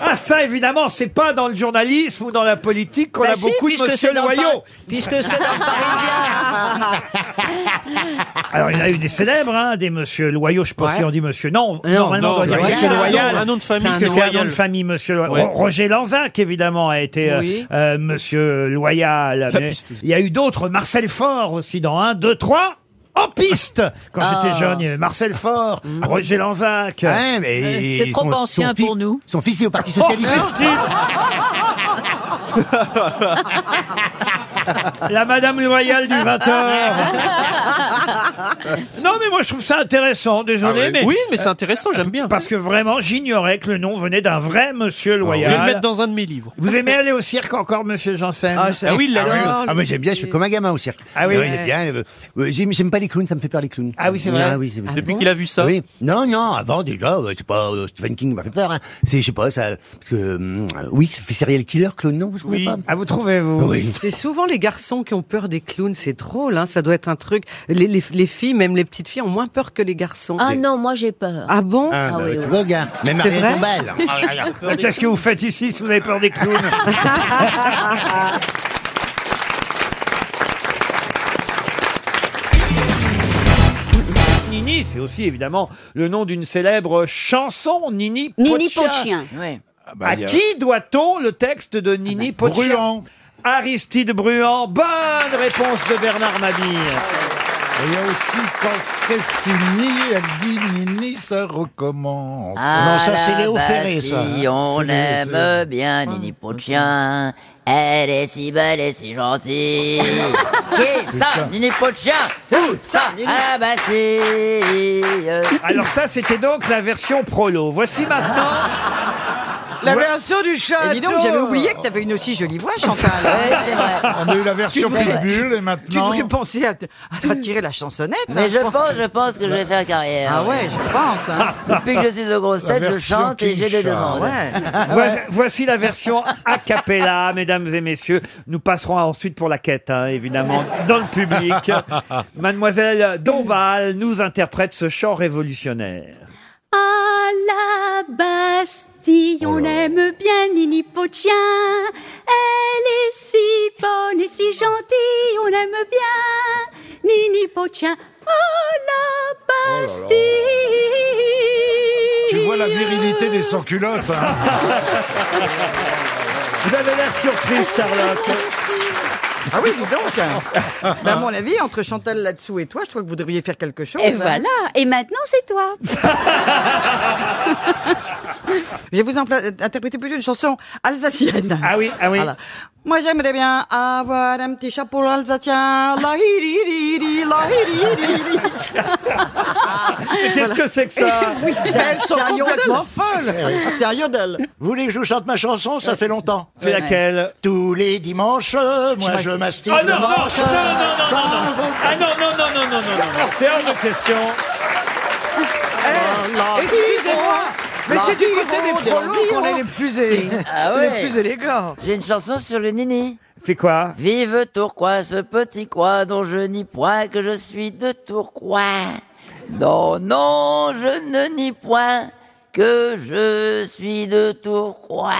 Ah ça évidemment, c'est pas dans le journalisme ou dans la politique qu'on
Bah
a
si,
beaucoup de
puisque
Monsieur
c'est dans le
Loyau.
Par- puisque c'est dans le Parisien.
Alors, il y en a eu des célèbres, hein, des monsieur Loyaux, je pense
Ouais.
si on dit monsieur. Non,
Non,
normalement, on
non,
doit dire
Loyal.
monsieur
C'est un
Loyal.
nom, un nom de famille,
Puisque
un
c'est
nom
un nom de
royal.
famille, monsieur. Lo-
Ouais.
Ro- Roger Lanzac, évidemment, a été euh,
Oui.
euh, monsieur Loyal.
La
Mais
piste aussi.
il y a eu d'autres, Marcel Faure aussi, dans 1, 2, 3. En piste Quand
Ah. Mm.
j'étais jeune, il y avait Marcel Faure, Roger Lanzac.
Ouais, mais Ouais, Euh, c'est trop son- ancien son fils- pour
nous. Son fils est au Parti
Socialiste.
Oh, La Madame Loyal du 20h. Non, mais moi je trouve ça intéressant, désolé.
Ah ouais.
mais...
Oui, mais c'est intéressant, j'aime bien. Ah
Parce que vraiment, j'ignorais que le nom venait d'un vrai monsieur
Je
Loyal.
vais le mettre dans un de mes livres.
Vous aimez aller au cirque encore, monsieur Janssen
Ah oui, il l'a dit.
Ah,
Ah, moi j'aime bien, je suis comme un gamin au cirque.
Ah oui.
Ouais, j'aime bien. euh, euh, j'aime, j'aime pas les clowns, ça me fait peur les clowns.
Ah oui, c'est vrai.
oui, c'est vrai.
Ah Depuis bon qu'il a vu ça
Oui. Non, non, avant déjà, euh, c'est pas euh, Stephen King m'a fait peur. hein. C'est, je sais pas, ça, parce que euh, oui, c'est fait serial killer clown, non Vous trouvez pas
Ah, vous trouvez vous
Oui.
C'est souvent les garçons qui ont peur des clowns, c'est drôle, hein, ça doit être un truc. Les, les- les filles, même les petites filles, ont moins peur que les garçons.
Ah non, moi j'ai peur.
Ah bon
Ah, bah, oui,
tu
oui.
vois, gars, même
C'est vrai
Ariel Dombal. Ah, regarde.
Mais Qu'est-ce que vous faites ici si vous avez peur des clowns Nini, c'est aussi évidemment le nom d'une célèbre chanson, Nini Pochien.
Nini Potchien.
Bah,
à
Bah, il y a-
qui doit-on le texte de Nini Potchien
Bruand.
Aristide Bruand. Bonne réponse de Bernard Mabille.
Il y a aussi quand c'est fini, elle dit Nini, ça recommence.
Ah, Non, ça, c'est Léo
Ferré, hein.
Ferré, ça. on C'est- l'aime c'est- bien,
Hum,
Nini Pochien. Elle est si belle et si gentille. Qui ça, Putain. Nini Pochien Où ça Ah bah si.
Alors ça, c'était donc la version prolo. Voici maintenant...
La
Ouais.
version du chat.
Eh,
Et dis donc, j'avais oublié que
t'avais une aussi jolie voix, Ah, Chantal. ouais, c'est vrai.
On a eu la version
Tu devrais-
Pitbull et
Tu
maintenant.
devrais penser à, t- à tirer la chansonnette.
Mais
hein,
je pense, je pense que je vais faire carrière.
Ah ouais, je pense. hein.
Depuis que je suis aux grosses têtes, je chante et j'ai des demandes.
Voici, voici la version a cappella, mesdames et messieurs. Nous passerons ensuite pour la quête, hein, évidemment, dans le public. Mademoiselle Dombal nous interprète ce chant révolutionnaire.
À Ah, la Bastille,
Oh
on aime bien Nini Potien. Elle est si bonne et si gentille, on aime bien Nini Potien.
Oh
À la Bastille.
Tu vois la virilité des sans-culottes. hein.
Vous avez l'air surprise, Charlotte.
Ah oui, dis donc. Mais à mon avis, entre Chantal là-dessous et toi, je crois que vous devriez faire quelque chose.
Et
hein.
voilà. Et maintenant, c'est toi.
Je vais vous empla- interpréter plutôt une chanson alsacienne.
Ah oui, ah oui.
Moi j'aimerais bien avoir un petit chapeau alsacien. La hi ri ri ri, la hi ri ri ri.
Ah.
Mais qu'est-ce que c'est que ça
Oui,
C'est un-
Elles sont
c'est un yodel.
complètement folles.
Ah,
C'est un yodel.
Vous voulez que je vous chante ma chanson Ça fait longtemps.
Fais laquelle
Tous les dimanches, moi je mastique
Ah
le
non, non,
manche.
non, non, non, non,
sans
non.
vous-
Ah non, non, non, non, non, non, non. C'est
Eh,
hors de question.
Excusez-moi, mais c'est du côté des prolos qu'on est les plus, é-
Ah
les
ouais.
plus élégants.
J'ai une chanson sur le nini.
C'est quoi
Vive Tourcoing, ce petit coin dont je nie point que je suis de Tourcoing. Non, non, je ne nie point que je suis de Tourcoing.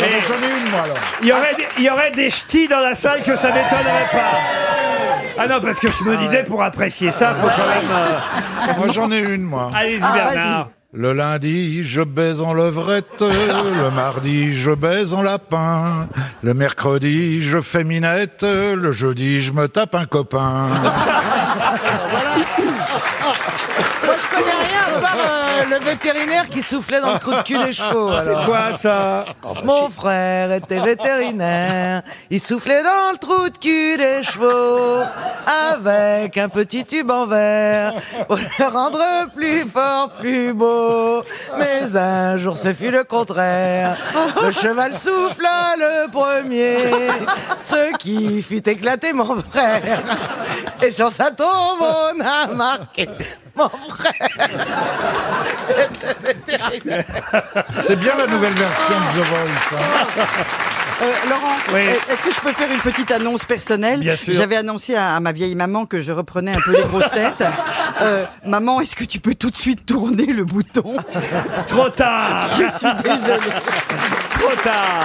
J'en ai une, moi, alors. Il y aurait, des- il y aurait des ch'tis dans la salle que ça m'étonnerait pas. Ah non, parce que je me disais, pour apprécier ça, faut quand même... euh,
Moi j'en ai une, moi.
Allez-y, Bernard.
Le lundi, je baise en levrette. le mardi, je baise en lapin. Le mercredi, je fais minette. Le jeudi, je me tape un copain.
Moi, je connais rien à part euh, le vétérinaire qui soufflait dans le trou de cul des chevaux. alors. Oh, bah,
C'est quoi, ça
Mon frère était vétérinaire. Il soufflait dans le trou de cul des chevaux avec un petit tube en verre pour le rendre plus fort, plus beau. Mais un jour, ce fut le contraire. Le cheval souffla le premier, ce qui fit éclater mon frère. Et sur sa tombe, on a marqué mon frère était vétérinaire.
C'est bien la nouvelle version de The Voice. hein.
Euh, Laurent,
Oui.
est- est-ce que je peux faire une petite annonce personnelle
Bien sûr.
J'avais annoncé à, à ma vieille maman que je reprenais un peu les grosses têtes. Euh, maman, est-ce que tu peux tout de suite tourner le bouton
Trop tard
Je suis désolée.
Trop tard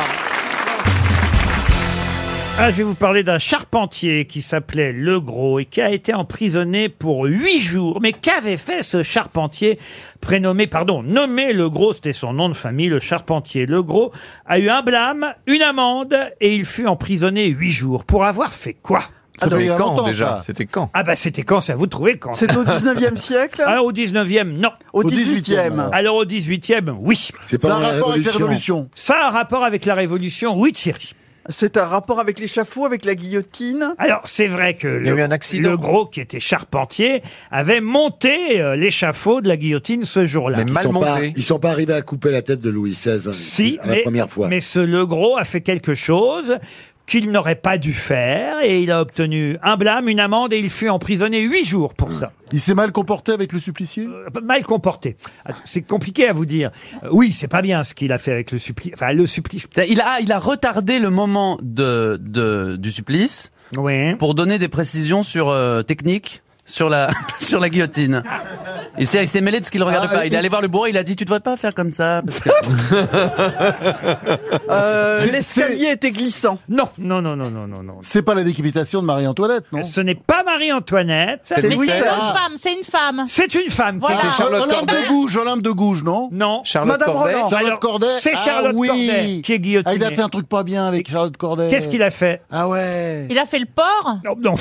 Ah, je vais vous parler d'un charpentier qui s'appelait Le Gros et qui a été emprisonné pour huit jours. Mais qu'avait fait ce charpentier prénommé, pardon, nommé Le Gros, c'était son nom de famille, le charpentier Le Gros, a eu un blâme, une amende et il fut emprisonné huit jours. Pour avoir fait quoi
C'était Ah, donc, il y a quand, longtemps, déjà ça. C'était quand
Ah bah c'était quand, c'est à vous de trouver quand.
C'est au 19e siècle
Alors au 19e, non.
Au Au 18e. 18e.
Alors au 18e, oui.
C'est pas Ça a dans la rapport avec la Révolution. Révolution.
Ça a un rapport avec la Révolution, oui Thierry.
C'est un rapport avec l'échafaud, avec la guillotine
Alors, c'est vrai que
Il y a eu
le,
un accident.
le gros qui était charpentier avait monté euh, l'échafaud de la guillotine ce jour-là.
Ils sont pas- ils sont pas arrivés à couper la tête de Louis XVI hein,
Si,
à la
mais,
première fois.
mais ce Le Gros a fait quelque chose qu'il n'aurait pas dû faire et il a obtenu un blâme, une amende et il fut emprisonné huit jours pour ça.
Ah.
Euh,
Il s'est mal comporté avec le supplicié
Mal comporté. Att- C'est compliqué à vous dire. Euh, oui, c'est pas bien ce qu'il a fait avec le supplice. Enfin, le supplice.
Il a, il a retardé le moment de, de- du supplice pour donner des précisions sur euh, technique sur la, sur la guillotine. Il s'est il s'est mêlé de ce qu'il ne regardait
Ah,
pas. Il est
il-
allé voir le bourreau, il a dit Tu ne devrais pas faire comme ça. parce que- Euh,
L'escalier
euh, était glissant. Non, non, non, non, non, non, non.
C'est pas la décapitation de Marie-Antoinette, non
Ce n'est pas Marie-Antoinette.
C'est Louis Ah, XVI.
femme, c'est une femme.
C'est une femme.
Voilà.
C'est Charlotte Olympe de Gouges, Olympe de Gouges, non
Non.
Charlotte
Madame
Corday.
Roland.
Charlotte
Alors,
Corday.
c'est Charlotte
ah, oui.
Corday qui est guillotinée.
Ah, il a fait un truc pas bien avec Charlotte Corday.
Qu'est-ce qu'il a fait
Ah ouais.
Il a fait le porc
Non, non.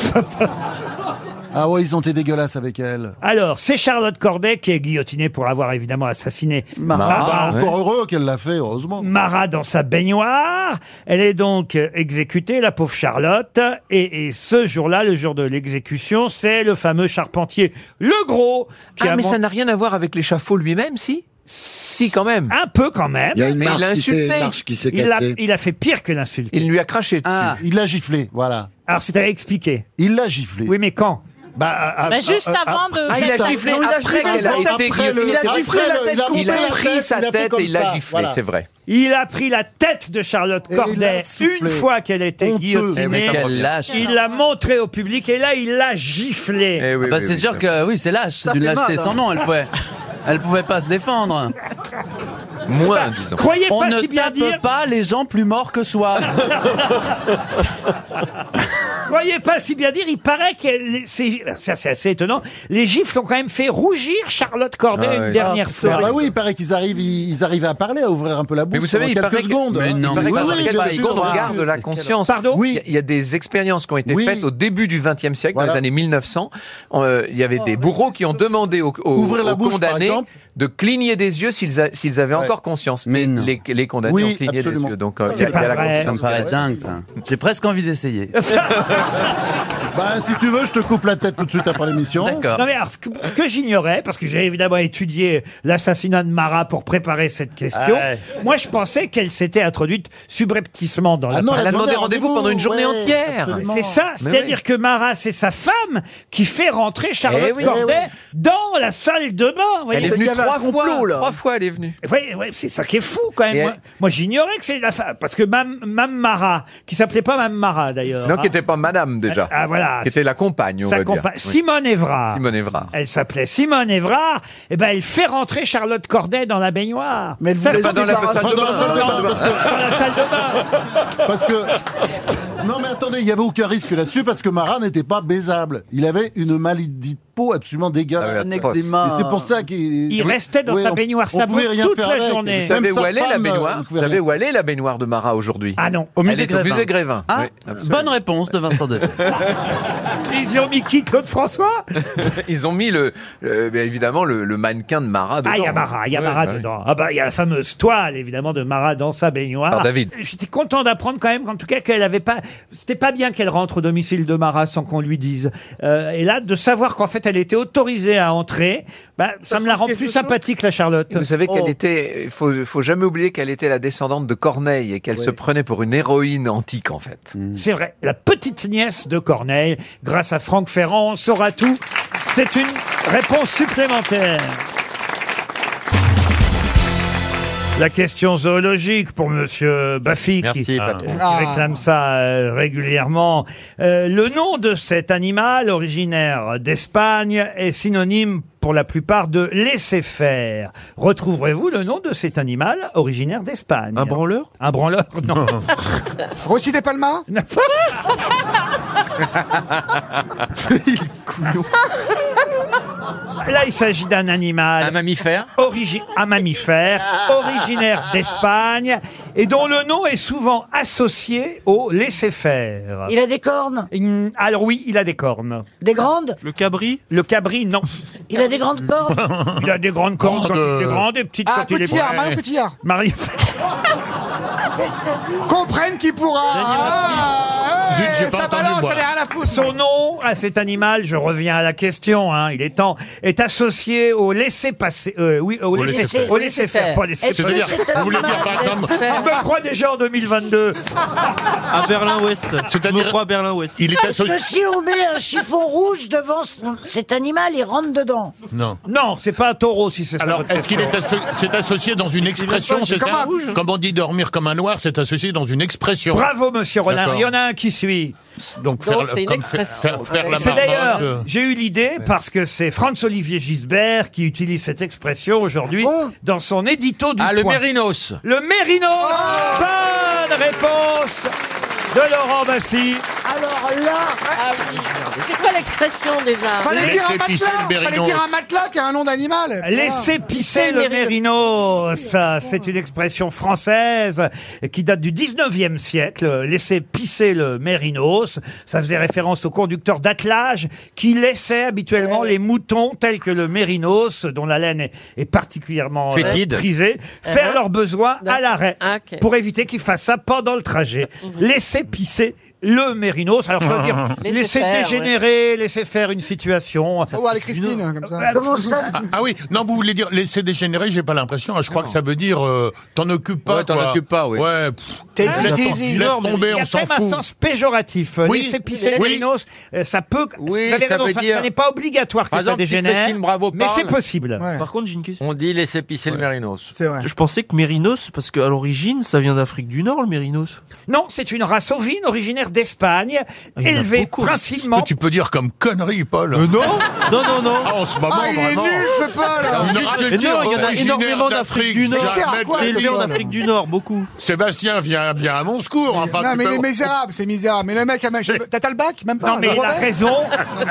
Ah ouais, ils ont été dégueulasses avec elle.
Alors, c'est Charlotte Corday qui est guillotinée pour avoir évidemment assassiné Marat.
Ah, bah, encore heureux qu'elle l'a fait, heureusement.
Marat dans sa baignoire. Elle est donc euh, exécutée, la pauvre Charlotte. Et, et ce jour-là, le jour de l'exécution, c'est le fameux charpentier Le Gros qui
Ah,
a
mais
mon-
ça n'a rien à voir avec l'échafaud lui-même, si Si, quand même.
Un peu quand même.
Il y a une Mais marche il l'a qui s'est- insulté. une marche qui s'est
il, a,
cassée. Ah.
il a fait pire que l'insulte. Il lui a craché dessus.
Il l'a giflé, voilà.
Alors, c'était à expliquer.
Il l'a giflé.
Oui, mais quand
bah,
Bah, juste avant de- Ah, il a giflé
après qu'elle a été guillotine. Il a giflé la tête coupée. Il a pris sa tête et il l'a giflé, c'est vrai.
Il a pris la tête de Charlotte
Et il l'a
Corday
soufflé.
une fois qu'elle était
Honteux.
guillotinée.
Eh oui, ça Quel lâche.
Il l'a montré au public et là, il l'a giflé.
Ah bah, c'est sûr que oui, c'est lâche, c'est
Ça
d'une
fait
lâcheté
mal,
sans
hein.
nom. Elle pouvait, elle pouvait pas se défendre.
Bah,
Moins, disons. Bah, croyez
On
pas
ne
si bien
tape
dire.
pas les gens plus morts que soi.
Croyez pas si bien dire, il paraît que les- c'est ça, c'est assez étonnant. Les gifles ont quand même fait rougir Charlotte Corday une dernière fois.
Ah bah oui, il paraît qu'ils arrivent, ils, ils arrivent à parler, à ouvrir un peu la bouche.
Mais vous savez,
pendant quelques
il paraît que-
secondes.
Mais non, mais
Oui,
par
oui,
quelques
bien sûr.
secondes, on garde la conscience.
Pardon
Oui. Il y a des expériences qui ont été
Oui.
faites au début du XXe siècle, dans
Voilà.
les années 1900. Euh, il y
Oh,
avait des bourreaux qui ont demandé aux, aux-
Ouvrir la
aux
bouche, par
condamnés
exemple.
de cligner des yeux s'ils a- s'ils avaient encore conscience. Mais les, les condamnés
Oui,
ont cligné
absolument.
des yeux. Donc, euh, il y
C'est
a- il y a
pas
la
vrai.
conscience.
Ça me paraît dingue, ça. J'ai presque envie d'essayer.
Bah, si tu veux, je te coupe la tête tout de suite après l'émission.
Non mais alors, ce que, ce que j'ignorais, parce que j'ai évidemment étudié l'assassinat de Marat pour préparer cette question,
Ah ouais.
moi je pensais qu'elle s'était introduite subrepticement dans la
Ah non, elle a Elle a demandé demandé rendez-vous rendez-vous, pendant une journée ouais, entière. absolument.
C'est ça,
Mais
c'est-à-dire que Marat, c'est sa femme qui fait rentrer Charlotte
Eh oui,
Corday
eh oui.
dans la salle de bain. vous voyez.
Elle est venue Il y avait trois un complots,
fois,
là. trois
fois elle est venue. c'est ça qui est fou quand même. Moi, moi, j'ignorais que c'est la femme, parce que Mme, Marat, qui s'appelait pas Mme Marat d'ailleurs.
Non,
hein.
qui n'était pas madame déjà.
Ah, voilà.
Qui était la compagne, on
Sa
va dire.
compa-
Oui.
Simone Évrard.
Simone Evrard.
Elle s'appelait Simone Évrard. Et ben, elle fait rentrer Charlotte Corday dans la baignoire. Mais
vous l'avez dit, Sarah,
Enfin, dans la salle de bain, parce que-
Dans la salle de bain.
Parce que. Non, mais attendez, il n'y avait aucun risque là-dessus parce que Marat n'était pas baisable. Il avait une maladie de peau absolument
Ah
dégueulasse.
Un eczéma.
Et c'est pour ça qu'il.
Il restait dans sa baignoire,
ça
ça brûle toute la journée.
Vous savez
Même
où
sa
elle est la
femme, euh,
baignoire
on
Vous
pouvait
savez
rien.
où elle est la baignoire de Marat aujourd'hui
Ah non.
Au musée Grévin. Au musée Grévin.
Ah,
Oui, absolument.
bonne réponse de Vincent Deff.
Ils ont mis qui Claude François
Ils ont mis le, le- bien évidemment le, le mannequin de Marat dedans.
Ah, il y a Marat, il y a
Ouais,
Marat
ouais.
dedans. Ah bah, il y a la fameuse toile, évidemment, de Marat dans sa baignoire.
Par David.
J'étais content d'apprendre quand même, qu'en tout cas, qu'elle avait pas... C'était pas bien qu'elle rentre au domicile de Marat sans qu'on lui dise. Euh, et là, de savoir qu'en fait, elle était autorisée à entrer, bah, ça me la rend plus sympathique, la Charlotte.
Vous savez
Oh.
Oh.
qu'elle était, il faut, faut jamais oublier qu'elle était la descendante de Corneille et qu'elle se prenait pour une héroïne antique en fait.
C'est vrai, la petite nièce de Corneille, grâce à Franck Ferrand, on saura tout. C'est une réponse supplémentaire. La question zoologique pour Monsieur Baffy qui, qui
Ah.
réclame ça euh, régulièrement. Euh, le nom de cet animal originaire d'Espagne est synonyme pour la plupart de laisser faire. Retrouverez-vous le nom de cet animal originaire d'Espagne Un branleur Un branleur Non.
Rossi des Palmas
Là, il s'agit d'un animal. Un mammifère Un mammifère, originaire d'Espagne, et dont le nom est souvent associé au laisser-faire.
Il a des cornes
Mm, Alors oui, il a des cornes.
Des grandes
Le cabri Le cabri, non.
Il a des grandes cornes
Il a des grandes cornes quand
Grande.
il est grand, des petites
Ah,
quand il est
Cotillard,
petit.
Marion Cotillard.
Marie...
Comprenne qui pourra Ah,
Zut, j'ai
eh,
pas
Ça
entendu,
balance,
moi.
j'en ai rien à foutre
Son nom à cet animal, je reviens à la question, hein, il est temps, est associé au laisser passer, euh, oui, au
Au
laisser,
laisser-faire.
au laisser faire, pas
Est-ce
laisser
que C'est-à-dire, c'est un vous voulez dire, par exemple- laisser-faire
bah, je me crois déjà en 2022.
À Berlin-Ouest. C'est-à-dire. à Berlin-Ouest.
Est-ce que si on met un chiffon rouge devant son- cet animal, il rentre dedans
Non. Non, c'est pas un taureau si c'est ça.
Alors,
votre
est-ce qu'il est,
question.
asso- c'est associé dans une expression,
pas,
c'est
c'est comme un
ça
rouge.
Comme on dit dormir comme un noir, c'est associé dans une expression.
Bravo, monsieur Rollin.
D'accord.
Il y en a un qui suit.
Donc, faire le- c'est une comme faire- expression. faire- faire la
Et C'est
marmotte,
d'ailleurs,
euh.
j'ai eu l'idée parce que c'est Franz-Olivier Gisbert qui utilise cette expression aujourd'hui dans son édito du
Ah, le
Point.
mérinos.
Le mérinos. Bonne réponse de Laurent Baffy.
Alors là,
Ah,
C'est quoi l'expression déjà
fallait dire un
Laissez pisser
matelas
le
Fallait
Bérinos.
dire un matelas qui a un nom d'animal
Laissez pisser le mérinos. Ça, C'est une expression française qui date du 19e siècle. Laissez pisser le mérinos. Ça faisait référence aux conducteurs d'attelage qui laissaient habituellement les moutons tels que le mérinos, dont la laine est, est particulièrement euh,
Fétide.
prisée, faire
Uh-huh.
leurs besoins à l'arrêt
Ok.
pour éviter qu'ils fassent ça pendant le trajet. Laissez pisser le mérinos. Alors, ça veut dire
Laissez
laissez
faire, ouais.
dégénérer, laissez faire une situation.
Oh, allez, Christine, comme
Euh,
ça.
ah, ah oui, non, vous voulez dire laisser dégénérer, j'ai pas l'impression. Ah, Je crois que ça veut dire euh, t'en occupe pas.
Ouais, t'en
quoi.
occupe pas, oui.
Ouais. pff,
T'es
Ah,
laisse- Laisse tomber,
Il y
on
a
s'en
quand même un
fout.
sens péjoratif. Euh,
Oui.
Laisser pisser le
Oui.
mérinos, euh, ça peut.
Oui,
vous avez
ça
raison,
veut dire-
ça n'est pas obligatoire que
Par
ça
exemple, petite
dégénère.
Christine Bravo
mais c'est
parle.
possible.
Par
contre, j'ai une question.
On dit laisser pisser le mérinos.
C'est vrai. Je pensais que Mérinos, parce qu'à l'origine, ça vient d'Afrique du Nord, le Mérinos.
Non, c'est une race ovine originaire d'Espagne,
Ah, Il y en a
élevée
beaucoup.
principalement.
Tu peux dire comme connerie, Paul.
Euh,
non.
non, non, non. en ce moment,
Ah, il est
vraiment.
nul, ce Paul
Une
Culture,
race
Mais non, il y en a
originaire
énormément d'Afrique du Nord.
jamais
Ça sert à quoi,
de
élevé
la
en
vie.
Afrique du Nord, beaucoup.
Sébastien, viens, viens à mon secours. Enfin,
non,
tu
mais
peux-
il est misérable, c'est misérable. Mais le mec, a même- t'as t'as le bac Même pas
Non, mais il a
Robert
raison.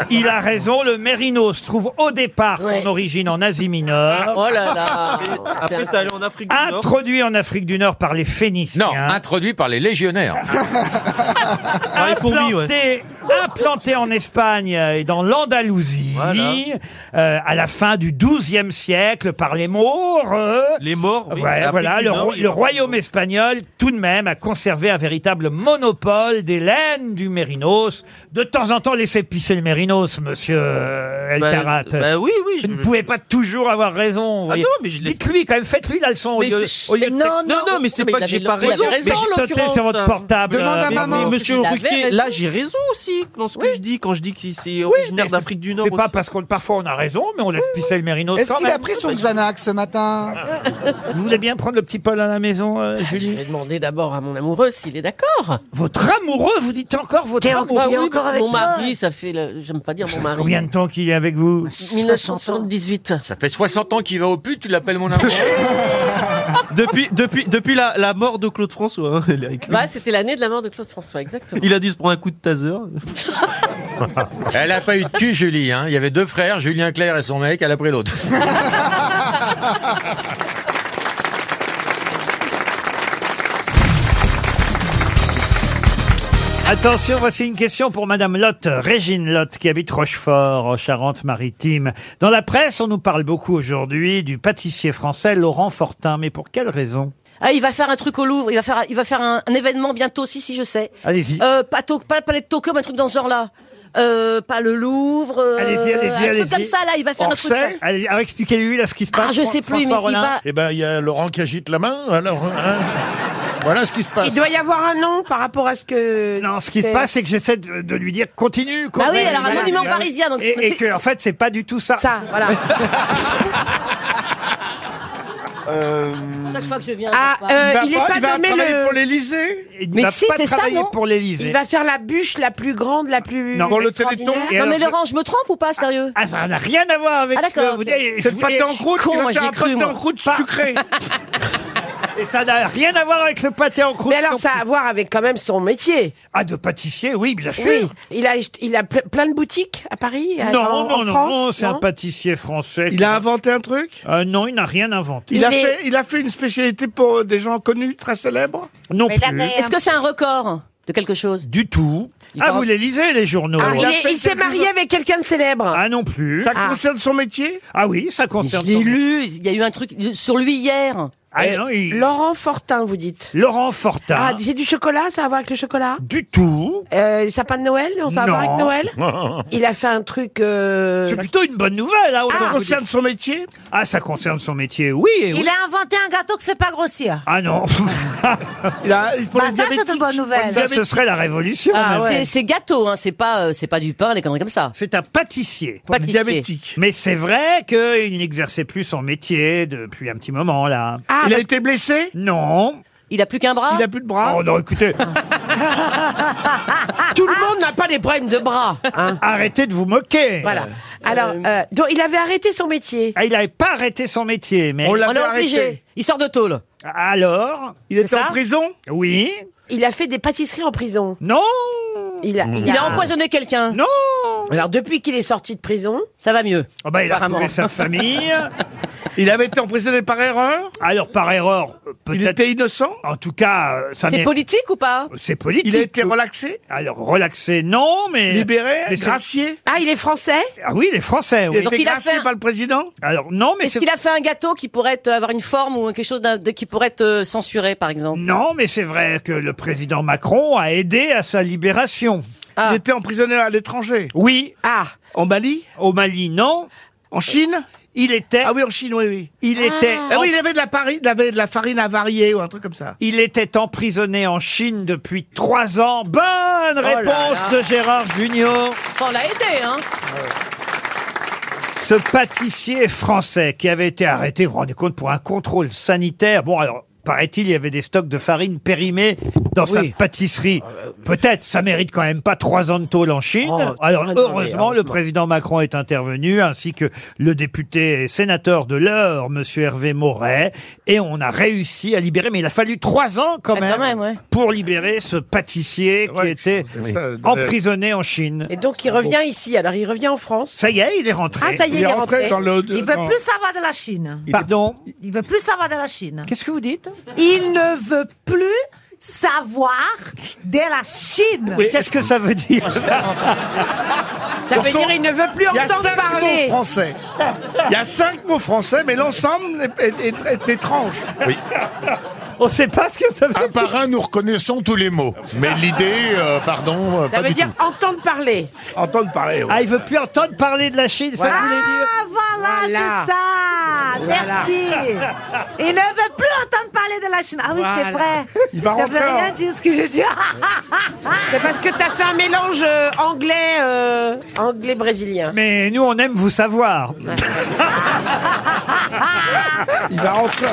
Il a raison. Le mérinos trouve au départ
Ouais.
son origine en Asie mineure.
Oh là là
Après, ça allait en Afrique du Nord.
Introduit en Afrique du Nord
Ah.
par les Phéniciens.
Introduit par les légionnaires.
implanté implanté en Espagne et dans l'Andalousie euh, à la fin du XIIe siècle par les Maures. euh,
Les Maures, oui.
Ouais,
Afrique
voilà,
du
le,
Nord,
roi-
il-
le royaume espagnol, tout de même, a conservé un véritable monopole des laines du mérinos. De temps en temps, laissez pisser le mérinos, monsieur euh, El
Bah,
Karat.
bah oui, oui,
Vous ne pouvez pas toujours avoir
Ah
raison. vous voyez. Dites-lui quand même, faites-lui la leçon. au
Mais
lieu-
c'est-
au lieu de-
Non, non, non, mais c'est
mais
pas
il
que Bah, j'ai
avait- il
pas
avait
raison.
raison, en
mais
l'occurrence. sur votre portable. Demande à
mais,
maman.
euh, mais monsieur
Il avait
Ruquier,
raison.
là j'ai raison aussi dans ce que je dis quand je dis que c'est- c'est originaire d'Afrique du Nord.
C'est pas parce qu'on parfois on a raison, mais on laisse pisser le mérinos.
Est-ce
quand
qu'il a
même.
Ah,
pris
ben,
son Xanax ce matin
Vous voulez bien prendre le petit Paul à la maison, euh, Julie
Je vais demander d'abord à mon amoureux s'il est d'accord.
Votre amoureux, vous dites encore votre
T'es en-
amoureux
bah oui,
encore avec
Mon
toi
mari, ça fait. le- J'aime pas dire mon mari.
Combien de temps qu'il est avec vous
1978.
Ça fait 60 ans qu'il va au pute, tu l'appelles mon amour.
Depuis, depuis, depuis la, la mort de Claude François, hein, elle est
Bah,
avec lui.
Ouais, Bah, c'était l'année de la mort de Claude François, exactement.
il a dû se prendre un coup de taser.
Elle a pas eu de cul, Julie. Hein. Il y avait deux frères, Julien Clerc et son mec, elle a pris l'autre.
Attention, voici une question pour Madame Lotte, Régine Lotte, qui habite Rochefort, en Charente-Maritime. Dans la presse, on nous parle beaucoup aujourd'hui du pâtissier français Laurent Fortin, mais pour quelle raison
Ah, il va faire un truc au Louvre, il va faire, il va faire un, un événement bientôt, si, si, je sais.
Allez-y.
Euh, pas, To- pas le palais de Tokyo, mais un truc dans ce genre-là. Euh, pas le Louvre. euh,
Allez-y, allez-y,
Un
allez-y.
truc comme ça, là, il va faire un truc. là.
Allez, alors expliquez-lui là ce qui se passe.
Ah, je sais plus, mais il va-
Eh ben, il y a Laurent qui agite la main, alors. hein. voilà ce qui se passe.
Il doit y avoir un nom par rapport à ce que.
Non, ce qui se passe, c'est que j'essaie de, de lui dire continue. quoi.
Bah oui,
Mais-
alors un
voilà.
monument parisien, donc c'est-
et, et que
c'est-
en fait, c'est pas du tout ça.
Ça, voilà.
Euh.
Chaque fois que je viens.
Ah,
je sais
euh,
pas.
il est pas nommé le.
l'Élysée. Il
Mais
va
si,
pas
c'est ça,
travailler
non
pour l'Élysée.
Il va faire la bûche la plus grande, la plus.
Non, pour le Téléthon.
extraordinaire.
Et alors,
Non, mais
je-
Laurent, je me trompe ou pas, sérieux
Ah, ça n'a rien à voir avec
Ah,
ce que
d'accord,
vous
ok.
dites. Et je
C'est le
voulais-
pâté en
je suis
croûte,
con,
il va
moi,
faire
j'ai
un
cru,
pâté
moi.
en croûte
Pas-
sucré.
Et ça n'a rien à voir avec le pâté en croûte.
Mais alors, ça a à voir avec quand même son métier.
Ah, de pâtissier, oui, bien sûr.
Oui, il a, il a ple- plein de boutiques à Paris à-
Non,
en,
non,
en
non,
France,
non, c'est un
non
pâtissier français. Il a inventé un truc Non, il n'a rien inventé.
Il a Mais- fait-
il a fait une spécialité pour euh, des gens connus, très célèbres Non
Mais là,
plus.
Est-ce que c'est un record de quelque chose
Du tout. Ah, vous les lisez, les journaux
Ah, il est- il s'est marié avec quelqu'un de célèbre.
Ah non plus.
Ça Ah. concerne
son métier Ah oui, ça concerne
Je l'ai
son
lu, il y a eu un truc sur lui hier.
Ah, non, il-
Eh, Laurent Fortin, vous dites.
Laurent Fortin.
Ah, c'est du chocolat, ça a à voir avec le chocolat
Du tout.
Euh, sapin de Noël, on ça a à voir avec
Non.
Noël Il a fait un truc. euh,
C'est plutôt une bonne nouvelle. Hein,
Ah. Ça concerne
son métier Ah, ça concerne son métier, oui. et oui.
Il a inventé un gâteau qui fait pas grossir.
Ah non
Bah les ça, c'est diabétiques. une bonne nouvelle.
Ça, ce serait la révolution.
Ah,
même.
c'est- C'est gâteau, hein, c'est pas, euh, c'est pas du pain, des conneries comme ça.
C'est un pâtissier.
Pâtissier.
Mais c'est vrai qu'il n'exerçait plus son métier depuis un petit moment, là.
Il a
été blessé Non.
Il a plus qu'un bras
Il a plus de bras Oh non, écoutez,
Tout le monde n'a pas des problèmes de bras. hein.
arrêtez de vous moquer.
Voilà. Alors, euh, donc il avait arrêté son métier.
Ah, il n'avait pas arrêté son métier, mais...
On l'a obligé. Il sort de tôle.
Alors Il
était en ça prison
Oui.
Il a fait des pâtisseries en prison.
Non Ah.
Il a,
Il a empoisonné quelqu'un.
Non
Alors, depuis qu'il est sorti de prison,
ça va mieux.
Oh Ah bah, il a
Apparemment.
retrouvé sa famille. Il avait été emprisonné par erreur Alors, par erreur, euh, peut-être... Il était innocent En tout cas, euh, ça
C'est
n'est- Euh,
politique ou pas
C'est politique.
Il a été
relaxé Alors, relaxé, non, mais...
Libéré,
mais c'est-
gracié Ah, il est français
Ah oui, les Français, oui.
Donc il a fait un-
le président Alors, non, mais
Est-ce
c'est...
qu'il a fait un gâteau qui pourrait être- euh, avoir une forme ou quelque chose d'un- de- qui pourrait être euh, censuré, par exemple
Non, mais c'est vrai que le président Macron a aidé à sa libération.
Ah.
Il était emprisonné à l'étranger Oui.
Ah
En Mali Au Mali, non. En Chine Il était... Ah oui, en Chine, oui, oui. Il était...
Ah oui,
en-
il avait de la, pari- il avait de la farine avariée ou un truc comme ça.
Il était emprisonné en Chine depuis trois ans. Bonne Oh
là
réponse
là.
de Gérard Junior.
Enfin, on l'a aidé, hein
Ce pâtissier français qui avait été arrêté, vous vous rendez compte, pour un contrôle sanitaire. Bon, alors, paraît-il, il y avait des stocks de farine périmée dans
Oui. Ah, bah,
sa pâtisserie. Peut-être, ça mérite quand même pas trois ans de tôle en Chine. alors,
ah non, mais
heureusement, le
heureusement.
président Macron est intervenu, ainsi que le député et sénateur de l'Eure, monsieur Hervé Moret. Et on a réussi à libérer, mais il a fallu trois ans Ah, quand même, pour libérer ce pâtissier qui était
c'est ça, euh,
emprisonné en Chine.
Et donc, il revient ici. Alors, il revient en France.
Ça y est, il est rentré.
Ah, ça y est, il est rentré. Il veut Plus ça va de la Chine.
Pardon
Il veut plus ça va de la Chine.
Qu'est-ce que vous dites
Il ne veut plus
savoir de la Chine.
Mais Qu'est-ce que ça veut dire
Ça veut dire il ne veut plus
Il y a
entendre
cinq
parler.
mots français. Il y a cinq mots français, mais l'ensemble est, est- est- est étrange.
Oui.
On ne sait pas ce que ça veut
Un par un, nous reconnaissons tous les mots. Mais l'idée, euh, pardon, euh,
Ça
pas
veut
du
dire
tout.
entendre parler.
Entendre parler.
Ah, il veut plus entendre parler de la Chine, ça
ah,
voulait dire.
voilà,
Voilà.
c'est ça
Voilà.
Merci Il ne veut plus entendre parler de la Chine. Ah oui, c'est
Voilà.
vrai
Il va
Ça veut
rentrer en-
rien dire ce que je dis.
C'est parce que t'as fait un mélange euh, anglais, euh, anglais-brésilien.
Mais nous, on aime vous savoir.
Il va rentrer.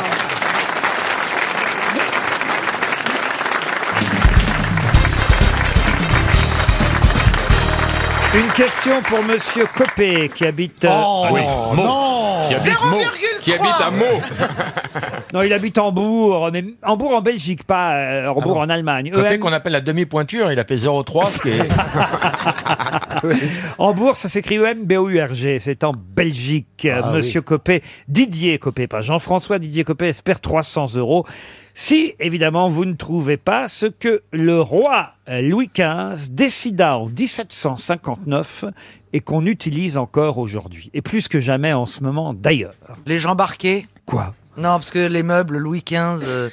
Une question pour Monsieur Copé qui habite. euh,
Oh, oui. Meaux. Qui habite Meaux. Qui habite à Meaux.
Non, il habite Hambourg, mais Hambourg en Belgique, pas euh, Hambourg en Allemagne. E
Côté
EM
Ah qu'on appelle la demi-pointure, il a fait 0,3, ce qui est...
Hambourg, ça s'écrit E E-M-B-O-U-R-G. C'est en Belgique.
Ah
Monsieur
oui.
Copé, Didier Copé, pas Jean-François, Didier Copé espère 300 euros. Si, évidemment, vous ne trouvez pas ce que le roi euh, Louis XV décida en 1759 et qu'on utilise encore aujourd'hui. Et plus que jamais en ce moment, d'ailleurs.
Les gens barqués
Quoi
Non, parce que les meubles Louis XV. euh,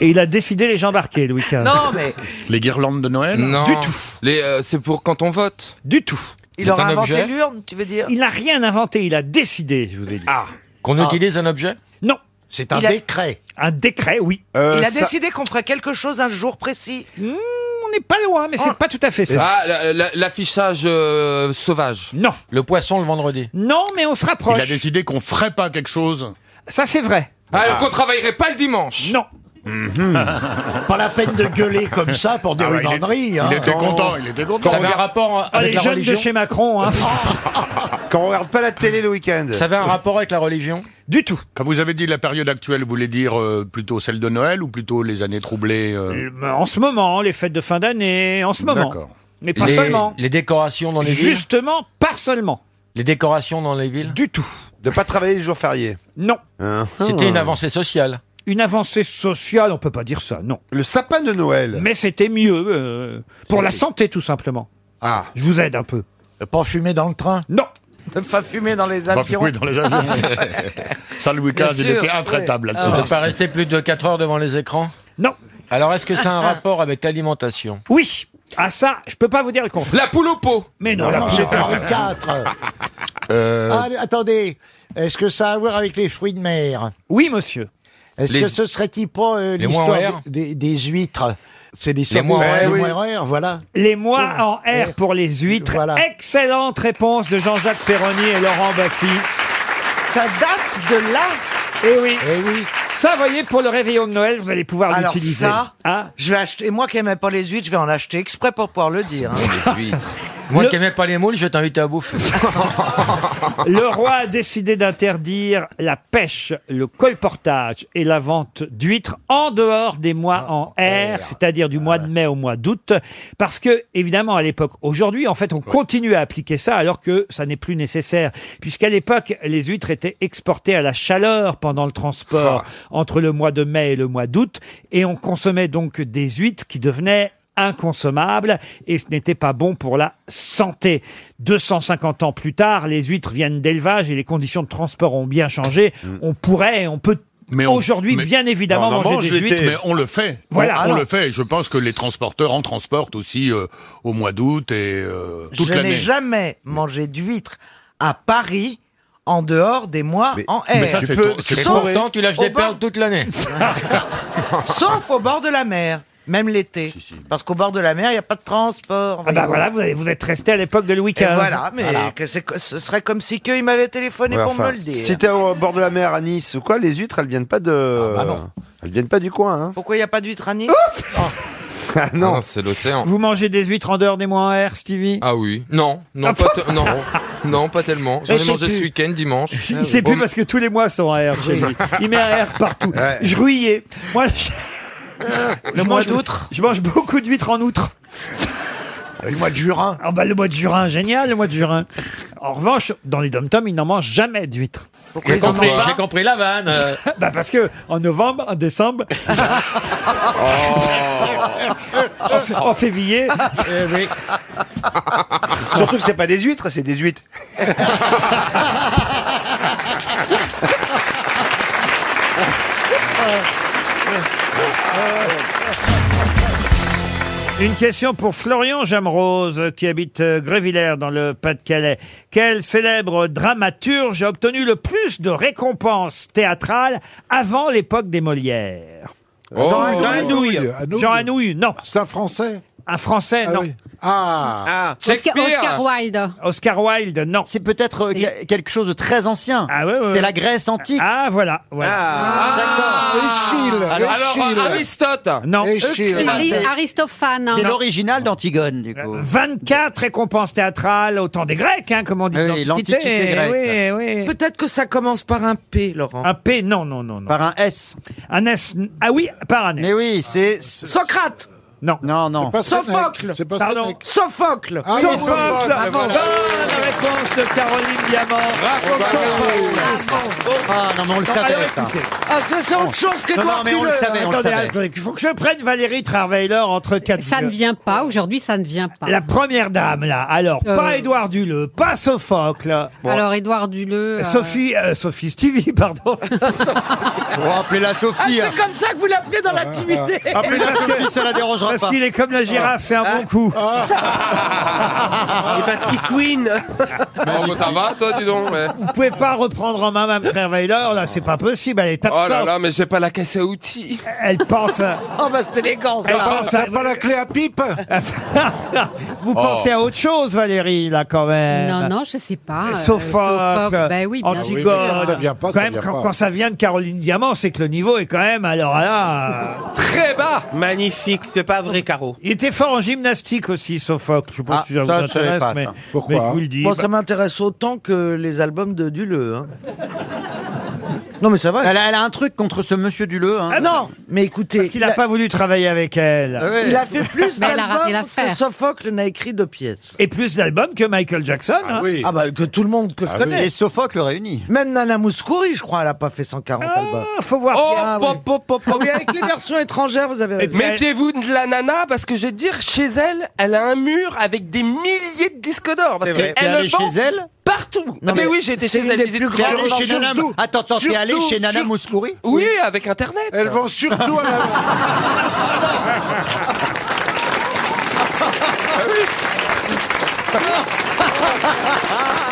Et il a décidé les gens barqués, Louis XV.
Non, mais
Les guirlandes de Noël
Non.
Du tout.
Les, euh, c'est pour quand on vote.
Du tout.
il aura inventé l'urne, tu veux dire
Il n'a rien inventé, il a décidé, je vous ai dit. Ah
Qu'on utilise un objet
Non.
C'est
un Il a- décret.
Un décret, oui.
Il a décidé qu'on ferait quelque chose un jour précis.
Hmm,
Oh.
on n'est pas loin, mais c'est pas tout à fait ça.
Ah, la- la- l'affichage euh, sauvage.
Non.
Le poisson le vendredi.
Non, mais on se rapproche.
Il a décidé qu'on ferait pas quelque chose.
Ça, c'est vrai.
Ah, qu'on travaillerait pas le dimanche.
Non.
Mhm.
Pas la peine de gueuler comme ça pour dire
Ah ouais,
une
il est-
ânerie, hein.
il était
Quand-
content, il était content.
Quand
Ça avait
on
un
regarde-
rapport
Ah, les
avec la
jeunes de
religion
chez Macron, hein.
Quand on regarde pas la télé le week-end.
Ça avait un rapport avec la religion
Du tout.
Quand Ah, vous avez dit la période actuelle, vous voulez dire euh, plutôt celle de Noël ou plutôt les années troublées euh
Mais En ce moment, les fêtes de fin d'année, en ce moment.
D'accord.
Mais pas
les,
seulement.
Les décorations dans les villes
Justement, pas seulement.
Les décorations dans les villes
Du tout.
De pas travailler les jours fériés.
Non. Ah.
C'était une avancée sociale.
Une avancée sociale, on peut pas dire ça, non.
Le sapin de Noël.
Mais c'était mieux euh, pour la santé, tout simplement.
Ah.
Je vous aide un peu.
Pas fumer dans le train
Non.
De pas fumer dans les
Bah,
avions.
oui, dans les avions. Ça, Louis
Bien
XV, il
sûr,
était intraitable
Vous
là-dessus.
Ah
n'êtes pas resté plus de 4 heures devant les écrans
Non.
Alors est-ce que ça a un rapport avec l'alimentation
Oui. Ah ça, je peux pas vous dire le contraire.
La poule au pot.
Mais non,
Non,
la
non,
poule-
c'était Henri IV.
Euh,
Euh,
Ah, attendez, est-ce que ça a à voir avec les fruits de mer
Oui, monsieur.
Est-ce
Les-
que ce serait-il pas euh,
Les
l'histoire
moirères
des, des- des huîtres C'est l'histoire
Les
des-
moirères,
des
oui.
moirères, voilà.
Les mois en R pour les huîtres. Excellente réponse de Jean-Jacques Perroni et Laurent Baffy.
Ça date de là.
Eh oui. Ça, voyez, pour le réveillon de Noël, vous allez pouvoir
Alors
l'utiliser.
ça,
Ah.
je vais acheter. Moi qui aimais pas les huîtres, je vais en acheter exprès pour pouvoir
Ah,
le dire. hein.
Moi qui aimais pas les moules, je t'invite à bouffer.
Le roi a décidé d'interdire la pêche, le colportage et la vente d'huîtres en dehors des mois en R, c'est-à-dire du mois de mai au mois d'août, parce que, évidemment, à l'époque, aujourd'hui, en fait, on continue à appliquer ça alors que ça n'est plus nécessaire, puisqu'à l'époque, les huîtres étaient exportées à la chaleur pendant le transport entre le mois de mai et le mois d'août, et on consommait donc des huîtres qui devenaient inconsommable et ce n'était pas bon pour la santé. 250 ans plus tard, les huîtres viennent d'élevage et les conditions de transport ont bien changé. On pourrait, on peut
Mais on-
aujourd'hui
mais-
bien évidemment
Non, non,
manger
mange
des
les
huîtres.
thés. Mais on le fait.
Voilà.
On, on
Ah,
le
non.
fait. Et je pense que les transporteurs en transportent aussi euh, au mois d'août et euh, toute
je n'ai
l'année.
jamais mangé d'huîtres à Paris en dehors des mois en R.
mais ça, Tu c'est peux- ton- c'est
Et
Sauf
pourtant, tu lâches
au
des
bord-
perles toute l'année.
Sauf au bord de la mer, même l'été. Parce qu'au bord de la mer, il n'y a pas de transport.
Ah bah voilà, vous, avez- vous êtes resté à l'époque de Louis
Et
XV.
voilà, mais
Voilà.
que c'est- que ce serait comme si qu'eux, ils m'avaient téléphoné
Ouais,
pour
enfin,
me le dire.
Si t'es au bord de la mer à Nice ou quoi, les huîtres, elles viennent pas de.
Ah bah non.
Elles viennent pas du coin, hein.
Pourquoi il n'y a pas d'huîtres à Nice
Ah non.
Ah c'est l'océan.
Vous mangez des huîtres en dehors des mois en R, Stevie
Ah oui. Non, non,
Ah,
pas,
paf
te- non, non, pas tellement. J'en
Et
ai
c'est
mangé ce
Eh, plus.
week-end,
Ah
dimanche.
Il sait plus parce que tous les mois sont en R chez lui. Il met un R partout. Je ruillais. Moi, je... je
mois
mange-
d'outre.
Je mange beaucoup d'huîtres en outre.
Le mois de Jurin.
Ah bah le mois de Jurin, génial le mois de Jurin. En revanche, dans les dom-toms, ils n'en mangent jamais d'huîtres.
J'ai compris, j'ai compris la vanne. euh.
Bah parce que en novembre, en décembre, en, fé- en février,
Surtout que c'est pas des huîtres, c'est des huîtres.
Une question pour Florian Jamrose, euh, qui habite euh, Grévillers dans le Pas-de-Calais. Quel célèbre dramaturge a obtenu le plus de récompenses théâtrales avant l'époque des Molières
Oh, Jean Jean Anouilh. Anouilh.
Jean Anouilh, non.
C'est un Français
Un Français, non.
Ah,
Wilde.
Oscar Wilde, non.
C'est peut-être euh, que- quelque chose de très ancien. C'est la Grèce antique.
Ah, voilà.
Ah.
D'accord.
Alors, euh, Aristote
Non.
Ah,
Aristophane. C'est l'original d'Antigone, du coup.
24 Euh, récompenses théâtrales au temps des Grecs, hein, comme on dit dans l'Antiquité.
l'Antiquité
Eh
grecque.
oui, eh oui. Peut-être que ça commence par un P, Laurent. Un P, non, non, non. non.
Par un S.
Un S. Ah oui, par un S.
Mais oui, Ah, c'est. Socrate
Non.
Non, non.
Sophocle
C'est pas
Pardon
Sophocle
Ah oui,
Sophocle
Sophocle,
Bonne
bravo.
réponse de Caroline Diamant
Ah non, mais on le
Non,
savait,
alors,
ça.
écoutez.
Ah, ça, c'est autre chose que Non, toi, non, mais tu on le le- savait, on le
Attendez,
savait.
attendez, il faut que je prenne Valérie Travailer entre quatre
Ça ne
yeux.
vient pas, aujourd'hui ça ne vient pas.
La première dame, là. Alors,
Euh.
pas Édouard Duleux, pas Sophocle. Bon.
Alors, Édouard Duleux. euh,
Sophie, euh, Sophie Stevie, pardon.
On va appeler la Sophie.
hein.
C'est comme ça que vous l'appelez dans l'activité.
Ah, parce qu'il est comme la girafe, c'est un bon coup. Queen.
Bon, Ah. bah, ça va, toi, dis donc ouais.
Vous pouvez pas reprendre en main Mme Trevailer, là, c'est pas possible, elle est
Oh là
absente.
là, mais j'ai pas la caisse à outils.
Elle pense à...
Oh bah c'est élégant.
Elle pense
Ah,
à...
la clé à pipe
Oh.
Vous pensez à autre chose, Valérie, là, quand même.
Non, non, je sais pas. euh,
Sophocle,
Sophocle, ben oui, bien sûr.
Antigone.
Ah Ça vient pas,
quand
ça
même,
vient
quand,
pas.
quand ça vient de Caroline Diamant, c'est que le niveau est quand même, alors là.
Très bas
Magnifique, c'est pas vrai, Caro. Il était fort en gymnastique aussi, Sophocle. Je pense
Ah,
que ça vous
ça, je savais
intéresse,
pas,
mais,
ça.
mais je vous le dis.
Moi, ça
bah-
m'intéresse autant que les albums de Duleux. hein. non, mais ça va.
Elle a, elle a un truc contre ce monsieur Duleux. Hein. Ah
Ah non, mais écoutez.
Parce qu'il n'a pas voulu travailler avec elle.
Il a fait plus
Mais elle a raté
d'albums que
l'affaire.
Sophocle n'a écrit de pièces.
Et plus d'albums que Michael Jackson. hein.
Ah bah que tout le monde que je connais.
Et Sophocle réuni.
Même Nana Mouskouri, je crois, elle a pas fait 140 albums.
Ah, faut voir.
Oh,
Ah, oui.
pop, pop, pop,
Ah
pop.
oui, avec les versions étrangères, vous avez raison.
Méfiez-vous de la nana, parce que je vais te dire, chez elle, elle a un mur avec des milliers de disques d'or. Parce
C'est vrai.
qu'elle
T'es allé
le vend
chez elle
Partout Ah,
Non,
mais,
mais
oui, j'ai été
c'est
chez
une
elle
des
visite
plus grandes
privée.
T'es allé chez Nana-
Surtout-
Attends, attends, t'es allé
surtout-
chez Nana
sur-
Mouskouri
Oui, avec Internet.
Elle vend surtout à la...
Ah.